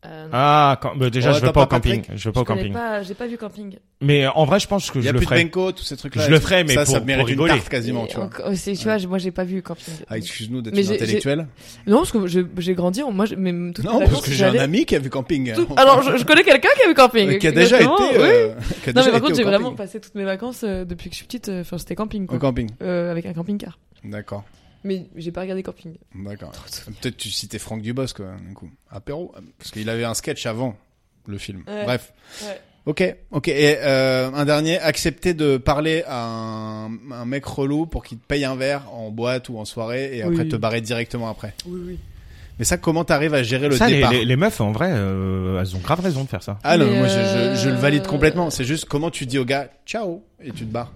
Euh, non.
Ah, quand- bah, déjà,
Oh,
je vais
attends,
pas au
pas
camping.
Patrick.
Je vais
Je
pas au
connais
camping.
pas- J'ai pas vu camping.
Mais euh, en vrai, je pense que
Il y
je
a
le
plus de
ferais.
benko, tous ces trucs-là.
Je le ferais, mais
ça,
pour-
ça
pour
mérite
rigoler.
une tarte quasiment,
Et
tu vois.
encore- aussi, tu vois, j'ai- moi j'ai pas vu camping.
Ah, excuse-nous d'être
Mais
une
j'ai- j'ai-
intellectuelle.
Non, parce que j'ai j'ai grandi. Moi, j'ai- mais toute
Non,
la
parce
course,
que j'ai un
j'allais-
ami qui a vu camping. euh,
Tout- Alors, je, je connais quelqu'un qui a vu camping.
qui a déjà été,
exactement, oui.
euh, qui
Non, mais
a déjà
par
été
contre,
au
j'ai
camping.
vraiment passé toutes mes vacances euh, depuis que je suis petite. euh, Enfin, c'était camping,
Au
quoi.
camping.
Euh, avec un camping-car.
D'accord.
Mais j'ai pas regardé camping.
D'accord.
Trop de souvenirs.
Peut-être tu citais Franck Dubosc, quoi, du coup. Apéro. Parce qu'il avait un sketch avant le film.
Ouais.
Bref.
Ouais.
Ok, ok. Et euh, un dernier, accepter de parler à un, un mec relou pour qu'il te paye un verre en boîte ou en soirée et
Oui.
après te barrer directement après.
Oui, oui.
Mais ça, comment t'arrives à gérer le
Ça, les,
départ
les- les meufs, en vrai, euh, elles ont grave raison de faire ça.
Ah non,
Mais
moi je, je, je le valide
euh,
complètement. C'est juste comment tu dis au gars ciao et tu te barres.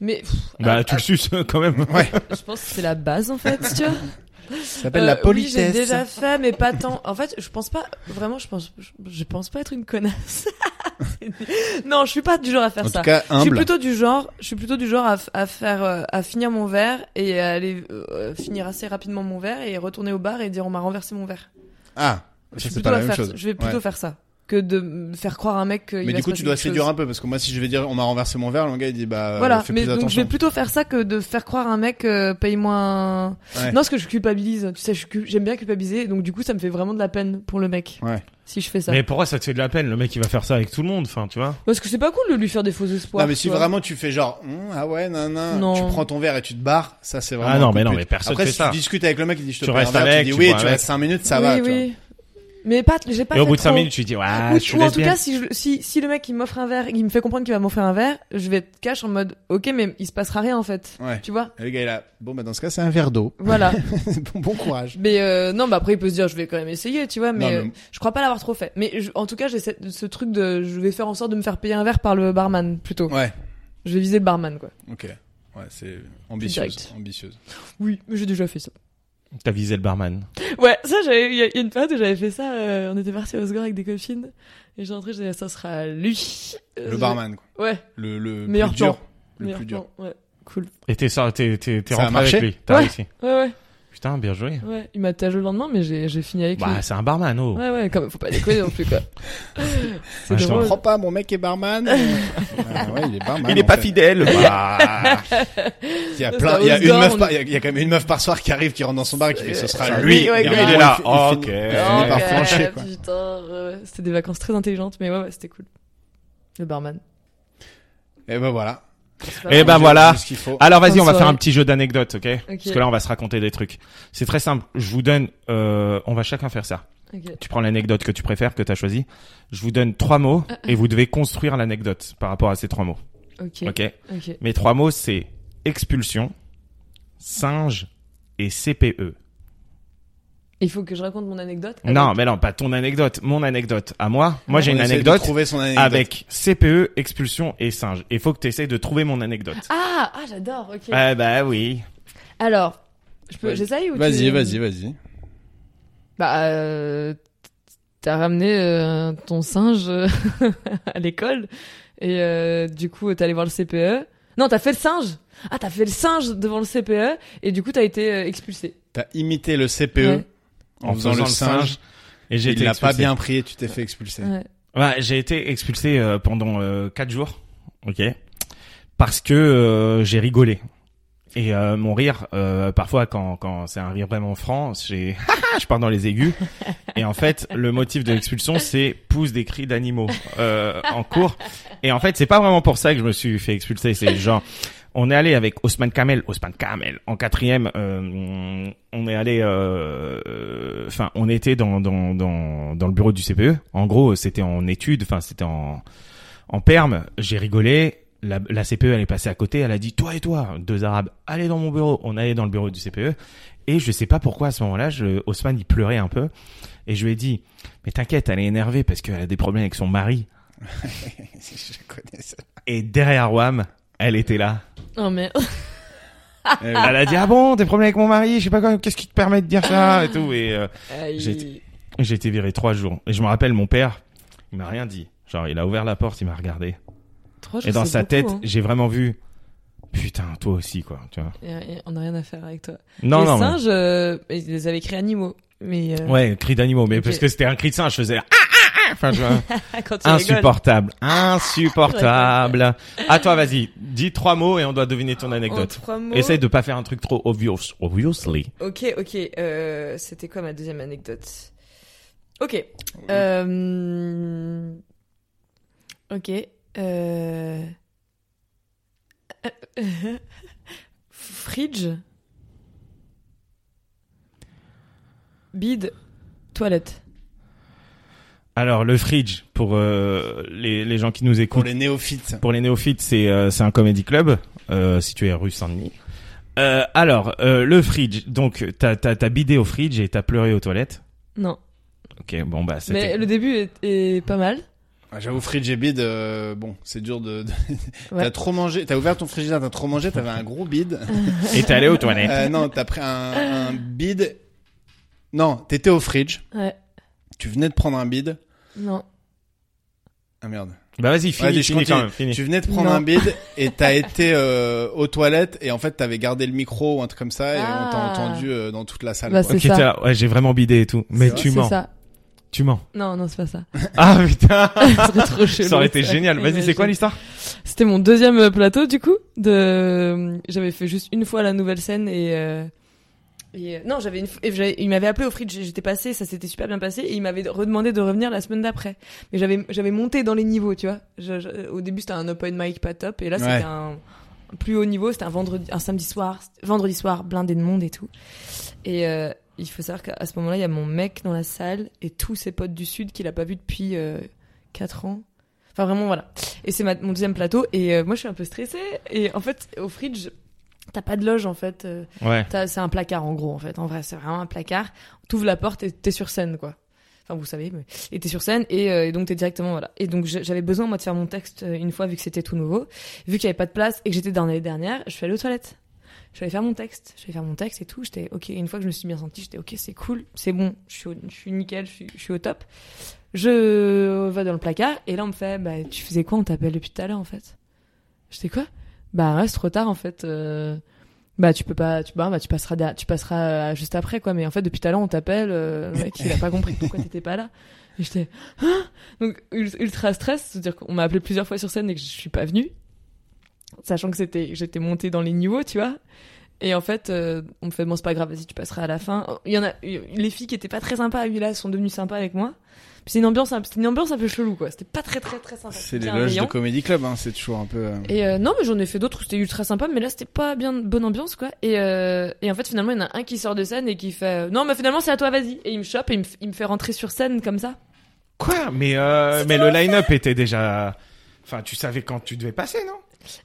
Mais
Bah, tu le suces, quand même.
Je pense que Euh, c'est la base en fait, tu vois.
Ça s'appelle
Euh,
la
Oui, j'ai
politesse.
déjà fait, mais pas tant. En fait, je pense pas. Vraiment, je pense. Je, je pense pas être une connasse. non, je suis pas du genre à faire
En
ça.
tout cas,
je suis
humble.
plutôt du genre. Je suis plutôt du genre à, f- à faire, euh, à finir mon verre et à aller euh, finir assez rapidement mon verre et retourner au bar et dire on m'a renversé mon verre.
Ah,
je
ça
suis
c'est
plutôt
pas la
à
même
faire.
chose.
Je vais plutôt
Ouais.
faire ça que de me faire croire à un mec.
Mais du coup, tu dois te séduire un peu parce que moi, si je vais dire on m'a renversé mon verre, le gars il dit bah
Voilà,
fais
mais
plus
donc je
attention.
vais plutôt faire ça que de faire croire à un mec euh, paye-moi. un-
Ouais.
Non, parce que je culpabilise. Tu sais, je cul- j'aime bien culpabiliser, donc du coup, ça me fait vraiment de la peine pour le mec
Ouais.
si je fais ça.
Mais pourquoi ça te fait de la peine? Le mec, il va faire ça avec tout le monde, enfin, tu vois.
Parce que c'est pas cool de lui faire des faux espoirs.
non, mais si
tu vois.
vraiment tu fais genre Hum, ah ouais nan, nan,
Non.
tu prends ton verre et tu te barres, ça c'est vraiment.
Ah
un
non,
coup
mais
de
non,
pute.
mais personne
Après,
fait
si
ça.
tu discutes avec le mec, il dit je te
Tu
prends un
restes
verre,
avec,
tu dis
tu
oui,
bois
tu
avec.
restes 5 minutes, ça
oui,
va. tu vois.
Oui, mais pas. J'ai pas.
Et au
fait
bout de 5
trop.
minutes, tu dis, ouais,
ou,
je suis
ou en tout
lesbienne.
cas, si, je- si, si le mec il m'offre un verre, il me fait comprendre qu'il va m'offrir un verre, je vais être cash en mode ok, mais il se passera rien en fait.
Ouais.
Tu vois
Et le gars il a bon bah dans ce cas c'est un verre d'eau.
Voilà.
bon, bon courage.
Mais euh, non, bah après il peut se dire je vais quand même essayer, tu vois, mais,
Non, mais-
euh, je crois pas l'avoir trop fait. Mais je- en tout cas, j'ai cette- ce truc de je vais faire en sorte de me faire payer un verre par le barman plutôt.
Ouais,
Je vais viser le barman quoi.
ok. Ouais, c'est ambitieuse,
Direct.
ambitieuse.
Oui, mais j'ai déjà fait ça.
T'as visé le barman.
Ouais, ça j'avais il y, a il y a une période où j'avais fait ça, euh, on était parti au score avec des copines et j'ai entré, j'ai dit ça sera lui. Euh,
Le barman quoi.
Ouais,
Le le
Meilleur
plus dur,
temps.
le
meilleur
plus dur.
plan, Ouais, cool.
Et t'es, sor- t'es, t'es, t'es
Ça a
rentré avec
marché
lui. T'as
Ouais.
réussi.
Ouais ouais,
Putain, bien joué.
ouais, il m'a tagé le lendemain mais j'ai j'ai fini avec
Bah,
lui.
c'est un barman, oh.
Ouais ouais, quand même, faut pas déconner non plus quoi. C'est
Ah, je t'en
drôle.
Prends pas, mon mec est barman. Ah ouais, il est barman. en fait.
fidèle.
Bah. Il y a
Ça,
plein,
au
il y a une
score,
meuf
on-
par, il y a- il y a quand même une meuf par soir qui arrive, qui rentre dans son bar et qui fait ce sera
Ça,
lui.
oui, ouais,
Et à un
grave.
moment,
Il est
là,
fi- il finit-
ok.
il
Ah,
finit
Oh,
par
ouais,
flancher, quoi.
putain, ouais, ouais. C'était des vacances très intelligentes, mais ouais, ouais, c'était cool. Le barman.
Et ben voilà.
C'est pas
Eh
mal.
ben
J'ai-
voilà.
j'ai ce qu'il faut.
Alors vas-y,
Bonne
on va faire
soirée.
un petit jeu d'anecdotes, ok
Ok.
Parce que là, on va se raconter des trucs. C'est très simple. Je vous donne, euh, on va chacun faire ça.
Ok.
Tu prends l'anecdote que tu préfères, que t'as choisi. Je vous donne trois mots
Euh,
et vous devez construire l'anecdote par rapport à ces trois mots,
Ok.
ok
Ok.
Mes trois mots, c'est expulsion, singe et CPE.
Il faut que je raconte mon anecdote. avec-
E. Non, mais non, pas ton anecdote, mon anecdote à moi. Moi, j'ai
Ah On
une
essaie de
anecdote
Trouver son anecdote.
avec CPE, expulsion et singe. Il faut que tu essayes de trouver mon anecdote.
Ah, ah j'adore, ok.
Ah bah oui. Alors,
Je peux- J'essaye ou tu-
Vas-y, vas-y, vas-y.
Bah, euh, t'as ramené euh, ton singe euh, à l'école et euh, du coup t'es allé voir le CPE. Non, t'as fait le singe. Ah, t'as fait le singe devant le CPE et du coup t'as été euh, expulsé.
T'as imité le CPE
Ouais.
en, faisant, le singe.
et j'ai
Il
été
l'a pas
expulsé.
bien pris et tu t'es fait expulser.
Ouais.
Ouais, j'ai été expulsé euh, pendant euh, quatre jours. Ok. Parce que euh, j'ai rigolé. Et euh, mon rire, euh, parfois quand, quand c'est un rire vraiment franc, j'ai je pars dans les aigus. Et en fait, le motif de l'expulsion, c'est pousse des cris d'animaux euh, en cours. Et en fait, c'est pas vraiment pour ça que je me suis fait expulser. C'est genre, on est allé avec Osman Kamel, Osman Kamel en quatrième. euh, on est allé, euh, euh, enfin, on était dans, dans dans dans le bureau du CPE. En gros, c'était en études, enfin, c'était en en perme. J'ai rigolé. La, la CPE, elle est passée à côté. Elle a dit, toi et toi, deux Arabes, allez dans mon bureau. On allait dans le bureau du CPE. Et je sais pas pourquoi à ce moment-là, je, Osman il pleurait un peu. Et je lui ai dit, mais t'inquiète, elle est énervée parce qu'elle a des problèmes avec son mari.
je connais ça.
Et derrière Wam, elle était là.
Oh mais
Eh oui.
Elle a dit ah bon, des problèmes avec mon mari, je sais pas quoi, qu'est-ce qui te permet de dire
Ah.
ça et tout. Et euh, J'ai été- j'ai été viré trois jours. Et je me rappelle mon père, il m'a rien dit. Genre il a ouvert la porte, il m'a regardé.
Trois jours,
Et dans
c'est
sa
beaucoup,
tête,
hein.
j'ai vraiment vu. Putain, toi aussi quoi, tu vois.
Et- et on a rien à faire avec toi.
Non
les
non. mais-
singes, euh, ils les avaient créés animaux, mais euh,
Ouais, cri d'animaux, mais
Ok.
parce que c'était un cri de singe, je faisais ah ah ah. Enfin, tu vois.
quand tu rigoles. Ah,
Insupportable, insupportable. À toi, vas-y. Dis trois mots et on doit deviner ton
En
anecdote.
Oh, trois mots.
Essaye de pas faire un truc trop obvious, obviously.
Ok, ok. euh, C'était quoi ma deuxième anecdote Ok. euh, Ok. euh, Fridge. Bide. Toilette.
Alors, le fridge pour euh, les, les gens qui nous
Pour
écoutent,
les néophytes.
pour les néophytes, c'est euh, c'est un comedy club euh, situé à rue Saint-Denis. Euh, alors, euh, le fridge. Donc, t'as t'as t'as bidé au fridge et t'as pleuré aux toilettes.
Non.
Ok, bon bah
Mais
c'était.
le début est, est pas mal.
Ah, J'avoue, Fridge et bide, euh, bon, c'est dur de. de-
Ouais.
T'as trop mangé, t'as ouvert ton frigidaire, t'as trop mangé, t'avais un gros bide.
Et t'es allé aux toilettes.
Euh, non, t'as pris un, un bide. Non, t'étais au fridge,
Ouais.
tu venais de prendre un bide.
Non.
Ah merde.
Bah vas-y, finis,
Vas-y, je
finis
continue.
quand même. Finis.
Tu venais de prendre
Non.
un bide et t'as été euh, aux toilettes et en fait t'avais gardé le micro ou un truc comme ça et
Ah.
on t'a entendu euh, dans toute la salle.
Bah,
quoi.
c'est
Ok,
ça.
t'es là. Ouais, j'ai vraiment bidé et tout. Mais
C'est
tu
C'est
mens,
ça.
tu mens.
Non, non, c'est pas ça.
Ah putain.
ça serait trop chelou.
Ça aurait été génial. Vas-y, c'est quoi
Imagine.
l'histoire
C'était mon deuxième euh, plateau du coup. De, j'avais fait juste une fois la nouvelle scène et, euh, et, euh, non, j'avais une, f- et j'avais- il m'avait appelé au fridge. J'étais passé, ça s'était super bien passé et il m'avait redemandé de revenir la semaine d'après. Mais j'avais j'avais monté dans les niveaux, tu vois. Je- je- au début c'était un open mic pas top et là c'était
Ouais.
un un plus haut niveau. C'était un vendredi, un samedi soir, c'était- vendredi soir blindé de monde et tout. Et euh, il faut savoir qu'à ce moment-là il y a mon mec dans la salle et tous ses potes du sud qu'il a pas vu depuis euh, 4 ans. Enfin vraiment voilà. Et c'est ma- mon deuxième plateau. Et euh, moi, je suis un peu stressée. Et en fait, au fridge, t'as pas de loge, en fait. Euh,
Ouais.
t'as- c'est un placard, en gros, en fait. En vrai, c'est vraiment un placard. T'ouvres la porte et t'es sur scène, quoi. Enfin, vous savez, mais... et t'es sur scène et, euh, et donc t'es directement voilà. Et donc je- j'avais besoin moi de faire mon texte euh, une fois vu que c'était tout nouveau, vu qu'il y avait pas de place et que j'étais dans les dernières, je suis allée aux toilettes. Je suis allée faire mon texte, je suis allée faire mon texte et tout. J'étais ok. Une fois que je me suis bien sentie, j'étais ok, c'est cool, c'est bon, je suis, au- je suis nickel, je suis, je suis au top. Je vais dans le placard et là on me fait bah tu faisais quoi On t'appelle depuis tout à l'heure en fait. J'étais quoi Bah reste trop tard en fait. euh, Bah tu peux pas, tu bah, bah, tu passeras, derrière- tu passeras euh, juste après quoi. Mais en fait depuis tout à l'heure on t'appelle, euh, le mec il a pas compris pourquoi t'étais pas là. Et j'étais Hein donc ul- ultra stress, c'est-à-dire qu'on m'a appelé plusieurs fois sur scène et que je suis pas venue, sachant que c'était j'étais montée dans les niveaux, tu vois. Et en fait, euh, on me fait bon c'est pas grave, vas-y tu passeras à la fin. Oh, Il y en a les filles qui étaient pas très sympas, lui là sont devenues sympas avec moi. Puis C'est une ambiance, un- c'était une ambiance un peu chelou quoi. C'était pas très très très sympa.
C'est les loges de
Bienveillant.
Comedy Club, hein, c'est toujours un peu. euh,
Et euh, non, mais j'en ai fait d'autres où c'était ultra sympa, mais là c'était pas bien bonne ambiance quoi. Et, euh, et en fait finalement il y en a un qui sort de scène et qui fait euh, non mais finalement c'est à toi vas-y et il me chope et il me, f- il me fait rentrer sur scène comme ça.
Quoi Mais euh, mais le line-up était déjà. Enfin, tu savais quand tu devais passer, non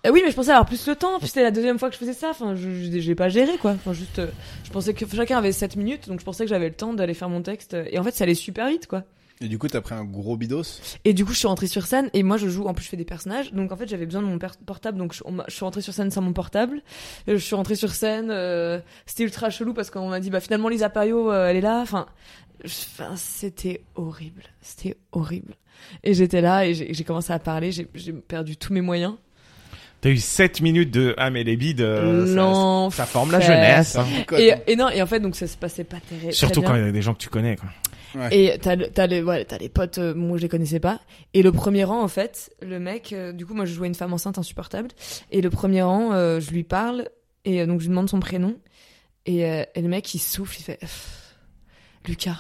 Euh, oui, mais je pensais avoir plus le temps. Puis c'était la deuxième fois que je faisais ça. Enfin, je je- j'ai pas géré quoi. Enfin, juste, euh, je pensais que chacun avait 7 minutes, donc je pensais que j'avais le temps d'aller faire mon texte. Et en fait, ça allait super vite quoi.
Et du coup, t'as pris un gros bidos.
Et du coup, je suis rentrée sur scène et moi, je joue. En plus, je fais des personnages. Donc, en fait, j'avais besoin de mon per- portable. Donc, je, on m'a- je suis rentrée sur scène sans mon portable. Euh, Je suis rentrée sur scène. euh, c'était ultra chelou parce qu'on m'a dit, bah, finalement, Lisa Pario, euh, elle est là. Enfin, je- enfin, c'était horrible. C'était horrible. Et j'étais là et j'ai j'ai commencé à parler. J'ai j'ai perdu tous mes moyens.
T'as eu 7 minutes de Ah mais les bides, euh, ça-
non.
ça, forme la
L'enfer.
jeunesse. hein.
Et, et non, et en fait, donc, ça se passait pas terri- très
Surtout
bien.
quand il y a des gens que tu connais. Quoi.
Et t'as le- t'as les, ouais, t'as les potes, euh, moi je les connaissais pas. Et le premier rang, en fait, le mec, euh, du coup, moi je jouais une femme enceinte insupportable. Et le premier rang, euh, je lui parle, et euh, donc je lui demande son prénom. Et, euh, et le mec, il souffle, il fait Pff, Lucas.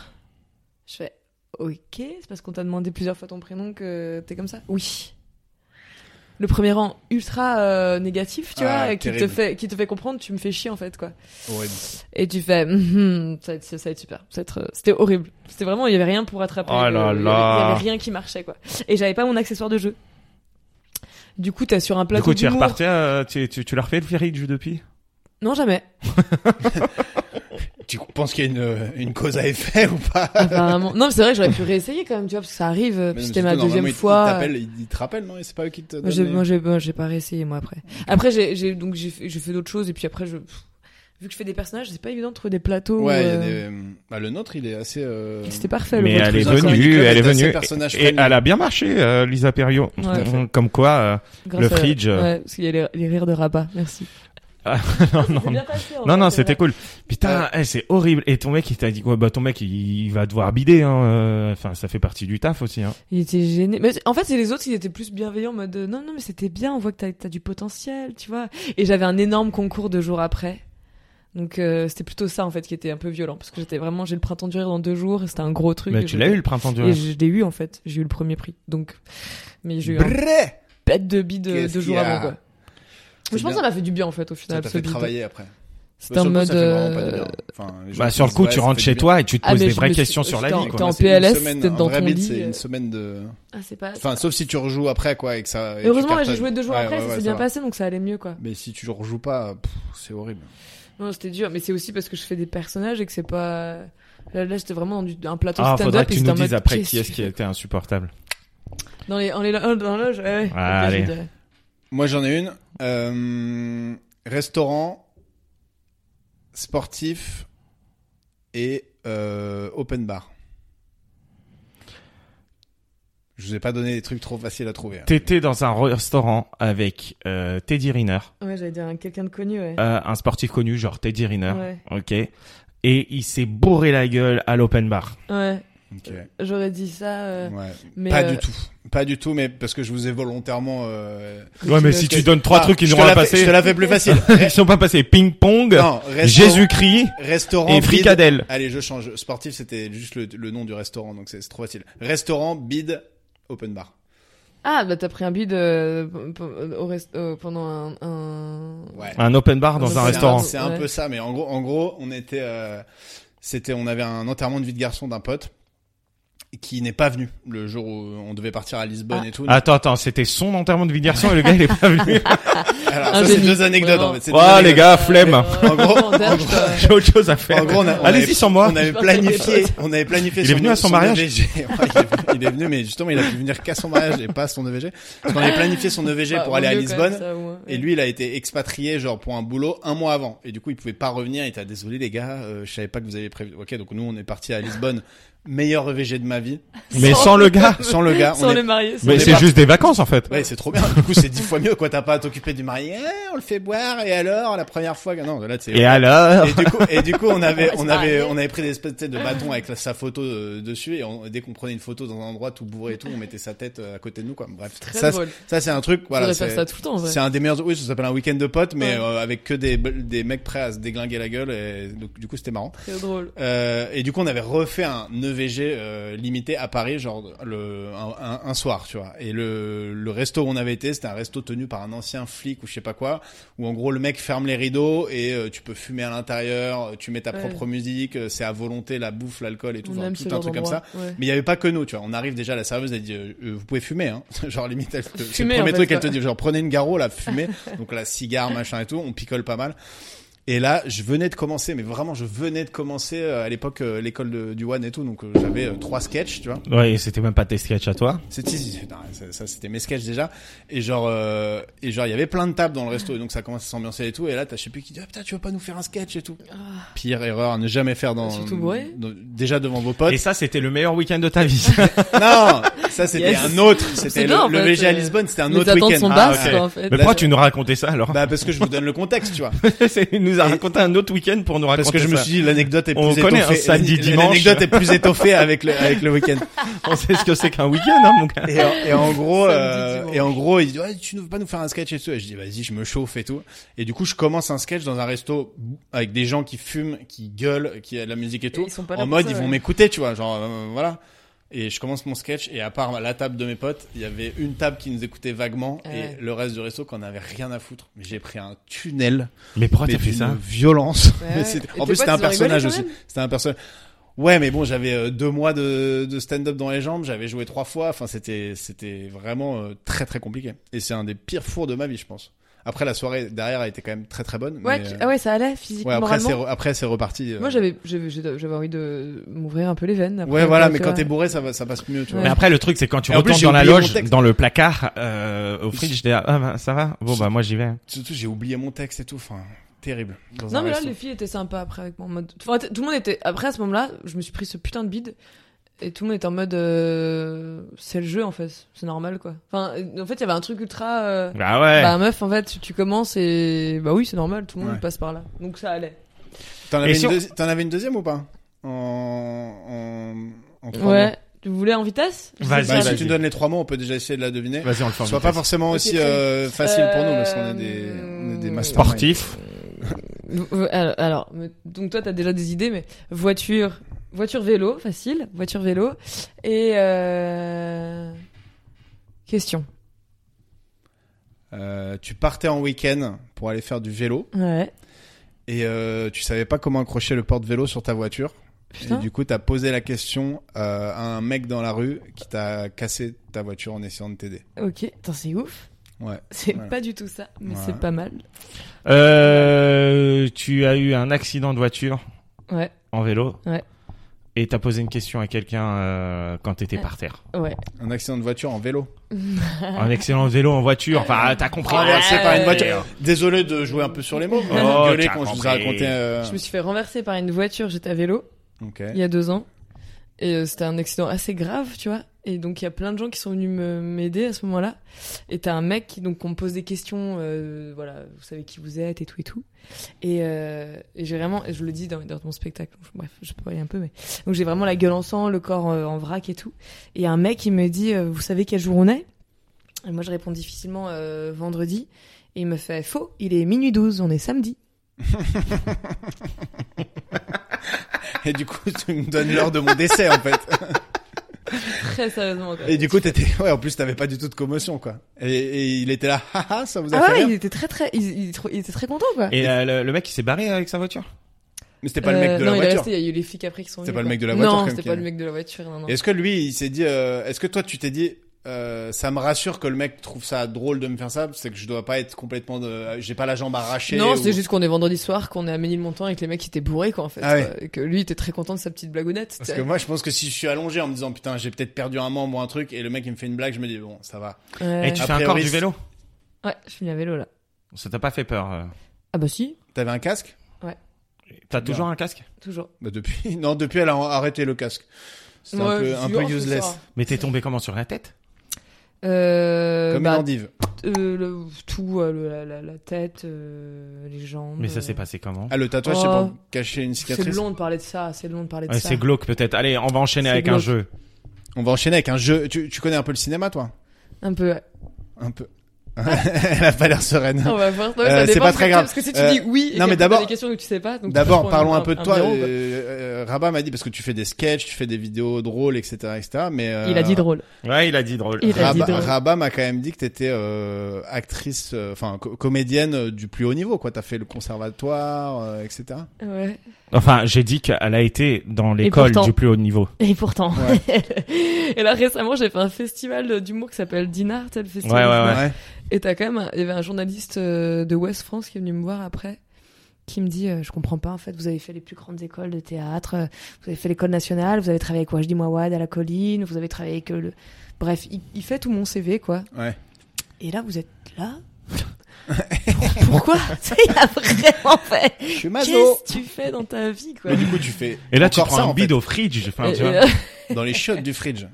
Je fais Ok, c'est parce qu'on t'a demandé plusieurs fois ton prénom que t'es comme ça Oui. Le premier rang ultra euh, négatif, tu
Ah,
vois, et qui te,
terrible.
fait, qui te fait comprendre, tu me fais chier en fait, quoi.
Horrible.
Et tu fais, Mhm, ça, va être- ça va être super. Ça va être, euh, C'était horrible. C'était vraiment, il y avait rien pour attraper.
Oh
le-
là
il y avait-
là.
Il y avait rien qui marchait, quoi. Et j'avais pas mon accessoire de jeu. Du coup, t'as sur un
Du
plateau
coup, tu es
d'humour.
reparti, euh, tu, tu, tu l'as refait le ferry du depuis
Non, jamais.
Tu penses qu'il y a une, une cause à effet ou pas
Apparemment. non, mais c'est vrai que j'aurais pu réessayer quand même, tu vois, parce que ça arrive. euh, puis C'était ma deuxième
Ils
fois.
t'appellent, ils ils te rappellent, non Et c'est pas eux qui te
Moi, j'ai,
donnent.
moi,
les-
j'ai, moi, j'ai pas réessayé, moi, après. Après, j'ai, j'ai, donc, j'ai, fait- j'ai fait d'autres choses, et puis après, je, pff, vu que je fais des personnages, c'est pas évident de trouver des plateaux.
Ouais, il y a
euh,
des- bah, le nôtre, il est assez. euh,
C'était parfait,
Mais
le
elle
vôtre.
est
Dans un club,
venue, elle est
t'as ces
venue.
personnages
Et, et
friendly.
elle a bien marché, euh, Lisa Perrio.
Tout à
fait.
Comme quoi, euh,
Grâce
le
à-
fridge, euh.
Ouais, parce qu'il y a les, les rires de rabat. Merci.
non,
C'est
non,
bien passé, en
non,
fait,
non,
c'est vrai.
c'était cool. Putain, eh, c'est horrible. Et ton mec, il t'a dit quoi Bah, ton mec, il, il va devoir bider. Hein. euh, Enfin, ça fait partie du taf aussi. Hein.
Il était gêné. Mais en fait, c'est les autres, ils étaient plus bienveillants en mode euh, non, non, mais c'était bien, on voit que t'as as du potentiel, tu vois. Et j'avais un énorme concours deux jours après. Donc euh, c'était plutôt ça en fait qui était un peu violent parce que j'étais vraiment j'ai le printemps du rire dans deux jours et c'était un gros truc.
Mais
Et
tu
je-
l'as eu le printemps du
Et
rêve.
je l'ai eu en fait, j'ai eu le premier prix. Donc mais j'ai eu un
Brrré
bête de bide euh,
Qu'est-ce
deux jours
qu'il y a
avant quoi.
C'est
Je pense
bien.
que ça m'a fait du bien en fait au final.
Ça t'a
ce
fait
bide.
travailler après.
C'était
Bah,
en
sur le coup,
mode.
ça fait vraiment pas du
euh,
bien. Enfin, les gens
Bah,
qui
sur le
disent,
coup,
ouais,
tu
ça
rentres
fait
chez
du bien.
toi et tu te
Ah,
poses
mais
des
je
vraies
me suis-
questions sur la
j'étais
vie.
en-
quoi.
t'es en
Ouais, c'est une
PLS,
semaine,
t'es dans
un vrai
ton
bide,
lit,
C'est
euh.
une semaine de.
Ah, c'est pas.
Enfin, sauf si tu rejoues après, quoi, et que ça. et tu
Heureusement, j'ai
cartonnes.
joué deux jours
Ouais,
après,
ouais,
ça
ouais,
s'est bien
va.
passé donc ça allait mieux quoi.
Mais si tu le rejoues pas, pff, c'est horrible.
Non, c'était dur, mais c'est aussi parce que je fais des personnages et que c'est pas. Là, là, j'étais vraiment dans du- un plateau
Ah,
stand-up.
faudrait que
et
tu
c'était
nous
en mode,
dises après qui
qu'est-ce
est-ce qui était insupportable.
que- Dans les, dans les, dans la loge, ouais, ouais.
Ah,
Ok, je
allez.
dirais.
Moi, j'en ai une. Euh, restaurant, sportif et euh, open bar. Je vous ai pas donné des trucs trop faciles à trouver. hein.
T'étais dans un restaurant avec euh, Teddy Riner,
Ouais, j'allais dire un- quelqu'un de connu, ouais.
euh, un sportif connu, genre Teddy Riner,
Ouais.
ok. Et il s'est bourré la gueule à l'open bar.
Ouais,
Ok.
j'aurais dit ça. euh,
Ouais.
mais,
Pas
euh,
du tout. Pas du tout, mais parce que je vous ai volontairement. euh,
Ouais, mais
euh,
si
que-
tu donnes trois
Ah,
trucs, ils
je te
n'auront pas
la fais- Je te
passé.
la fais plus facile.
Ils sont pas passés ping-pong,
non, restaurant-
Jésus-Christ
Restaurant.
et
bide.
fricadelle.
Allez, je change. Sportif, c'était juste le, le nom du restaurant, donc c'est c'est trop facile. Restaurant, bid, open bar.
Ah, bah t'as pris un bide euh, p- p- au rest- euh, pendant un. un...
Ouais.
Un open bar dans
Dans
un
un-
C'est
restaurant.
C'est un
Ouais.
peu ça, mais en gros, en gros, on était, euh, c'était, on avait un enterrement de vie de garçon d'un pote qui n'est pas venu le jour où on devait partir à Lisbonne
Ah.
et tout.
Attends, attends, c'était son enterrement de vie de garçon et le gars il est pas venu.
Alors,
Un
ça, c'est
génie.
deux anecdotes
Vraiment.
en fait. C'est deux
Oh les
anecdotes.
gars, flemme.
Euh,
En gros-
Van Damme,
en gros-
quoi.
J'ai autre chose à faire.
En gros, on a- on
Allez-y
avait-
sans moi.
On avait
Je partais avec
planifié,
les
on avait planifié.
Il est venu à son mariage
EVG. Ouais, il, est, il est venu, mais justement, il a pu venir qu'à son mariage et pas à son EVG. Parce qu'on avait planifié son EVG
Bah,
pour aller à
vaut mieux quand même
Lisbonne.
ça, au moins.
Et lui, il a été expatrié, genre, pour un boulot un mois avant. Et du coup, il pouvait pas revenir. Il était désolé, les gars, euh, je savais pas que vous aviez prévu. Ok, donc nous, on est parti à Lisbonne.
Ah.
Meilleur EVG de ma vie.
Mais sans le gars.
Sans le gars.
Sans
on
les
est...
mariés,
Mais
On
c'est
part-
juste des vacances en fait.
Ouais, c'est trop bien. Du coup, c'est dix fois mieux, quoi. T'as pas à t'occuper du marié. Eh, on le fait boire. Et alors, la première fois, non, là, c'est.
Et alors
Et du coup, et du coup, on avait,
Ouais, c'est
on avait,
pareil.
on avait pris des espèces tu sais, de bâtons avec la- sa photo euh, dessus, et on- dès qu'on prenait une photo dans un endroit tout bourré et tout, on mettait sa tête euh, à côté de nous, quoi. Bref,
Très
ça,
drôle.
ça c'est un truc, voilà.
Faudrait
c'est-
faire ça tout le temps, en vrai.
C'est un des meilleurs. Oui, ça s'appelle un week-end de potes, mais
Ouais.
euh, avec que des, des mecs prêts à se déglinguer la gueule. Et, donc, du coup, c'était marrant.
Très drôle.
Euh, et du coup, on avait refait un VG euh, limité à Paris, genre le un, un- un soir, tu vois. Et le, le resto où on avait été, c'était un resto tenu par un ancien flic ou je sais pas quoi, où en gros le mec ferme les rideaux et euh, tu peux fumer à l'intérieur, tu mets ta
Ouais.
propre musique, euh, c'est à volonté la bouffe, l'alcool et tout,
On
enfin,
aime
tout
ce
un
genre
truc comme
d'endroit.
ça.
Ouais.
Mais il y avait pas que nous, tu vois. On arrive déjà, la serveuse, elle dit, euh, euh, vous pouvez fumer, hein. genre, limite, elle te, c'est le
Fumer,
premier
en fait,
truc qu'elle te
quoi.
dit, genre, prenez une garo, là, fumez. Donc, la cigare, machin et tout, on picole pas mal. Et là, je venais de commencer, mais vraiment, je venais de commencer, euh, à l'époque, euh, l'école de- du One et tout. Donc, euh, j'avais euh, trois sketchs, tu vois.
Ouais, et c'était même pas tes sketchs à toi.
C'est si, si, si, non, ça, ça, c'était mes sketchs déjà. Et genre, euh, et genre, il y avait plein de tables dans le resto, et donc ça commence à s'ambiancer et tout. Et là, t'as je sais plus qui dit, ah putain, tu veux pas nous faire un sketch et tout.
Ah.
Pire erreur à ne jamais faire dans,
Surtout bourré.
dans- déjà devant vos potes.
Et ça, c'était le meilleur week-end de ta vie.
non, ça c'était
Yes.
un autre. C'était
C'est
le,
bien, en
le
fait,
VG à
euh,
Lisbonne, c'était un
Les
autre
attentes
week-end.
sont
Ah,
basses,
ok.
quoi, en fait.
Mais pourquoi tu nous racontais ça alors
Bah parce que je vous donne le contexte, tu vois.
C'est- Il nous a raconté un autre week-end pour nous raconter
Parce que je me
ça.
suis dit l'anecdote est plus
On
étoffée.
connaît un samedi,
l'ani-
dimanche.
L'anecdote est plus étoffée avec le avec le week-end.
On sait ce que c'est qu'un week-end, hein, mon gars.
Et en, et en gros,
Samedi,
euh,
dimanche.
et en gros, il dit ouais, tu ne veux pas nous faire un sketch et tout. Et je dis vas-y, je me chauffe et tout. Et du coup, je commence un sketch dans un resto avec des gens qui fument, qui gueulent, qui a de la musique et tout.
ils sont pas là
en
pour
mode,
ça,
ils vont
ouais.
m'écouter, tu vois, genre euh, voilà. Et je commence mon sketch et à part la table de mes potes, il y avait une table qui nous écoutait vaguement
Ah
et
ouais.
le reste du resto qu'on avait rien à foutre. Mais j'ai pris un tunnel,
Mais pourquoi
mais
t'as fait
d'une
ça
violence.
Ouais,
Mais
ouais.
c'était-
Et
en
tes
plus,
potes,
c'était un
ils ont rigolé
personnage
quand
aussi.
même
C'était un personnage. Ouais, mais bon, j'avais euh, deux mois de, de stand-up dans les jambes, j'avais joué trois fois. Enfin, c'était c'était vraiment euh, très très compliqué. Et c'est un des pires fours de ma vie, je pense. Après, la soirée derrière a été quand même très très bonne.
Ouais,
mais,
tu-
euh,
ah ouais, ça allait physiquement,
ouais, après c'est
moralement.
re- après c'est reparti. euh.
Moi, j'avais, j'avais, j'avais envie de m'ouvrir un peu les veines. après, euh,
Ouais, voilà,
quoi,
mais
tu
quand
vois.
t'es bourré, ça va ça passe mieux, tu vois.
Mais après, le truc, c'est quand tu
Et en plus,
retournes
j'ai
dans la
oublié mon
loge,
texte.
dans le placard, euh, au fridge, j'étais là, ah, ben, ça va? Bon, bah, moi, j'y vais.
Surtout, j'ai oublié mon texte et tout. Enfin, terrible. Dans un
Non, mais là,
resto.
les filles étaient sympas après avec moi. En mode... Enfin, t- tout le monde était. Après, à ce moment-là, je me suis pris ce putain de bide. Et tout le monde était en mode. euh, C'est le jeu, en fait. C'est normal, quoi. Enfin, euh, en fait, il y avait un truc ultra. euh,
Bah ouais.
Bah, meuf, en fait, tu, tu commences et. Bah oui, c'est normal, tout le monde
Ouais.
passe par là. Donc ça allait.
T'en avais,
Et si
une
on-
deuxi- t'en avais une deuxième ou pas En en, en trois mots.
Ouais. Tu voulais en vitesse Je sais
Vas-y,
pas.
Bah,
vas-y.
si tu donnes les trois mots, on peut déjà essayer de la deviner.
Vas-y, on le fait. en
Soit pas
vitesse.
forcément aussi
Ok, très
euh, facile pour nous, parce qu'on est des,
Euh,
on est des masterminds.
Sportif.
Euh, Alors, alors, me- donc toi, t'as déjà des idées, mais voiture, voiture, vélo, facile, voiture, vélo, et euh... question.
Euh, tu partais en week-end pour aller faire du vélo
Ouais.
et euh, tu savais pas comment accrocher le porte-vélo sur ta voiture.
Putain.
Et du coup, t'as posé la question euh, à un mec dans la rue qui t'a cassé ta voiture en essayant de t'aider.
Ok. Putain, c'est ouf.
Ouais.
C'est
Voilà.
pas du tout ça, mais
Ouais.
c'est pas mal.
Euh, tu as eu un accident de voiture
Ouais.
en vélo.
Ouais.
Et t'as posé une question à quelqu'un euh, quand t'étais
Ouais.
par terre.
Ouais.
Un accident de voiture en vélo.
Un excellent vélo en voiture. Enfin, t'as compris.
Renversé
Ouais.
par une voiture. Désolé de jouer un peu sur les mots. mais
Oh,
j'ai gueulé
t'as
quand je vous ai
compris.
raconté. euh,
Je me suis fait renverser par une voiture. J'étais à vélo
Ok.
il y a deux ans, et euh, c'était un accident assez grave, tu vois. Et donc il y a plein de gens qui sont venus me- m'aider à ce moment-là. Et t'as un mec qui donc on me pose des questions, euh, voilà, vous savez qui vous êtes et tout et tout. Et, euh, et j'ai vraiment, et je le dis dans, dans mon spectacle, donc, bref, je peux aller un peu, mais donc j'ai vraiment la gueule en sang, le corps euh, en vrac et tout. Et un mec il me dit, euh, vous savez quel jour on est Et moi je réponds difficilement euh, vendredi. Et il me fait faux, il est minuit 12, on est samedi.
Et du coup, tu me donnes l'heure de mon décès en fait.
Très sérieusement. quoi.
Et du coup, t'étais. Ouais, en plus, t'avais pas du tout de commotion quoi. Et, et il était là. Haha, ça vous a
Ah
fait
ouais,
rire
il était très très, il, il- il était très content quoi.
Et euh, le, le mec, il s'est barré avec sa voiture.
Mais c'était pas le mec
Euh,
de
non,
la
il est
voiture.
resté, il y a eu les flics après qui sont
C'était
venus,
pas le
quoi.
mec de la voiture, quand
Non,
même,
c'était
qui
pas
est-
le mec de la voiture. Non, non.
Est-ce que lui, il s'est dit, euh, est-ce que toi, tu t'es dit, euh, ça me rassure que le mec trouve ça drôle de me faire ça, c'est que je dois pas être complètement, de... j'ai pas la jambe arrachée.
Non,
ou-
c'est juste qu'on est vendredi soir, qu'on est à Ménilmontant et que les mecs étaient bourrés quoi en fait.
Ah ouais.
quoi. Et que lui il était très content de sa petite blagounette.
Parce que moi, je pense que si je suis allongé en me disant, putain, j'ai peut-être perdu un membre ou un truc, et le mec, il me fait une blague, je me dis, bon, ça va.
Ouais.
Et tu
A
fais encore
priori,
du vélo.
Ouais, je finis à vélo là.
Ça t'a pas fait peur. euh.
Ah bah si,
T'avais un casque?
T'as toujours un casque
toujours.
Bah, depuis, non, depuis, elle a arrêté le casque. C'était
Ouais,
un peu,
je
un
suis
peu
hors ce
useless.
soir.
Mais t'es tombé comment sur la tête
Euh,
Comme une
bah,
endive.
euh, le- tout, euh, le- la, la- la tête, euh, les jambes.
Mais ça s'est
euh.
passé comment
Ah, le tatouage, c'est
Oh.
pour cacher une
C'est
cicatrice.
long de parler de ça, c'est long de parler de
Ouais,
Ah, ça.
C'est glauque peut-être. Allez, on va enchaîner
C'est
avec un
glauque.
jeu.
On va enchaîner avec un jeu. Tu, tu connais un peu le cinéma, toi?
Un peu. ouais.
Un peu. Elle a pas l'air sereine.
On va voir. Non,
Euh,
mais ça
c'est
dépend ce
pas
que
très
tu-
grave.
Parce que si tu
Euh,
dis oui, et
non,
que
mais
t'as
d'abord-
des questions que tu sais pas. donc
D'abord,
tu
parlons
prends
un peu de toi.
zéro, quoi.
euh, euh, Rabat m'a dit parce que tu fais des sketchs, tu fais des vidéos drôles, etc., etc. Mais euh,
Il a dit drôle.
Ouais, il a dit drôle.
Il a dit
Rabat,
drôle.
Rabat m'a quand même dit que t'étais euh, actrice, euh, enfin co- comédienne euh, du plus haut niveau, quoi. T'as fait le conservatoire, euh, etc.
Ouais.
Enfin, j'ai dit qu'elle a été dans l'école
pourtant-
du plus haut niveau.
Et pourtant.
Ouais.
et là, récemment, j'ai fait un festival d'humour qui s'appelle Dinard, le festival.
Ouais, ouais,
d'humour.
ouais.
Et t'as quand même, un- il y avait un journaliste euh, de West France qui est venu me voir après, qui me dit, euh, je comprends pas, en fait, vous avez fait les plus grandes écoles de théâtre, euh, vous avez fait l'école nationale, vous avez travaillé avec Wajdi Mouawad à la colline, vous avez travaillé avec euh, le... Bref, il, il fait tout mon CV, quoi.
Ouais.
Et là, vous êtes là Pourquoi Tu sais, Il a vraiment fait...
Je suis maso.
Qu'est-ce que tu fais dans ta vie, quoi
Mais du coup, tu fais.
Et là, tu
encore
prends
ça,
un
en fait.
bide au fridge. Bah, Enfin, tu
Et-
vois.
et, euh,
dans les chiottes du fridge.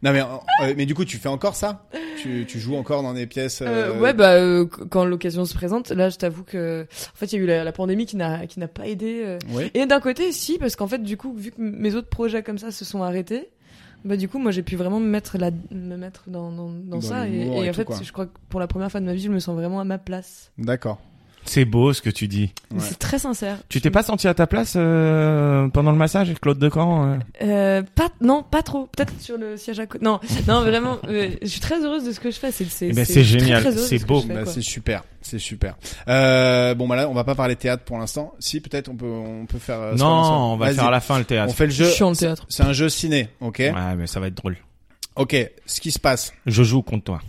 Non mais euh, mais du coup tu fais encore ça tu, tu joues encore dans des pièces euh,
Euh, ouais, bah euh, qu- quand l'occasion se présente, là, je t'avoue que en fait, il y a eu la, la pandémie qui n'a qui n'a pas aidé. euh.
ouais.
Et d'un côté, si, parce qu'en fait, du coup, vu que m- mes autres projets comme ça se sont arrêtés, bah du coup, moi, j'ai pu vraiment me mettre là, me mettre dans dans, dans
Dans
ça. Et,
l'humour
et
et
en
tout,
fait,
quoi.
je crois que pour la première fois de ma vie, je me sens vraiment à ma place.
D'accord.
C'est beau ce que tu dis.
Mais
Ouais.
C'est très sincère.
Tu t'es pas senti à ta place euh, pendant le massage avec Claude Decan euh
Euh, pas non, pas trop. Peut-être sur le siège à côté. Non, non, vraiment. euh, je suis très heureuse de ce que je fais. C'est c'est
Eh ben,
c'est
c'est
très,
génial.
très heureuse de
C'est
ce que
beau.
je fais,
Bah,
quoi.
c'est super, c'est super. Euh, bon bah là on va pas parler théâtre pour l'instant. Si peut-être on peut on peut faire. euh, ce
Non,
qu'on a ensemble.
on va
Vas-y.
faire à la fin le
On
théâtre.
fait le
Je
jeu.
suis en théâtre.
C'est un jeu ciné, ok.
Ouais, mais ça va être drôle.
Ok. Ce qui se passe,
Je joue contre toi.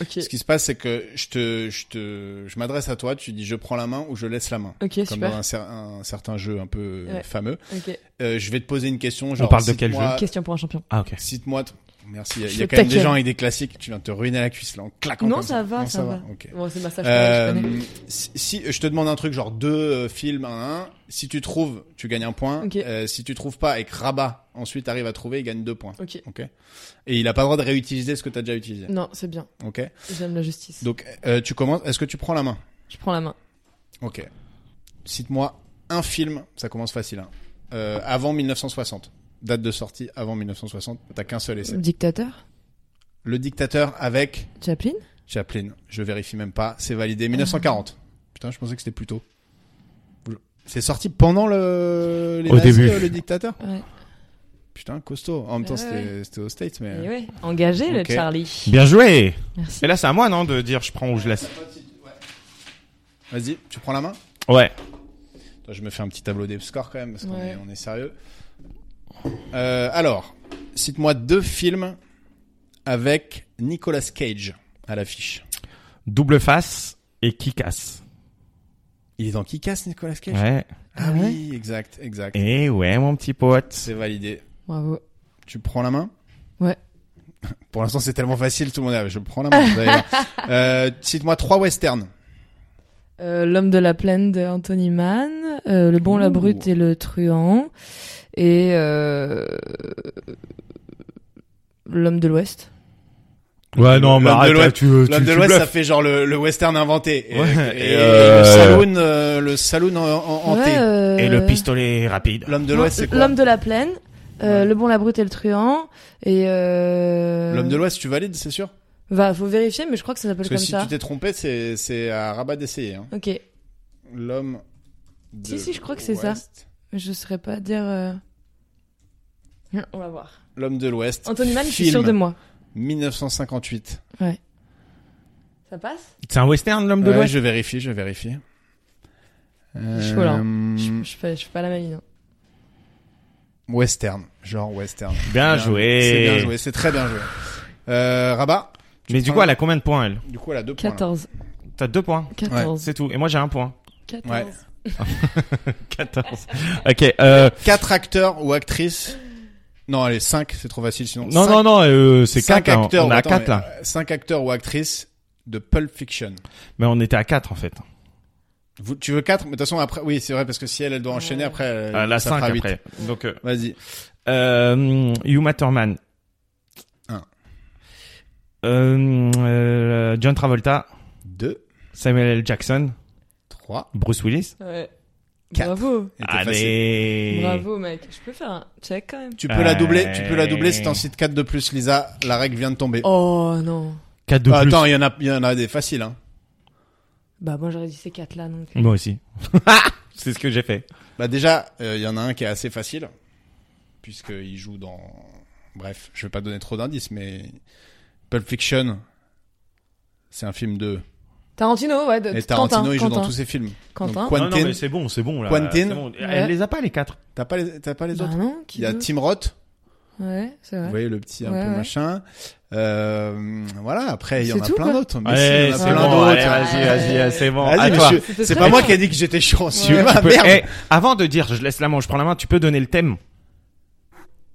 Ok.
ce qui se passe, c'est que je te je te je m'adresse à toi. Tu dis je prends la main ou je laisse la main.
Ok,
Comme dans
super.
un, cer- un certain jeu un peu euh,
Ouais.
fameux.
Ok.
Euh, je vais te poser une question. Genre,
parle de quel
cite-moi-
Question pour un champion.
Ah ok.
Cite-moi. t- Merci. Il y a-
Je
il y a
te
quand même des
taquine.
gens avec des classiques. Tu viens de te ruiner la cuisse là en claquant.
Non,
comme
ça va,
Non,
ça va.
Ok.
Bon, c'est ma sage
Euh,
je connais.
si, si- je te demande un truc genre deux euh, films à un, si tu trouves, tu gagnes un point.
Ok.
Euh, si tu trouves pas et que Rabat ensuite arrive à trouver, il gagne deux points.
Ok.
Ok. Et il a pas le droit de réutiliser ce que t'as déjà utilisé.
Non, c'est bien.
Ok.
J'aime la justice.
Donc euh, tu commences. Est-ce que tu prends la main
Je prends la main.
Ok. Cite-moi un film. Ça commence facile. Hein. Euh, avant 1960. Date de sortie avant 1960. T'as qu'un seul essai.
Dictateur
Le dictateur avec.
Chaplin
Chaplin, je vérifie même pas, c'est validé 1940. Putain, je pensais que c'était plus tôt. C'est sorti pendant le les
Au
nazis,
début.
euh, le dictateur.
Ouais.
Putain, costaud. En même temps,
Ouais,
c'était c'était aux States, mais.
Et ouais. Engagé le
Euh, Ok.
Charlie.
Bien joué.
Merci.
Et là, c'est à moi non de dire je prends ou je laisse.
Vas-y, tu prends la main.
Ouais.
Attends, je me fais un petit tableau des scores quand même parce qu'on
Ouais.
est, on est sérieux. Euh, alors, cite-moi deux films avec Nicolas Cage à l'affiche.
Double face et qui casse.
Il est dans qui casse Nicolas Cage
Ouais.
Ah oui, exact, exact.
Et Eh ouais, mon petit pote.
C'est validé.
Bravo.
Tu prends la main
Ouais.
Pour l'instant, c'est tellement facile, tout le monde est là, Je prends la main. vous allez voir. euh, Cite-moi trois westerns.
Euh, L'homme de la plaine de Anthony Mann, euh, Le bon, la
Ouh.
brute et le truand, et euh, L'homme de l'Ouest.
Ouais non,
L'homme
mais
de
arrête,
l'Ouest-
tu, tu,
L'homme de
tu
l'Ouest,
bluffes.
ça fait genre le, le western inventé. Et,
Ouais,
et-
et
et
euh,
le saloon, euh, le saloon en- en- hanté.
Ouais, euh,
Et le pistolet rapide.
L'homme de l'Ouest, c'est quoi
L'homme de la plaine, euh,
Ouais.
Le bon, la brute et le truand, et euh,
L'homme de l'Ouest, tu valides, c'est sûr
Va, faut vérifier, mais je crois que ça s'appelle
Parce
comme
que si
ça.
tu t'es trompé, c'est c'est à rabat d'essayer. hein.
Ok.
L'homme de
Si, si, je crois que c'est ça.
l'Ouest.
Mais Je saurais pas dire. euh, On va voir.
L'homme de l'Ouest.
Anthony Mann, je suis
Film,
sûre de moi.
1958.
Ça passe
C'est un western l'homme de
Ouais,
l'Ouest.
je vérifie, je vérifie.
suis chaud, là.
Euh,
je, je fais, je fais pas la mamie, non.
Western, genre western.
Bien
C'est bien
joué.
joué, c'est très bien joué. Euh, Rabat,
Mais du coup, elle a combien de points elle
du coup, elle a deux points. là.
14.
T'as deux points.
14.
C'est tout. Et moi, j'ai un point.
14.
Ouais.
14. ok. Euh,
Quatre acteurs ou actrices. Non, allez, cinq, c'est trop facile sinon.
non,
Cinq-
non, non, euh, c'est
cinq
quatre. là.
acteurs.
On est à
attends,
quatre
mais,
là.
euh, Cinq acteurs ou actrices de Pulp Fiction.
Mais on était à 4 en fait.
Vous, tu veux quatre, mais de toute façon après, oui, c'est vrai parce que si elle, elle doit enchaîner après. elle-
à Euh, la
ça
5
fera huit.
après. Donc euh,
Vas-y.
euh, Uma Thurman.
Un.
Euh, euh, John Travolta,
Deux,
Samuel L. Jackson,
trois.
Bruce Willis.
Ouais.
Quatre.
Bravo.
Et t'es facile.
Allez.
Bravo, mec. Je peux faire un check quand même
Tu peux la doubler, tu peux la doubler si t'en cites quatre de plus, Lisa. La règle vient de tomber.
Oh non.
4 de
Ah,
plus.
attends, il y en a, il y en a des faciles. Hein.
Bah, moi, j'aurais dit ces quatre-là, donc.
Moi aussi. Ah, c'est ce que j'ai fait.
Bah déjà, euh, il y en a un qui est assez facile puisqu'il joue dans. Bref, je vais pas donner trop d'indices, mais Pulp Fiction, c'est un film de.
Tarantino, ouais, de
Et Tarantino,
Euh, Quentin,
il joue
Quentin.
dans tous ses films.
Quentin.
Donc,
Non, non,
Quentin,
mais c'est bon, c'est bon là.
Quentin.
C'est bon.
Ouais.
Elle les a pas les 4.
t'as pas les, t'as pas les
Bah
autres.
non, qui
Il y a
d'autre
Tim Roth,
Ouais, c'est
vous
vrai.
voyez le petit un
Ouais,
peu
ouais.
machin. Euh, voilà. Après, il y en
C'est
a
tout,
plein
quoi.
d'autres. Mais si, il y en a
c'est
plein
bon.
d'autres. hein.
allez, Vas-y, vas-y, euh,
Ouais.
c'est bon.
Vas-y,
À
mais
toi.
je-
C'était
c'est
très
pas moi
bien.
qui ai dit que j'étais chanceux.
Ouais.
Ah,
Tu peux-
merde.
eh, avant de dire, je laisse la manche, je prends la main, tu peux donner le thème.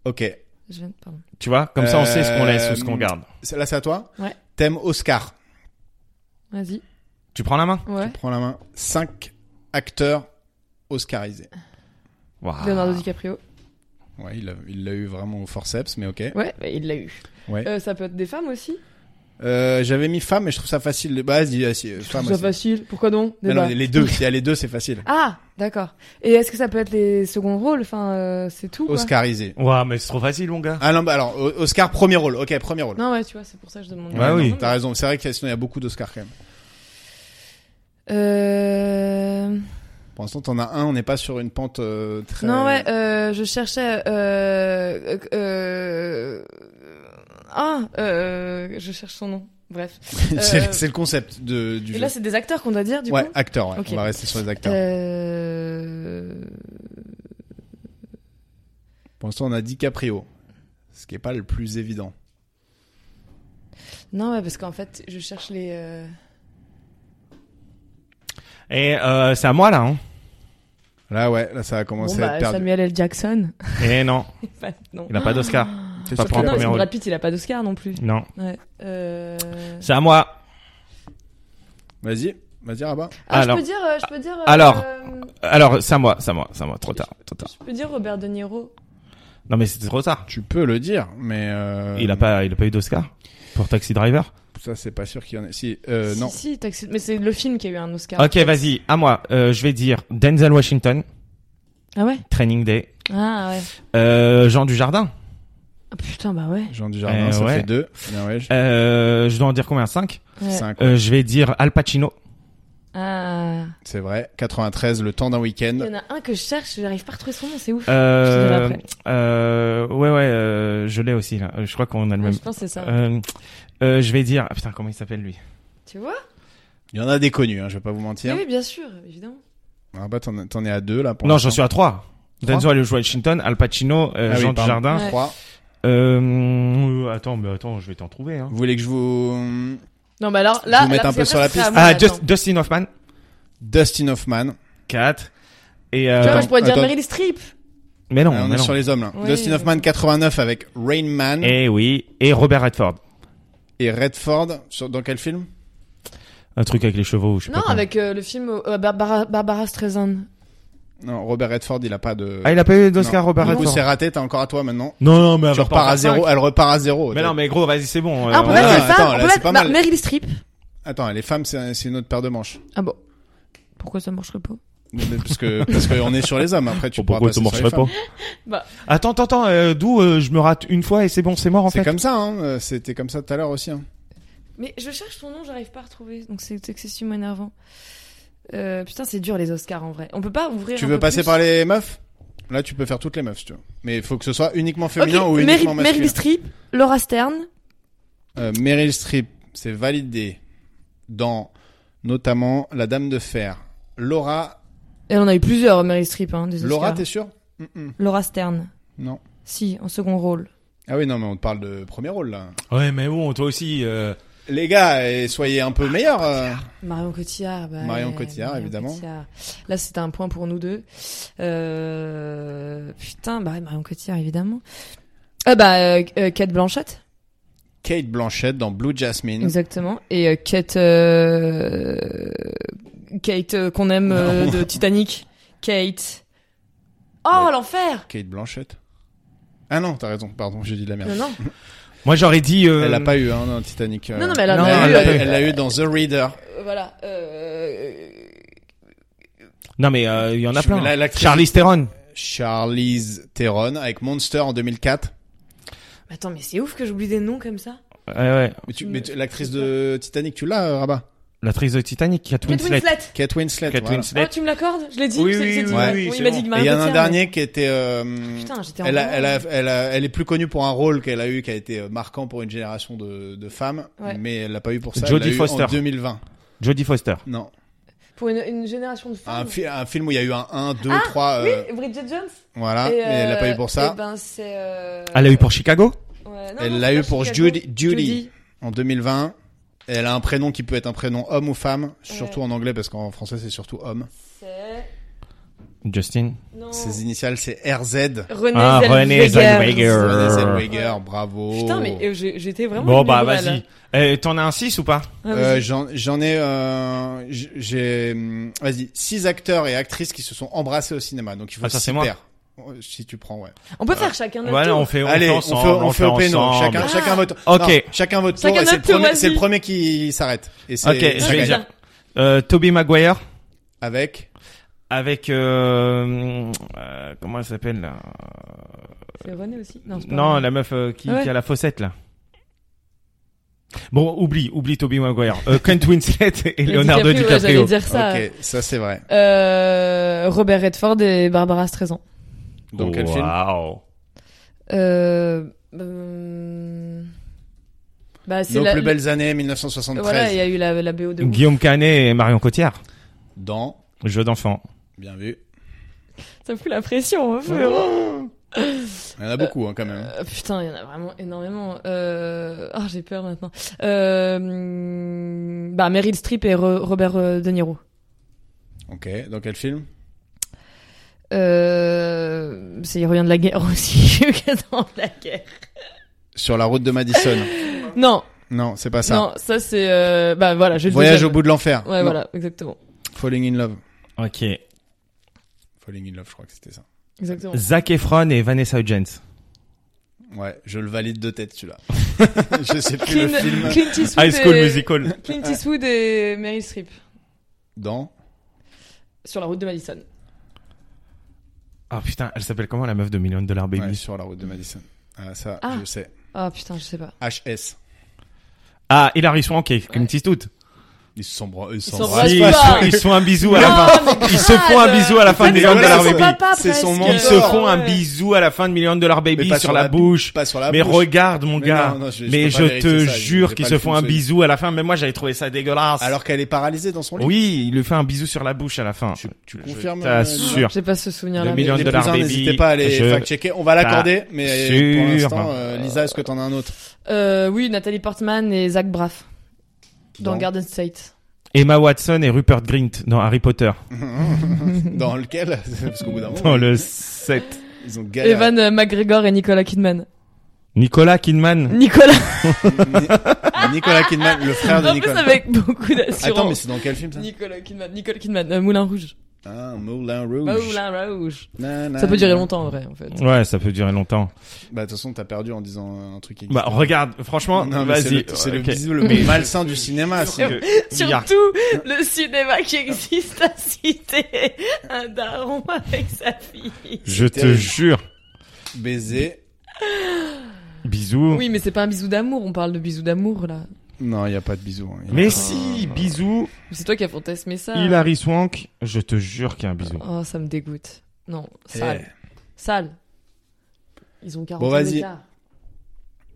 Ok.
Je viens de- pardon.
Tu vois, comme ça on sait ce qu'on laisse ou ce qu'on
Euh,
garde.
C'est- Là, c'est à toi.
Ouais.
Thème Oscar.
Vas-y.
Tu prends la main
Ouais.
Prends la main. Cinq acteurs Oscarisés.
Ah.
Ah.
Waouh.
Leonardo DiCaprio.
Ouais, il l'a il l'a eu vraiment au forceps, mais ok.
Ouais, bah, il l'a eu.
Ouais.
Euh, ça peut être des femmes aussi.
Euh, J'avais mis femme, mais je trouve ça facile. de base dis, ah, si, euh,
Je
femme,
trouve ça
c'est-
facile. Pourquoi non
Mais
Débat.
non, les deux. S'il y a les deux, c'est facile.
Ah, d'accord. Et est-ce que ça peut être les seconds rôles Enfin, euh, c'est tout. quoi.
Oscarisé.
Waouh, mais c'est trop facile, mon gars.
Ah non, bah alors, O- Oscar, premier rôle. Ok, premier rôle.
Non, ouais, tu vois, c'est pour ça que je demande.
Bah
Ouais,
oui.
non, T'as raison. C'est vrai que sinon, il y a beaucoup d'Oscars quand même.
Euh...
Pour l'instant, t'en as un. On n'est pas sur une pente euh, très.
Non, ouais, euh, je cherchais. Euh... euh, Ah, euh... je cherche son nom. Bref.
c'est
euh,
c'est le concept de, du
Et
jeu.
là, c'est des acteurs qu'on doit dire, du
ouais,
coup.
acteur. Ouais.
Ok.
On va rester sur les acteurs.
Euh...
Pour l'instant, on a DiCaprio, ce qui est pas le plus évident.
Non, ouais, parce qu'en fait, je cherche les. euh,
Et euh, c'est à moi là. Hein.
Là, ouais, là, ça a
Bon,
commencé à
bah,
être perdu.
Samuel L. Jackson.
Et Eh, non,
Bah, non.
il a pas d'Oscar.
T'es
pas
sûr
pour un
qu'il
non,
a-
premier
parce que
rôle.
Brad Pitt, il a pas d'Oscar non plus.
Non,
Ouais. Euh...
c'est à moi.
Vas-y, vas-y, Rabat.
Ah,
Alors-
je peux dire. euh, Je peux dire euh,
Alors. Alors, c'est à moi, c'est à moi, c'est à moi. Trop tard, trop tard.
Je peux dire Robert De Niro.
Non, mais c'était trop tard.
Tu peux le dire, mais euh,
Il a pas, il a pas eu d'Oscar pour Taxi Driver.
Ça, c'est pas sûr qu'il y en ait. Si, euh,
si,
non.
Si, Taxi- mais c'est le film qui a eu un Oscar.
Ok, vas-y, à moi. Euh, je vais dire Denzel Washington,
Ah ouais
Training Day,
Ah ouais.
euh, Jean Dujardin.
Ah, putain, bah ouais.
Jean Dujardin,
Euh,
ça
ouais.
fait deux. Bien ouais, je-
Euh, je dois en dire combien 5
Ouais.
cinq,
euh, Je vais dire Al Pacino.
Ah.
c'est vrai. 93, le temps d'un week-end.
Il y en a un que je cherche, j'arrive pas à retrouver son nom, c'est ouf. Je te
Euh,
dirai après.
euh, ouais, ouais, euh, je l'ai aussi là. Euh, Je crois qu'on a le
Ouais,
même.
je pense que c'est ça.
Euh, euh, je vais dire. ah, putain, comment il s'appelle lui
Tu vois
Il y en a des connus, hein, je vais pas vous
oui,
mentir.
oui, bien sûr, évidemment.
Rabat, t'en t'en es à deux là. Pour
Non,
l'instant.
j'en suis à 3
Trois
Denzel Washington, Al Pacino, euh,
Ah oui,
Jean
pardon.
Dujardin.
Ouais.
Trois.
Euh, attends, mais attends, je vais t'en trouver. Hein.
Vous voulez que je vous hum,
Non, mais alors
Je
là,
vous mette
là,
un peu
parce
sur la
qu'après, ce
piste.
serait à moi,
Ah,
attends.
Just- Dustin Hoffman,
Dustin Hoffman
4 Et
Tu vois,
euh,
moi, je pourrais dire
Attends.
Meryl Streep.
mais non,
Ah, On
mais
est
non.
sur les hommes là.
Oui,
Dustin
euh.
Hoffman 89 avec Rain Man et,
Et Eh oui, et Robert Redford,
Redford sur dans quel film
un truc avec les chevaux, je sais
Non,
pas. quoi.
avec euh, le film euh, Barbara, Barbara Streisand.
Euh, Non, Robert Redford, il a pas de.
Ah, il a pas eu d'Oscar Robert
Du coup,
Redford.
c'est ah, raté. T'es encore à toi maintenant.
Non, non, mais elle
Tu
va pas
repars
en
à
faire
zéro.
cinq.
Elle repart à zéro.
Mais non, mais gros, vas-y, c'est bon.
ah, on peut
euh, on-
ouais,
mettre les
attends,
femmes, on
là,
peut
c'est
mettre
pas
bah,
mal.
Meryl Streep.
Attends, les femmes, c'est c'est une autre paire de manches.
Ah bon Pourquoi ça marcherait pas
parce que parce qu'on est sur les hommes. Après, tu
Bon,
pourras
pourquoi
passer
ça
sur les
marcherait pas
femmes.
Bah.
Attends, attends, attends, euh, d'où euh, je me rate une fois et c'est bon, c'est mort en
C'est
fait.
comme ça. Hein. euh, C'était comme ça tout à l'heure aussi. Hein.
Mais je cherche son nom, j'arrive pas à retrouver, donc c'est excessivement énervant. Euh, putain, c'est dur les Oscars en vrai. On peut pas ouvrir.
Tu
un
veux
peu
passer
plus
par les meufs Là, tu peux faire toutes les meufs, si tu veux. Mais il faut que ce soit uniquement
Ok,
féminin ou
Meryl,
uniquement masculin.
Meryl Streep, Laura Stern.
Euh, Meryl Streep, c'est validé dans notamment La Dame de Fer. Laura,
Elle en a eu plusieurs, Meryl Streep, hein, des
Laura,
Oscars.
t'es sûr Mm-mm,
Laura Stern.
Non.
Si, en second rôle.
Ah oui, non, mais on te parle de premier rôle là.
Ouais, mais bon, toi aussi. euh,
Les gars, et soyez un peu meilleurs. euh.
Marion Cotillard. bah,
Marion
ouais,
Cotillard, évidemment.
Cotillard. Là, c'était un point pour nous deux. Euh... Putain, bah ouais, Marion Cotillard, évidemment. Ah bah, euh, euh, Kate Blanchett,
Kate Blanchett dans Blue Jasmine.
exactement. Et euh, Kate... euh, Kate euh, qu'on aime euh, de Titanic. Kate... Oh,
Ouais.
l'enfer
Kate Blanchett. Ah non, t'as raison, pardon, j'ai dit de la merde.
Non, non.
Moi, j'aurais dit. euh,
Elle l'a pas eu hein, dans Titanic. euh.
Non, non, mais elle a-
elle
elle
l'a
l'a
pas eu.
elle l'a eu dans The Reader.
Euh, Voilà. Euh...
Non, mais euh, il y en a
Je mets
plein.
la- l'actrice-
Charlie Theron.
Charlize Theron avec Monster en 2004.
Attends, mais c'est ouf que j'oublie des noms comme ça.
Ouais, ouais.
Mais, tu, mais
Mm.
tu- l'actrice de Titanic, tu l'as, euh, Rabat
L'actrice de Titanic, Kate
Kate
Winslet.
Winslet.
Kate Winslet.
Kate
voilà.
Oh,
Winslet.
tu me l'accordes Je l'ai dit.
Oui,
c'est-
oui,
c'est dit.
oui,
ouais.
oui,
il
c'est
m'a
bon.
dit que
Et il y en a un
Marie-Pierre, mais-
dernier qui était. euh,
Putain, j'étais en
elle, a-
blanc.
elle, a- elle, a- elle est plus connue pour un rôle qu'elle a eu, qui a été euh, marquant pour une génération de, de femmes,
Ouais.
mais elle l'a pas eu pour ça.
Jodie
elle l'a eu
Foster.
en 2020.
Jodie Foster.
Non,
Pour une, une génération de femmes.
un, fi- un film où il y a eu un 1, 2,
Ah,
3, euh,
Oui, Bridget Jones.
voilà,
Et,
mais elle l'a pas eu
euh,
pour ça.
eh ben, c'est, euh,
Elle l'a eu pour Chicago
Ouais, non,
elle
non,
l'a
c'est
eu
pas
pour
Chicago.
Judy, Judy, en 2020. Elle a un prénom qui peut être un prénom homme ou femme, surtout en anglais parce qu'en français c'est surtout homme.
C'est.
Justin.
Non.
Ses initiales c'est RZ.
René
Ah, Renée
Zellweger.
Zellweger.
Renée Zellweger, bravo.
Putain, mais euh, j'ai- j'étais vraiment.
Bon,
une
bah,
nouvelle.
vas-y. Euh, T'en as un 6 ou pas
Ah,
Euh,
vas-y.
j'en j'en ai euh, j- j'ai hum, vas-y six acteurs et actrices qui se sont embrassés au cinéma donc il faut
Ah, ça,
six
c'est moi.
paires. Euh, si tu prends ouais
On peut faire chacun notre
Ouais,
tour.
on fait, on
allez
fait
on
ensemble,
fait on fait au péno
ensemble.
chacun
Ah.
chacun vote
Ok.
Non, chacun vote tour
Chacun
et c'est le
notre tour,
premier
vas-y.
c'est le premier qui s'arrête et c'est
Ok,
Ah,
je vais
ça gagne.
dire. Euh, Toby Maguire
avec
avec euh, euh, comment elle s'appelle là
C'est René aussi. Non, c'est pas
Non,
René.
la meuf euh, qui,
Ah ouais.
qui a la faussette là. Bon, oublie, oublie Toby Maguire. Euh, Kent Winslet et
Et
Leonardo
DiCaprio, ouais,
DiCaprio.
J'allais dire ça.
ok ça c'est vrai
Euh, Robert Redford et Barbara Streisand.
Dans quel film
Waouh.
Euh, euh, Bah, c'est
nos
la-
plus belles années
la-
1973
Voilà, il y a eu la, la BO de. ouf.
Guillaume Canet et Marion Cotillard.
dans
Jeu d'enfant.
bien vu
Ça fout la pression. hein, frérot.
il y en a beaucoup hein, quand même
Euh, putain, il y en a vraiment énormément. Euh... Ah, j'ai peur maintenant. Euh... Bah, Meryl Streep et Ro- Robert euh, De Niro.
ok dans quel film
Euh... C'est Il revient de la guerre aussi. Dans la guerre.
sur la route de Madison
Non,
non c'est pas ça
non, ça c'est. Euh... Bah voilà, je le
voyage
deuxième.
au bout de l'enfer
Ouais,
Non.
voilà, exactement.
falling in love
Ok.
falling in love je crois que c'était ça
Exactement.
Zac Efron et Vanessa Hudgens.
Ouais, je le valide de tête celui-là. je sais plus le
Clint,
film.
Clint Eastwood
High School
et...
Musical.
Clint Eastwood et Meryl Streep
Dans
sur la route de Madison.
Ah putain, elle s'appelle comment la meuf de Million Dollar Baby
Ouais, sur la route de Madison. Ah, ça,
Ah.
je sais.
Ah putain, je sais pas.
HS.
Ah, Hilary Swank et Clint Eastwood.
Ils se sont bra- ils se
Ils
sont
sont
bra-
bra-
Si,
pas.
ils, se font, ils se font un bisou à la fin. Ils se font un bisou à la fin de
Mais
Million
voilà,
Dollar
c'est
Baby.
C'est son
Ils
mentor.
se font un bisou à la fin de Million Dollar Baby
Mais pas
sur la bouche.
Pas sur la
mais
bouche.
regarde mon
Ah, Mais
gars,
non, non, je-
mais
je peux pas
je
vérifier
te
ça, j'ai-
jure
j'ai
qu'ils
pas
se
le
font
film,
un
celui-
bisou à la fin. Mais moi j'avais trouvé ça dégueulasse.
Alors qu'elle est paralysée dans son lit.
oui, il lui fait un bisou sur la bouche à la fin.
Tu, tu
Je
confirmes
T'assure.
J'ai pas ce souvenir
Le
là.
Million
les
Dollar
cousins,
Baby,
n'hésitez pas à aller
je-
fact-checker. On va l'accorder, mais pour
sûr.
l'instant, euh, Lisa, est-ce que t'en as un autre
Euh, oui, Nathalie Portman et Zach Braff dans
Dans-
Garden State.
Emma Watson et Rupert Grint dans Harry Potter
Dans lequel Parce qu'au bout d'un moment,
dans le 7.
ils ont galéré.
Evan euh, McGregor et Nicolas Kidman.
Nicolas
Mm.
Kidman.
Nicolas,
Ni- Nicolas Kidman, le frère de
en plus
Nicolas.
avec beaucoup d'assurance.
Attends, mais c'est dans quel film ça
Nicolas Kidman, Nicole Kidman, euh, Moulin Rouge.
Ah, Moulin Rouge.
Moulin Rouge.
Na, na,
Ça peut durer
na.
longtemps en vrai, en fait.
Ouais, ça peut durer longtemps.
Bah, de toute façon, t'as perdu en disant euh, un truc. qui
Bah
existe.
regarde, franchement,
Non, mais c'est
vas-y.
le- C'est le
Ok.
bisou le plus malsain du cinéma. c'est-
Que- il y a-
Surtout le cinéma qui existe à citer un daron avec sa fille.
Je te
terrible.
jure.
Baiser.
Bisous.
Oui, mais c'est pas un bisou d'amour, on parle de bisou d'amour là.
Non, il y a pas de bisou. hein. Y a-
Mais si, bisous.
C'est toi qui as fantasmé ça.
Hilary Swank, je te jure qu'il y a un bisou.
Oh, ça me dégoûte. Non,
Eh,
sale. Sale. Ils ont 40
Bon,
ans
vas-y.
d'écart.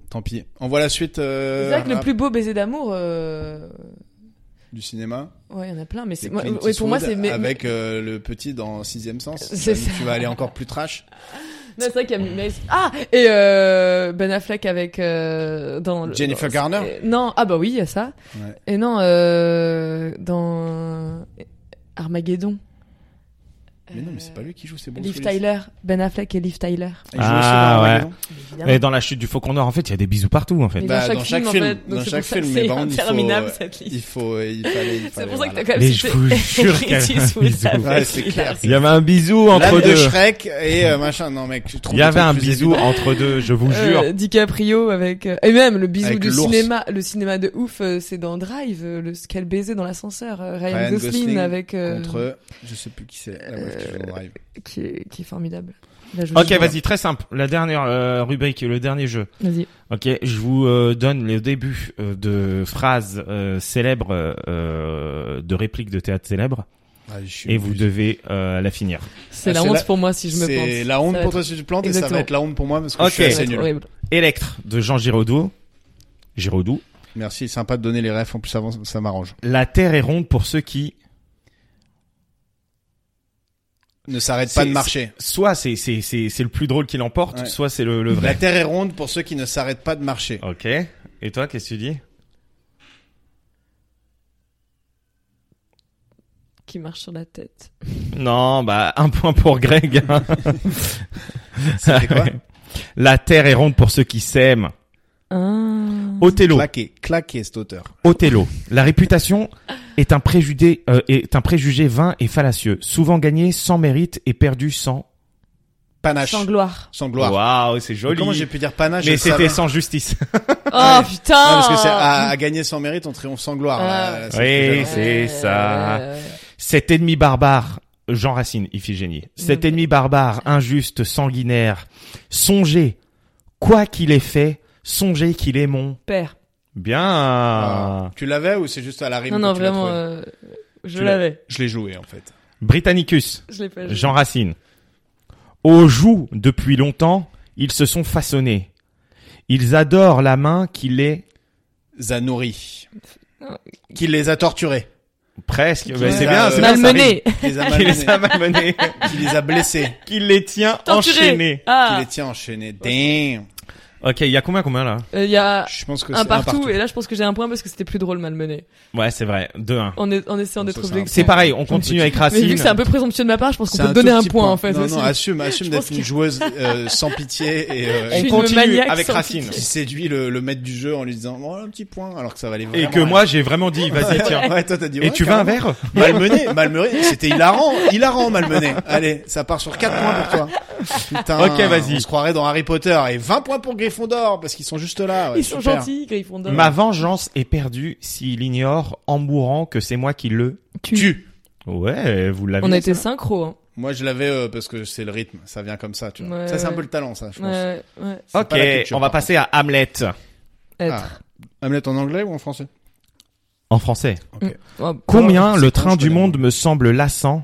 Tant pis. On voit la suite euh,
C'est vrai que le
rap
plus beau baiser d'amour, euh...
du cinéma.
ouais, il y en a plein, mais c'est
c'est
moi-
Clint
ouais, pour moi c'est
Eastwood
mais-
avec euh, le petit dans sixième sens. Euh,
C'est
Tu-
ça.
Tu vas aller encore plus trash.
non, c'est vrai qu'il y a mais- ah et euh, Ben Affleck avec euh, dans le-
Jennifer
dans-
Garner.
euh, non, ah bah oui, il y a ça.
Ouais.
Et non euh, dans Armageddon.
Mais non, mais
Euh,
c'est pas lui qui joue, c'est bon.
Liv Tyler, Ben Affleck et Liv Tyler.
Ah, ouais.
hein.
Évidemment.
Et dans la chute du faucon noir, en fait, il y a des bisous partout, en fait.
Mais dans
Bah,
chaque
dans
film,
chaque
en
film,
fait, donc
dans
c'est
chaque
pour ça
film,
que
mais
c'est
par contre, il faut,
interminable
euh,
cette liste.
Il faut, euh, il fallait. il
C'est
fallait,
pour ça que
voilà.
t'as quand même
Mais
cité
je vous jure
Clint
qu'elle a un
Eastwood
bisou.
avec
Ouais, c'est
Hilary
clair.
Swank.
Il y avait un bisou entre
L'âme de
deux.
Shrek et euh, machin. Non, mec, tu trouves.
Il y avait
des
un
trucs plus
bisou entre deux, je vous jure.
Euh, DiCaprio avec euh, et même le bisou
Avec
de
l'ours.
cinéma le cinéma de ouf euh, c'est dans Drive euh, le ce qu'elle baisait dans l'ascenseur euh, Ryan,
Ryan
Gosling
Gosling
avec euh,
contre je sais plus qui c'est. Ah ouais, qui joue mon rêve.
qui est, qui est formidable. Là, je vous
Ok,
jure.
vas-y, très simple. La dernière euh, rubrique, le dernier jeu.
Vas-y.
Ok, je vous euh, donne le début euh, de phrases euh, célèbres, euh, de répliques de théâtre célèbres,
Ah, je suis
et vous
obligé.
devez euh, la finir.
C'est
Ah,
la
c'est
honte
la-
pour moi si je me plante.
C'est la honte
Ça va
pour
être-
toi si tu te plantes et ça
Exactement.
va être la honte pour moi parce que
Ok.
je suis
ça va
assez
être
nul.
horrible.
Électre de Jean Giraudoux. Giraudoux.
Merci, sympa de donner les refs en plus avant, ça m'arrange.
La Terre est ronde pour ceux qui
Ne s'arrête pas
C'est-
de marcher.
soit c'est c'est c'est c'est le plus drôle qui l'emporte,
Ouais.
soit c'est le, le
La
vrai. Oh.
terre est ronde pour ceux qui ne s'arrêtent pas de marcher.
Ok. Et toi, qu'est-ce que tu dis
Qui marche sur la tête.
Non, bah un point pour Greg. hein.
C'était quoi
La Terre est ronde pour ceux qui s'aiment.
Ah.
Oh,
Othello.
Claqué, claqué cet auteur.
Othello. La réputation est un préjugé euh, est un préjugé vain et fallacieux, souvent gagné sans mérite et perdu sans.
Panache.
Sans gloire.
Sans gloire.
Waouh, c'est
Mais
joli.
Comment j'ai pu dire panache je
Mais
le
c'était
savais.
sans justice.
Oh
Ouais.
putain.
Non, parce que c'est ah, à, à gagner sans mérite, on triomphe sans gloire.
Ah.
Là, là, c'est ce que
Oui,
j'avais.
c'est ça.
Euh,
Cet ennemi barbare, Jean Racine, Iphigénie. Cet
Mhm.
ennemi barbare, injuste, sanguinaire. Songez, quoi qu'il ait fait, songez qu'il est mon.
Père.
Bien.
Ah. Tu l'avais ou c'est juste à la rime
Non,
que
non,
tu l'as
vraiment,
trouvé
euh, je
Tu l'as-
l'avais.
Je l'ai joué en fait.
Britannicus,
Je l'ai pas joué.
Jean Racine. Aux joues, depuis longtemps, ils se sont façonnés. Ils adorent la main qui les...
Zanouri. Qui les a torturés.
Presque,
Qui
bah,
les
c'est
a,
bien,
euh,
c'est bien, ça
Malmené.
Qui les a
rime. Qui les a
malmenés.
malmenés.
qui les a blessés.
Qui les tient
Torturé.
enchaînés.
Qui
Ah.
les tient enchaînés. Damn.
Ok, il y a combien, combien là
Euh, Il y a
Je pense que c'est
un partout. Et là, je pense que j'ai un point parce que c'était plus drôle malmené.
Ouais, c'est vrai, 2-1.
En, est- en essayant
Non, ça,
d'être
c'est un
objectif.
C'est pareil, on continue
petit-
avec
Mais vu
Racine.
que c'est un peu présomptueux de ma part, je pense qu'on
C'est
peut
un
donner
tout
un
petit
point, en fait.
Non,
aussi.
non, assume, assume
Je
d'être
pense
une
qu'il-
joueuse euh, sans pitié et euh,
Je
On
suis une
continue
maniaque
avec
sans
Racine.
qui séduit le, le maître du jeu en lui disant oh, un petit point alors que ça va aller
Et
vraiment
que moi, j'ai vraiment dit, vas-y, tiens.
rien. ouais toi t'as dit
Et
ouais,
tu veux un
carrément.
verre
malmené malmené c'était hilarant hilarant malmené allez ça part sur 4 points pour toi putain
Ok, vas-y.
on se croirait dans Harry Potter et 20 points pour Gryffondor parce qu'ils sont juste là ouais,
Ils sont
super.
gentils, Gryffondor.
Ma vengeance est perdue s'il ignore en mourant que c'est moi qui le tue. Ouais, vous l'avez.
On a
ça.
été synchro, hein.
moi je l'avais euh, parce que c'est le rythme ça vient comme ça tu vois
Ouais,
ça c'est un
ouais.
peu le talent ça je pense
Ouais, ouais.
C'est
Ok,
pas la culture,
on va
par
passer à Hamlet
Ah.
Être.
contre. Hamlet en anglais ou en français
en français.
Oh,
Combien
c'est
le
con,
train
je
du
connais
monde me semble lassant,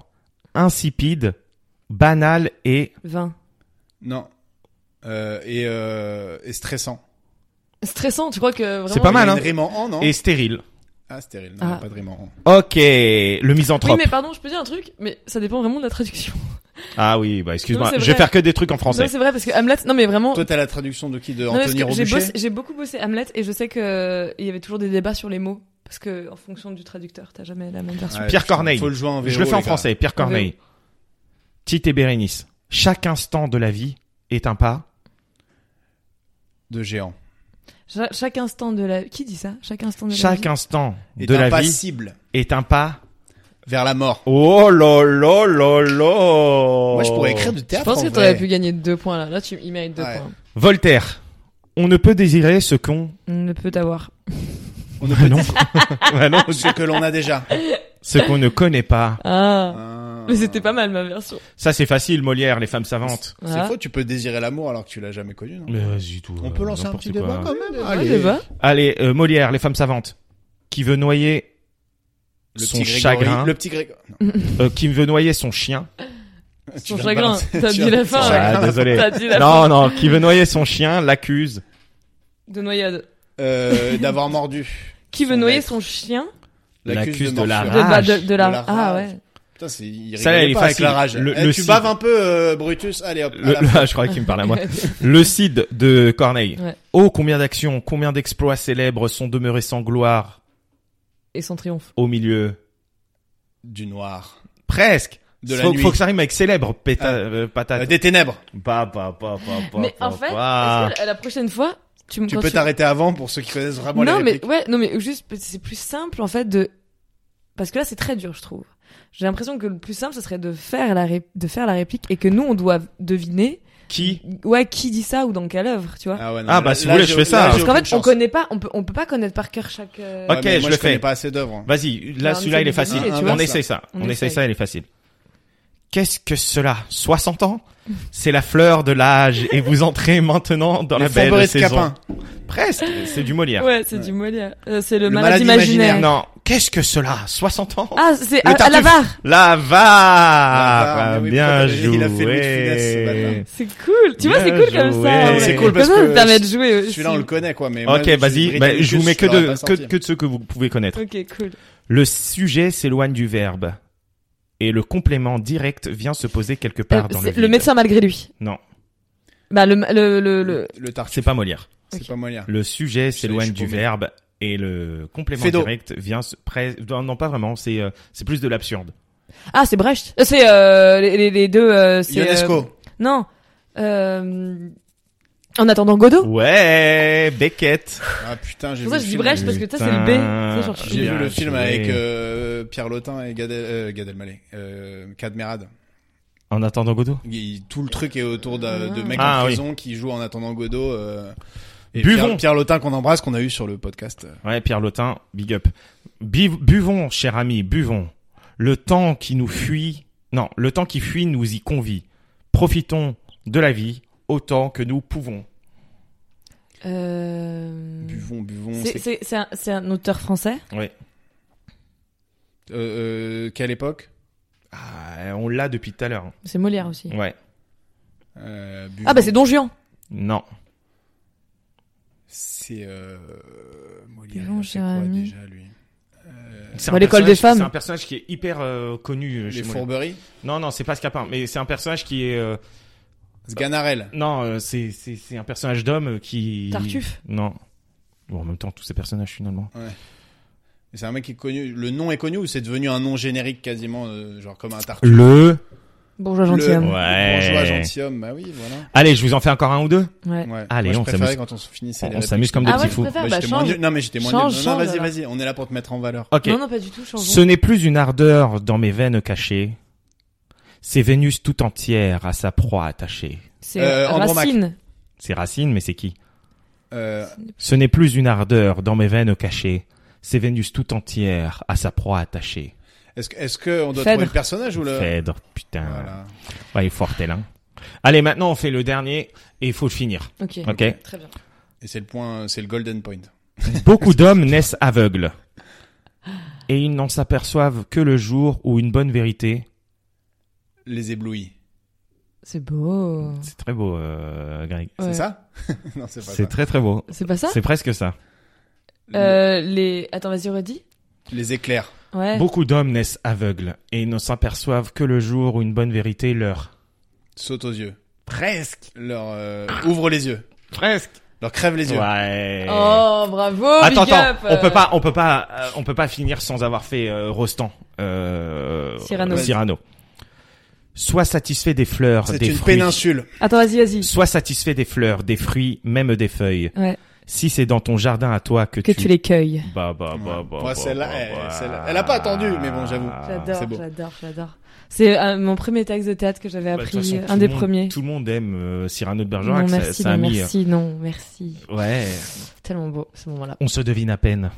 insipide, banal et
20.
non euh, et, euh, et stressant
Stressant, tu crois que vraiment.
C'est pas
Il y a
mal,
une
hein.
rime en en non
et stérile.
ah stérile non il y a
Ah.
pas de rime en en
Ok, le misanthrope.
Oui, mais pardon, je peux dire un truc, mais ça dépend vraiment de la traduction.
Ah oui, bah excuse-moi,
Non, c'est
je vais
vrai.
faire que des trucs en français.
Non, c'est vrai, parce que Hamlet, non, mais vraiment.
Toi, t'as la traduction de qui De
Non, mais parce
Anthony
que j'ai
Robuchet
bossé- j'ai beaucoup bossé Hamlet et je sais que euh, il y avait toujours des débats sur les mots. Parce que, en fonction du traducteur, t'as jamais la même version.
Ouais,
Pierre
putain,
Corneille.
Faut le jouer en
Je
VO,
le fais
les
en
gars.
français, Pierre
En
Corneille. Tite et Bérénice. Chaque instant de la vie est un pas.
De géant.
Cha- chaque instant de la. Qui dit ça Chaque instant de la.
Chaque
vie
instant
Et
de la vie
impassible
est un pas.
vers la mort.
Oh là là là là
Moi, je pourrais écrire du
Je
théâtre.
pense que
en
t'aurais
vrai.
pu gagner deux points là. Là, tu il mérite deux
Ouais.
points.
Voltaire. On ne peut désirer ce qu'on...
On ne peut avoir.
On ne peut
non.
dire
Bah non,
ce que l'on a déjà.
ce qu'on ne connaît pas.
Ah.
Ah.
Mais c'était pas mal ma version.
Ça, c'est facile, Molière, les femmes savantes.
C'est
Ah.
faux, tu peux désirer l'amour alors que tu l'as jamais connu, non
Mais vas-y, tout.
On
euh,
peut lancer un
n'importe
petit
quoi.
débat quand même.
Ouais, je vois.
Allez, euh, Molière, les femmes savantes. Qui veut noyer...
Le
Son
petit Grégory-
chagrin.
Le petit Grégory. Non,
euh, qui veut noyer son chien.
tu
Son
l'as
chagrin.
balancé.
T'as
Tu
dit
l'as-
la fin.
Son
Oh, ouais.
chagrin.
Ah, désolé.
T'as dit la fin
Non, non, qui veut noyer son chien l'accuse.
de noyade.
Euh, D'avoir mordu.
Qui veut
Son
noyer
maître.
son chien
L'accuse de la
morsure.
de,
rage.
bah, de, de la...
De la
Ah
rage.
ouais.
Putain, c'est, il
Ça, elle
rigolait
est
pas avec
facile.
la rage.
Le-
Eh,
le
tu
Cid.
baves un peu, euh, Brutus. Allez hop. à
Le-
la
le-
fin.
je croyais qu'il me parlait à moi. Le Cid de Corneille.
Ouais.
Oh, combien d'actions, combien d'exploits célèbres sont demeurés sans gloire
Et son triomphe.
au milieu
Du noir.
Presque
De la
faut,
nuit.
faut que ça rime avec célèbre, péta,
Ah.
euh,
Euh,
patate.
Des ténèbres.
Pa, pa, pa, pa, pa,
mais
pa,
en fait,
pa.
est-ce que la- la prochaine fois, tu me
Tu
quand
peux t'arrêter avant pour ceux qui connaissent vraiment
non
les
mais
répliques.
ouais, non mais juste parce que c'est plus simple en fait de parce que là c'est très dur je trouve. J'ai l'impression que le plus simple ce serait de faire la ré- de faire la réplique et que nous on doit deviner
Qui
ouais qui dit ça ou dans quelle œuvre, tu vois.
Ah, ouais, non,
Ah,
mais
bah,
là-
si vous
là,
voulez, je
j'ai-
fais ça.
là, j'ai
Parce qu'en
aucune
fait, on
chance.
connaît pas, on peut, on peut pas connaître par cœur chaque. euh,
Ok,
Ouais, mais
je
moi,
le
connais
fais.
pas assez d'œuvres.
Vas-y,
Non, mais
là celui-là
c'est
il est
difficile,
facile.
tu
on
vois.
essaye ça.
On
On essaye
essaye.
ça, elle est facile. Qu'est-ce que cela 60 ans C'est la fleur de l'âge et vous entrez maintenant dans
Les
la belle
Favoris de
saison.
Capin.
Presque, c'est du Molière.
Ouais, c'est du Molière. Euh, c'est le,
Le
malade,
malade
imaginaire.
imaginaire.
Non, qu'est-ce que cela 60 ans
Ah, c'est
Le
à, à la
Tartuffe.
barre.
La
Ah,
va
mais oui,
Bien
pourquoi
joué
il a fait Louis de Funès, ce bâtard.
C'est cool. Tu vois, c'est
Bien
cool comme
joué.
ça.
Non, mais
c'est
ouais.
cool parce
comme ça, ça
que
me permet de jouer aussi.
Celui-là, on le connaît, quoi. Mais moi,
Ok,
je suis
vas-y, bah,
britannique,
je vous mets que
l'aurais
de,
pas
que,
sorti.
que de ceux que vous pouvez connaître.
Ok, cool.
Le sujet s'éloigne du verbe et le complément direct vient se poser quelque part
Euh,
dans
c'est
le
le
vide.
médecin malgré lui.
Non,
Bah le le le, le-
Le Tartuffe,
c'est pas Molière.
c'est pas Molière.
Le sujet s'éloigne
je
du
suis paumé.
verbe et le complément
Feydeau.
direct vient se près... non, non, pas vraiment, c'est euh, c'est plus de l'absurde.
Ah, c'est Brecht. Euh, C'est euh, les, les- les deux euh, c'est euh,
Ionesco.
Non. Euh, en attendant Godot.
Ouais, Beckett.
Ah putain, j'ai
Pour ça,
vu. le
je dis
film.
Brecht parce que ça c'est le B.
Putain.
C'est genre, je suis-
J'ai
Bien
vu le film
joué.
avec euh, Pierre Lotin et Gad, El- euh, Gad Elmaleh, euh, Cadmerade.
En attendant Godot.
Il- tout le truc est autour d'un- de, mecs
Ah,
en
oui.
prison qui jouent en attendant Godot. euh, et
Buvons.
Pierre, Pierre Lotin qu'on embrasse, qu'on a eu sur le podcast. Euh,
Ouais, Pierre Lotin, big up. Bi- buvons, cher ami, buvons. Le temps qui nous fuit, non, le temps qui fuit nous y convie. Profitons de la vie autant que nous pouvons.
Euh,
Buvons, buvons.
c'est-
Mm. c'est-
c'est c'est un, c'est un auteur français.
Ouais.
Euh, euh, quelle époque
Ah, on l'a depuis tout à l'heure.
C'est Molière aussi.
Mm.
Ouais.
Euh, buvons.
Ah bah c'est Don Juan.
Non.
C'est euh, Molière.
Buvons,
il a fait
cher
quoi,
ami.
déjà lui Euh,
C'est
Bon,
un
l'école
personnage-
des femmes.
C'est un personnage qui est hyper euh, connu euh,
Les
chez moi.
Fourberies.
Non, non, c'est pas Scapin, mais c'est un personnage qui est. euh,
Sganarelle.
Non, euh, c'est c'est c'est un personnage d'homme euh, qui.
Tartuffe.
Non. Bon, en même temps, tous ces personnages finalement.
C'est un mec qui est connu. Le nom est connu ou c'est devenu un nom générique quasiment, euh, genre comme un tartuffe.
Le.
Bonjour
Le-
gentilhomme.
Ouais.
Bourgeois gentilhomme. Bah oui, voilà.
Allez, je vous en fais encore un ou deux.
Ouais.
Ouais.
Allez,
Moi, je
Ah, on
préférais
s'amuse.
quand on se finissait. les
On
répliques.
s'amuse comme des
Ah ouais,
petits
je
fous.
préfère.
Bah,
Bah,
j'étais moins
change.
nul. Non, mais j'étais moins nul.
Change,
Non, non,
change,
vas-y,
alors.
vas-y. On est là pour te mettre en valeur.
Ok.
Non non pas du tout. Changeons.
Ce n'est plus une ardeur dans mes veines cachées. C'est Vénus tout entière à sa proie attachée.
C'est
Euh, Andromaque.
Racine.
C'est Racine, mais c'est qui
Euh,
Ce n'est plus une ardeur dans mes veines cachées. C'est Vénus tout entière à sa proie attachée.
est-ce que, est-ce que on doit
Phèdre.
trouver le personnage ou le?
Phèdre, putain.
Euh, Voilà.
Ouais, il est fort, elle, hein. Allez, maintenant, on fait le dernier et il faut le finir.
Ok.
Ok.
Très bien.
Et c'est le point, c'est le golden point.
Beaucoup d'hommes naissent aveugles. Et ils n'en s'aperçoivent que le jour où une bonne vérité.
Les éblouis.
C'est beau.
C'est très beau, euh, Greg.
Ouais.
C'est ça? non, c'est pas ça.
C'est très très beau.
C'est pas ça
C'est presque ça.
Euh, les attends vas-y redis.
Les éclairs.
Ouais.
Beaucoup d'hommes naissent aveugles et ils ne s'aperçoivent que le jour où une bonne vérité leur.
Saute aux yeux.
Presque.
Leur, euh, ouvre les yeux.
Presque.
Leur crève les yeux.
Ouais.
Oh bravo.
attends,
big
attends.
up,
On peut
euh.
pas, on peut pas, euh, on peut pas finir sans avoir fait euh, Rostand. Euh,
Cyrano.
euh, Cyrano. Sois satisfait des fleurs,
C'est
des
une
fruits.
péninsule.
Attends vas-y vas-y.
Sois satisfait des fleurs, des fruits, même des feuilles.
Ouais.
Si c'est dans ton jardin à toi que,
Que tu les cueilles.
Bah bah bah
Ouais.
bah.
Ouais,
bah,
celle-là,
bah,
elle-
bah.
celle-là- elle a pas attendu, mais bon, j'avoue.
Ah,
J'adore,
c'est beau.
j'adore, j'adore. C'est euh, mon premier texte de théâtre que j'avais
Bah, de
appris,
toute façon,
euh,
tout
un
le
des
monde-
premiers.
Tout le monde aime euh, Cyrano de Bergerac.
Non
ça-
merci,
ça a
non
mis, euh,
merci, non merci.
hein. Ouais.
Tellement beau ce moment-là.
On se devine à peine.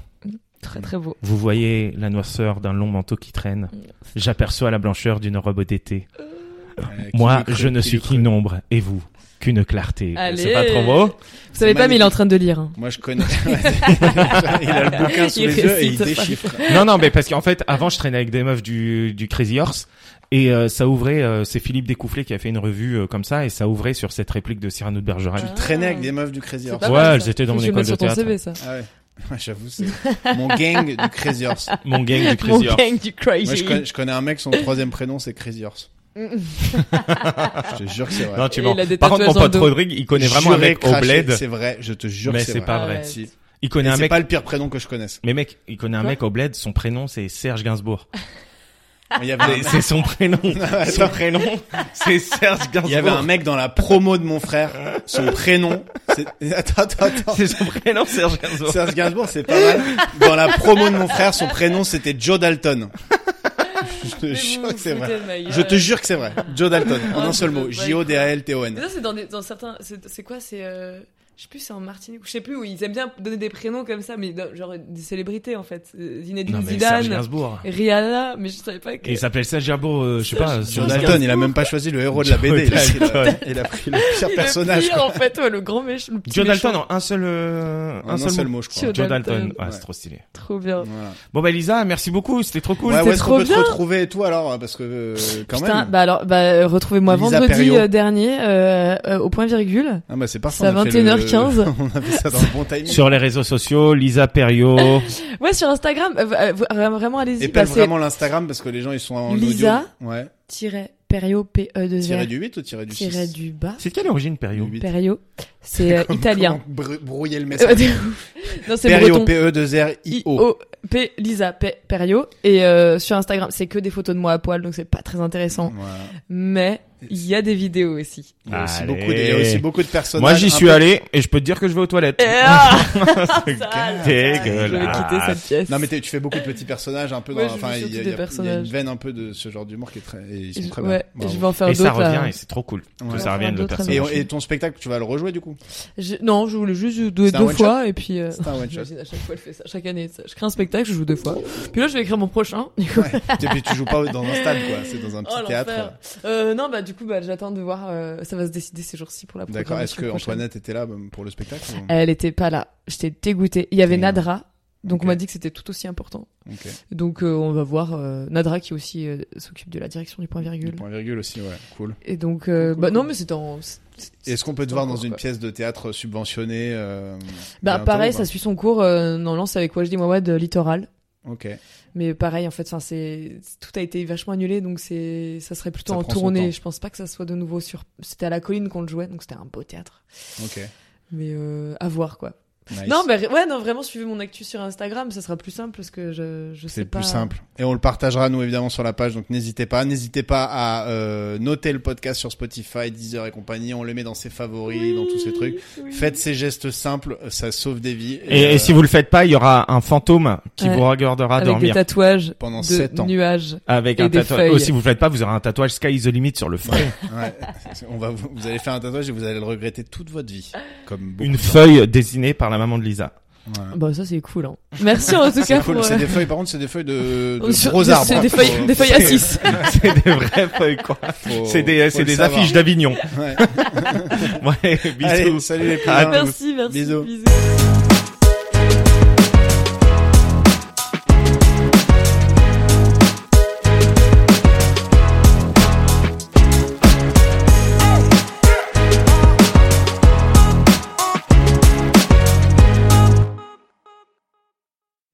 Très très beau.
Vous voyez la noirceur d'un long manteau qui traîne. J'aperçois la blancheur d'une robe d'été.
Euh, qui
Moi,
l'eût cru,
je ne
qui
suis
l'eût cru.
qu'une ombre, et vous, qu'une clarté.
Allez.
C'est pas trop beau
Vous savez pas, mais il est en
magnifique.
train de lire. hein.
Moi, je connais. il a le bouquin sous
Il Ah.
les yeux et il
récite.
déchiffre.
Non, non, mais parce qu'en fait, avant, je traînais avec des meufs du, du Crazy Horse, et euh, ça ouvrait, euh, c'est Philippe Découfflé qui a fait une revue euh, comme ça, et ça ouvrait sur cette réplique de Cyrano de Bergerac.
Ah.
Traîner avec des meufs du Crazy
C'est
Horse.
pas
Ouais,
mal,
elles
ça.
étaient dans
Faut que
mon
je le mette
école de
sur ton CV,
théâtre.
ça.
Ah ouais. Ouais, J'avoue, c'est mon gang du Crazy Horse.
Mon gang du
Mon
Crazy Horse.
gang du
Moi, je
crazy.
connais, je connais un mec, son troisième prénom, c'est Crazy Horse.
Mm.
je te jure que c'est vrai.
Non, tu
Et
mens.
il a des
Par contre, mon
tatouages dans le
pote
dos.
Rodrigue, il connaît vraiment un
Juré,
mec au
craché,
bled.
C'est vrai, je te jure
Mais
que c'est
c'est
vrai.
pas
vrai.
Si. Et
Il connaît un
C'est
mec.
pas le pire prénom que je connaisse.
Mais mec, il connaît un
Quoi
mec au bled, son prénom c'est Serge Gainsbourg.
Il y
Ah.
avait,
Et c'est son prénom. son
attends.
prénom, c'est Serge Gainsbourg.
il y avait un mec dans la promo de mon frère, son prénom, c'est- attends, attends, attends.
C'est son prénom, Serge Gainsbourg.
Serge Gainsbourg, c'est pas mal. Dans la promo de mon frère, son prénom, c'était Joe Dalton. Je te
Mais vous
jure que
vous foutez
c'est vrai.
de ma gueule.
Je te jure que c'est vrai. Joe Dalton, en
Ah,
un
je
seul
peux
mot.
pas y
J-O-D-A-L-T-O-N.
Mais ça, c'est dans, des- dans certains. C'est c'est quoi C'est euh, Je sais plus, c'est en Martinique. Je sais plus où ils aiment bien donner des prénoms comme ça, mais non, genre des célébrités en fait. Euh, Zinedine
Non, mais Serge
Zidane,
Gainsbourg.
Rihanna, mais je savais pas que.
Et il s'appelle Serge Gainsbourg, euh, je sais
Serge
pas,
Gainsbourg.
sur la-
Gainsbourg.
Dalton, il a même pas choisi le héros de la
Joe
BD. là, il, a, il a pris le pire
Il est
personnage.
pire,
quoi.
en fait, ouais, le grand méchant. le petit
Joe
méchant.
Dalton en un seul, euh,
En un seul mot, je crois.
Joe
Joe
Dalton.
Dalton. Ah,
Ouais.
c'est trop stylé.
Trop bien.
Voilà.
Bon bah Lisa, merci beaucoup, c'était trop cool.
ouais,
c'était
où est-ce
trop
qu'on peut te
bien.
retrouver et tout alors Parce que euh, quand
Putain,
même.
bah alors, bah, euh, retrouvez-moi
Lisa
vendredi
Perriot.
euh, dernier euh, euh, au point virgule.
Ah bah c'est parfait.
c'est à
on a fait le-
21h15.
on a fait ça dans le bon timing.
Sur les réseaux sociaux, Lisa Perio.
Ouais, sur Instagram, euh, euh, vous- euh, vraiment allez-y.
Et pas
Bah, c'est
vraiment l'Instagram parce que les gens ils sont en audio.
Lisa.
Ouais.
tiret Perio P E 2
Tiré
R
du 8 ou tiré du 6
tiret du bas.
c'est de quelle origine Perio
Du huit.
Perio, c'est euh,
Comment-
italien.
comment brou- Brouiller le
Euh,
message.
de ouf. non, c'est
Perio,
breton.
P-E-2-R-I-O.
I-O. P Lisa P Perio et euh, sur Instagram, c'est que des photos de moi à poil donc c'est pas très intéressant,
Voilà.
mais il y a des vidéos aussi.
Il y a aussi
Allez.
beaucoup de- il y a aussi beaucoup de personnages.
Moi j'y
un
suis
peu-
allé et je peux te dire que je vais aux toilettes.
Eh, ah,
C'est
sale. je
dégueulasse.
vais quitter cette pièce.
Non mais t'es- tu fais beaucoup de petits personnages un peu dans
Ouais, je joue
enfin il y, a-
surtout
il y a-
des
il y a une
personnages.
veine un peu de ce genre d'humour qui est très et ils sont
Je-
très
ouais,
bien. Bravo.
je vais en faire
Et ça
d'autres. euh, là.
revient et c'est trop cool.
Ouais.
Que
On
ça
va faire
revienne le
d'autres
personnage.
Et,
personnages.
et ton spectacle tu vas le rejouer du coup
Je- Non, je voulais juste deux,
C'est un
deux
one
fois et puis. euh,
C'est un one shot.
j'imagine à chaque fois elle fait ça. Chaque année, ça. je crée un spectacle, je joue deux fois. Puis là, je vais écrire mon prochain. Du coup.
Et puis tu joues pas dans un stade quoi, c'est dans un petit
Oh,
théâtre.
l'enfer. Euh, non, bah du coup, bah j'attends de voir. euh, ça va se décider ces jours-ci pour la prochaine.
D'accord. Est-ce que Antoinette était là euh, pour le spectacle ou-
Elle était pas là. J'étais dégoûtée. Il y avait
Damn.
Nadra. Donc
Mmh. Ok.
on m'a dit que c'était tout aussi important.
Ok.
Donc euh, on va voir euh, Nadra qui aussi euh, s'occupe de la direction du point
Du
virgule.
Point virgule aussi, ouais, cool.
Et donc euh,
Cool,
bah
cool,
non
cool.
mais c'est en c'est-
Et Est-ce qu'on peut te
c'est
voir
en
dans
cours,
une
quoi.
pièce de théâtre subventionnée euh,
Bah
bientôt,
pareil,
ou
ça
pas
suit son cours euh, dans Lance avec Wajdi Mouawad euh, Littoral.
Ok.
Mais pareil en fait, enfin c'est tout a été vachement annulé donc c'est ça serait plutôt
Ça
en
prend son temps.
tournée. Je pense pas que ça soit de nouveau sur c'était à la colline qu'on le jouait donc c'était un beau théâtre.
Ok.
Mais euh, à voir quoi.
Nice.
Non mais ouais non vraiment suivez mon actu sur Instagram, ça sera plus simple parce que je je sais
C'est
pas.
plus simple. Et on le partagera, nous, évidemment, sur la page. Donc, n'hésitez pas. N'hésitez pas à euh, noter le podcast sur Spotify, Deezer et compagnie. On le met dans ses favoris, dans tous ces trucs.
Oui.
Faites ces gestes simples. Ça sauve des vies.
Et, et
euh,
si vous le faites pas, il y aura un fantôme qui
Ouais.
vous regardera
avec des
dormir.
tatouages
Pendant
de
sept ans.
nuages.
Avec
et
un
des
tatouage.
feuilles.
Aussi, vous le faites pas, vous aurez un tatouage Sky is the limit sur le front.
ouais, on va, vous, vous allez faire un tatouage et vous allez le regretter toute votre vie. Comme beaucoup
Une
de gens.
feuille dessinée par la maman de Lisa.
Ouais.
Bah ça c'est cool. Hein. Merci en tout
C'est
cas
cool.
pour.
C'est
euh,
des feuilles, par contre, c'est des feuilles de, de
sur-
gros arbres.
C'est
hein.
des feuilles,
Faut-
des feuilles à 6.
c'est des vraies feuilles, quoi.
faut-
C'est des,
faut
c'est
le
des
savoir.
affiches d'Avignon.
Ouais.
Ouais, bisous.
Allez, salut les
À
poulains.
Merci, merci.
Bisous.
bisous.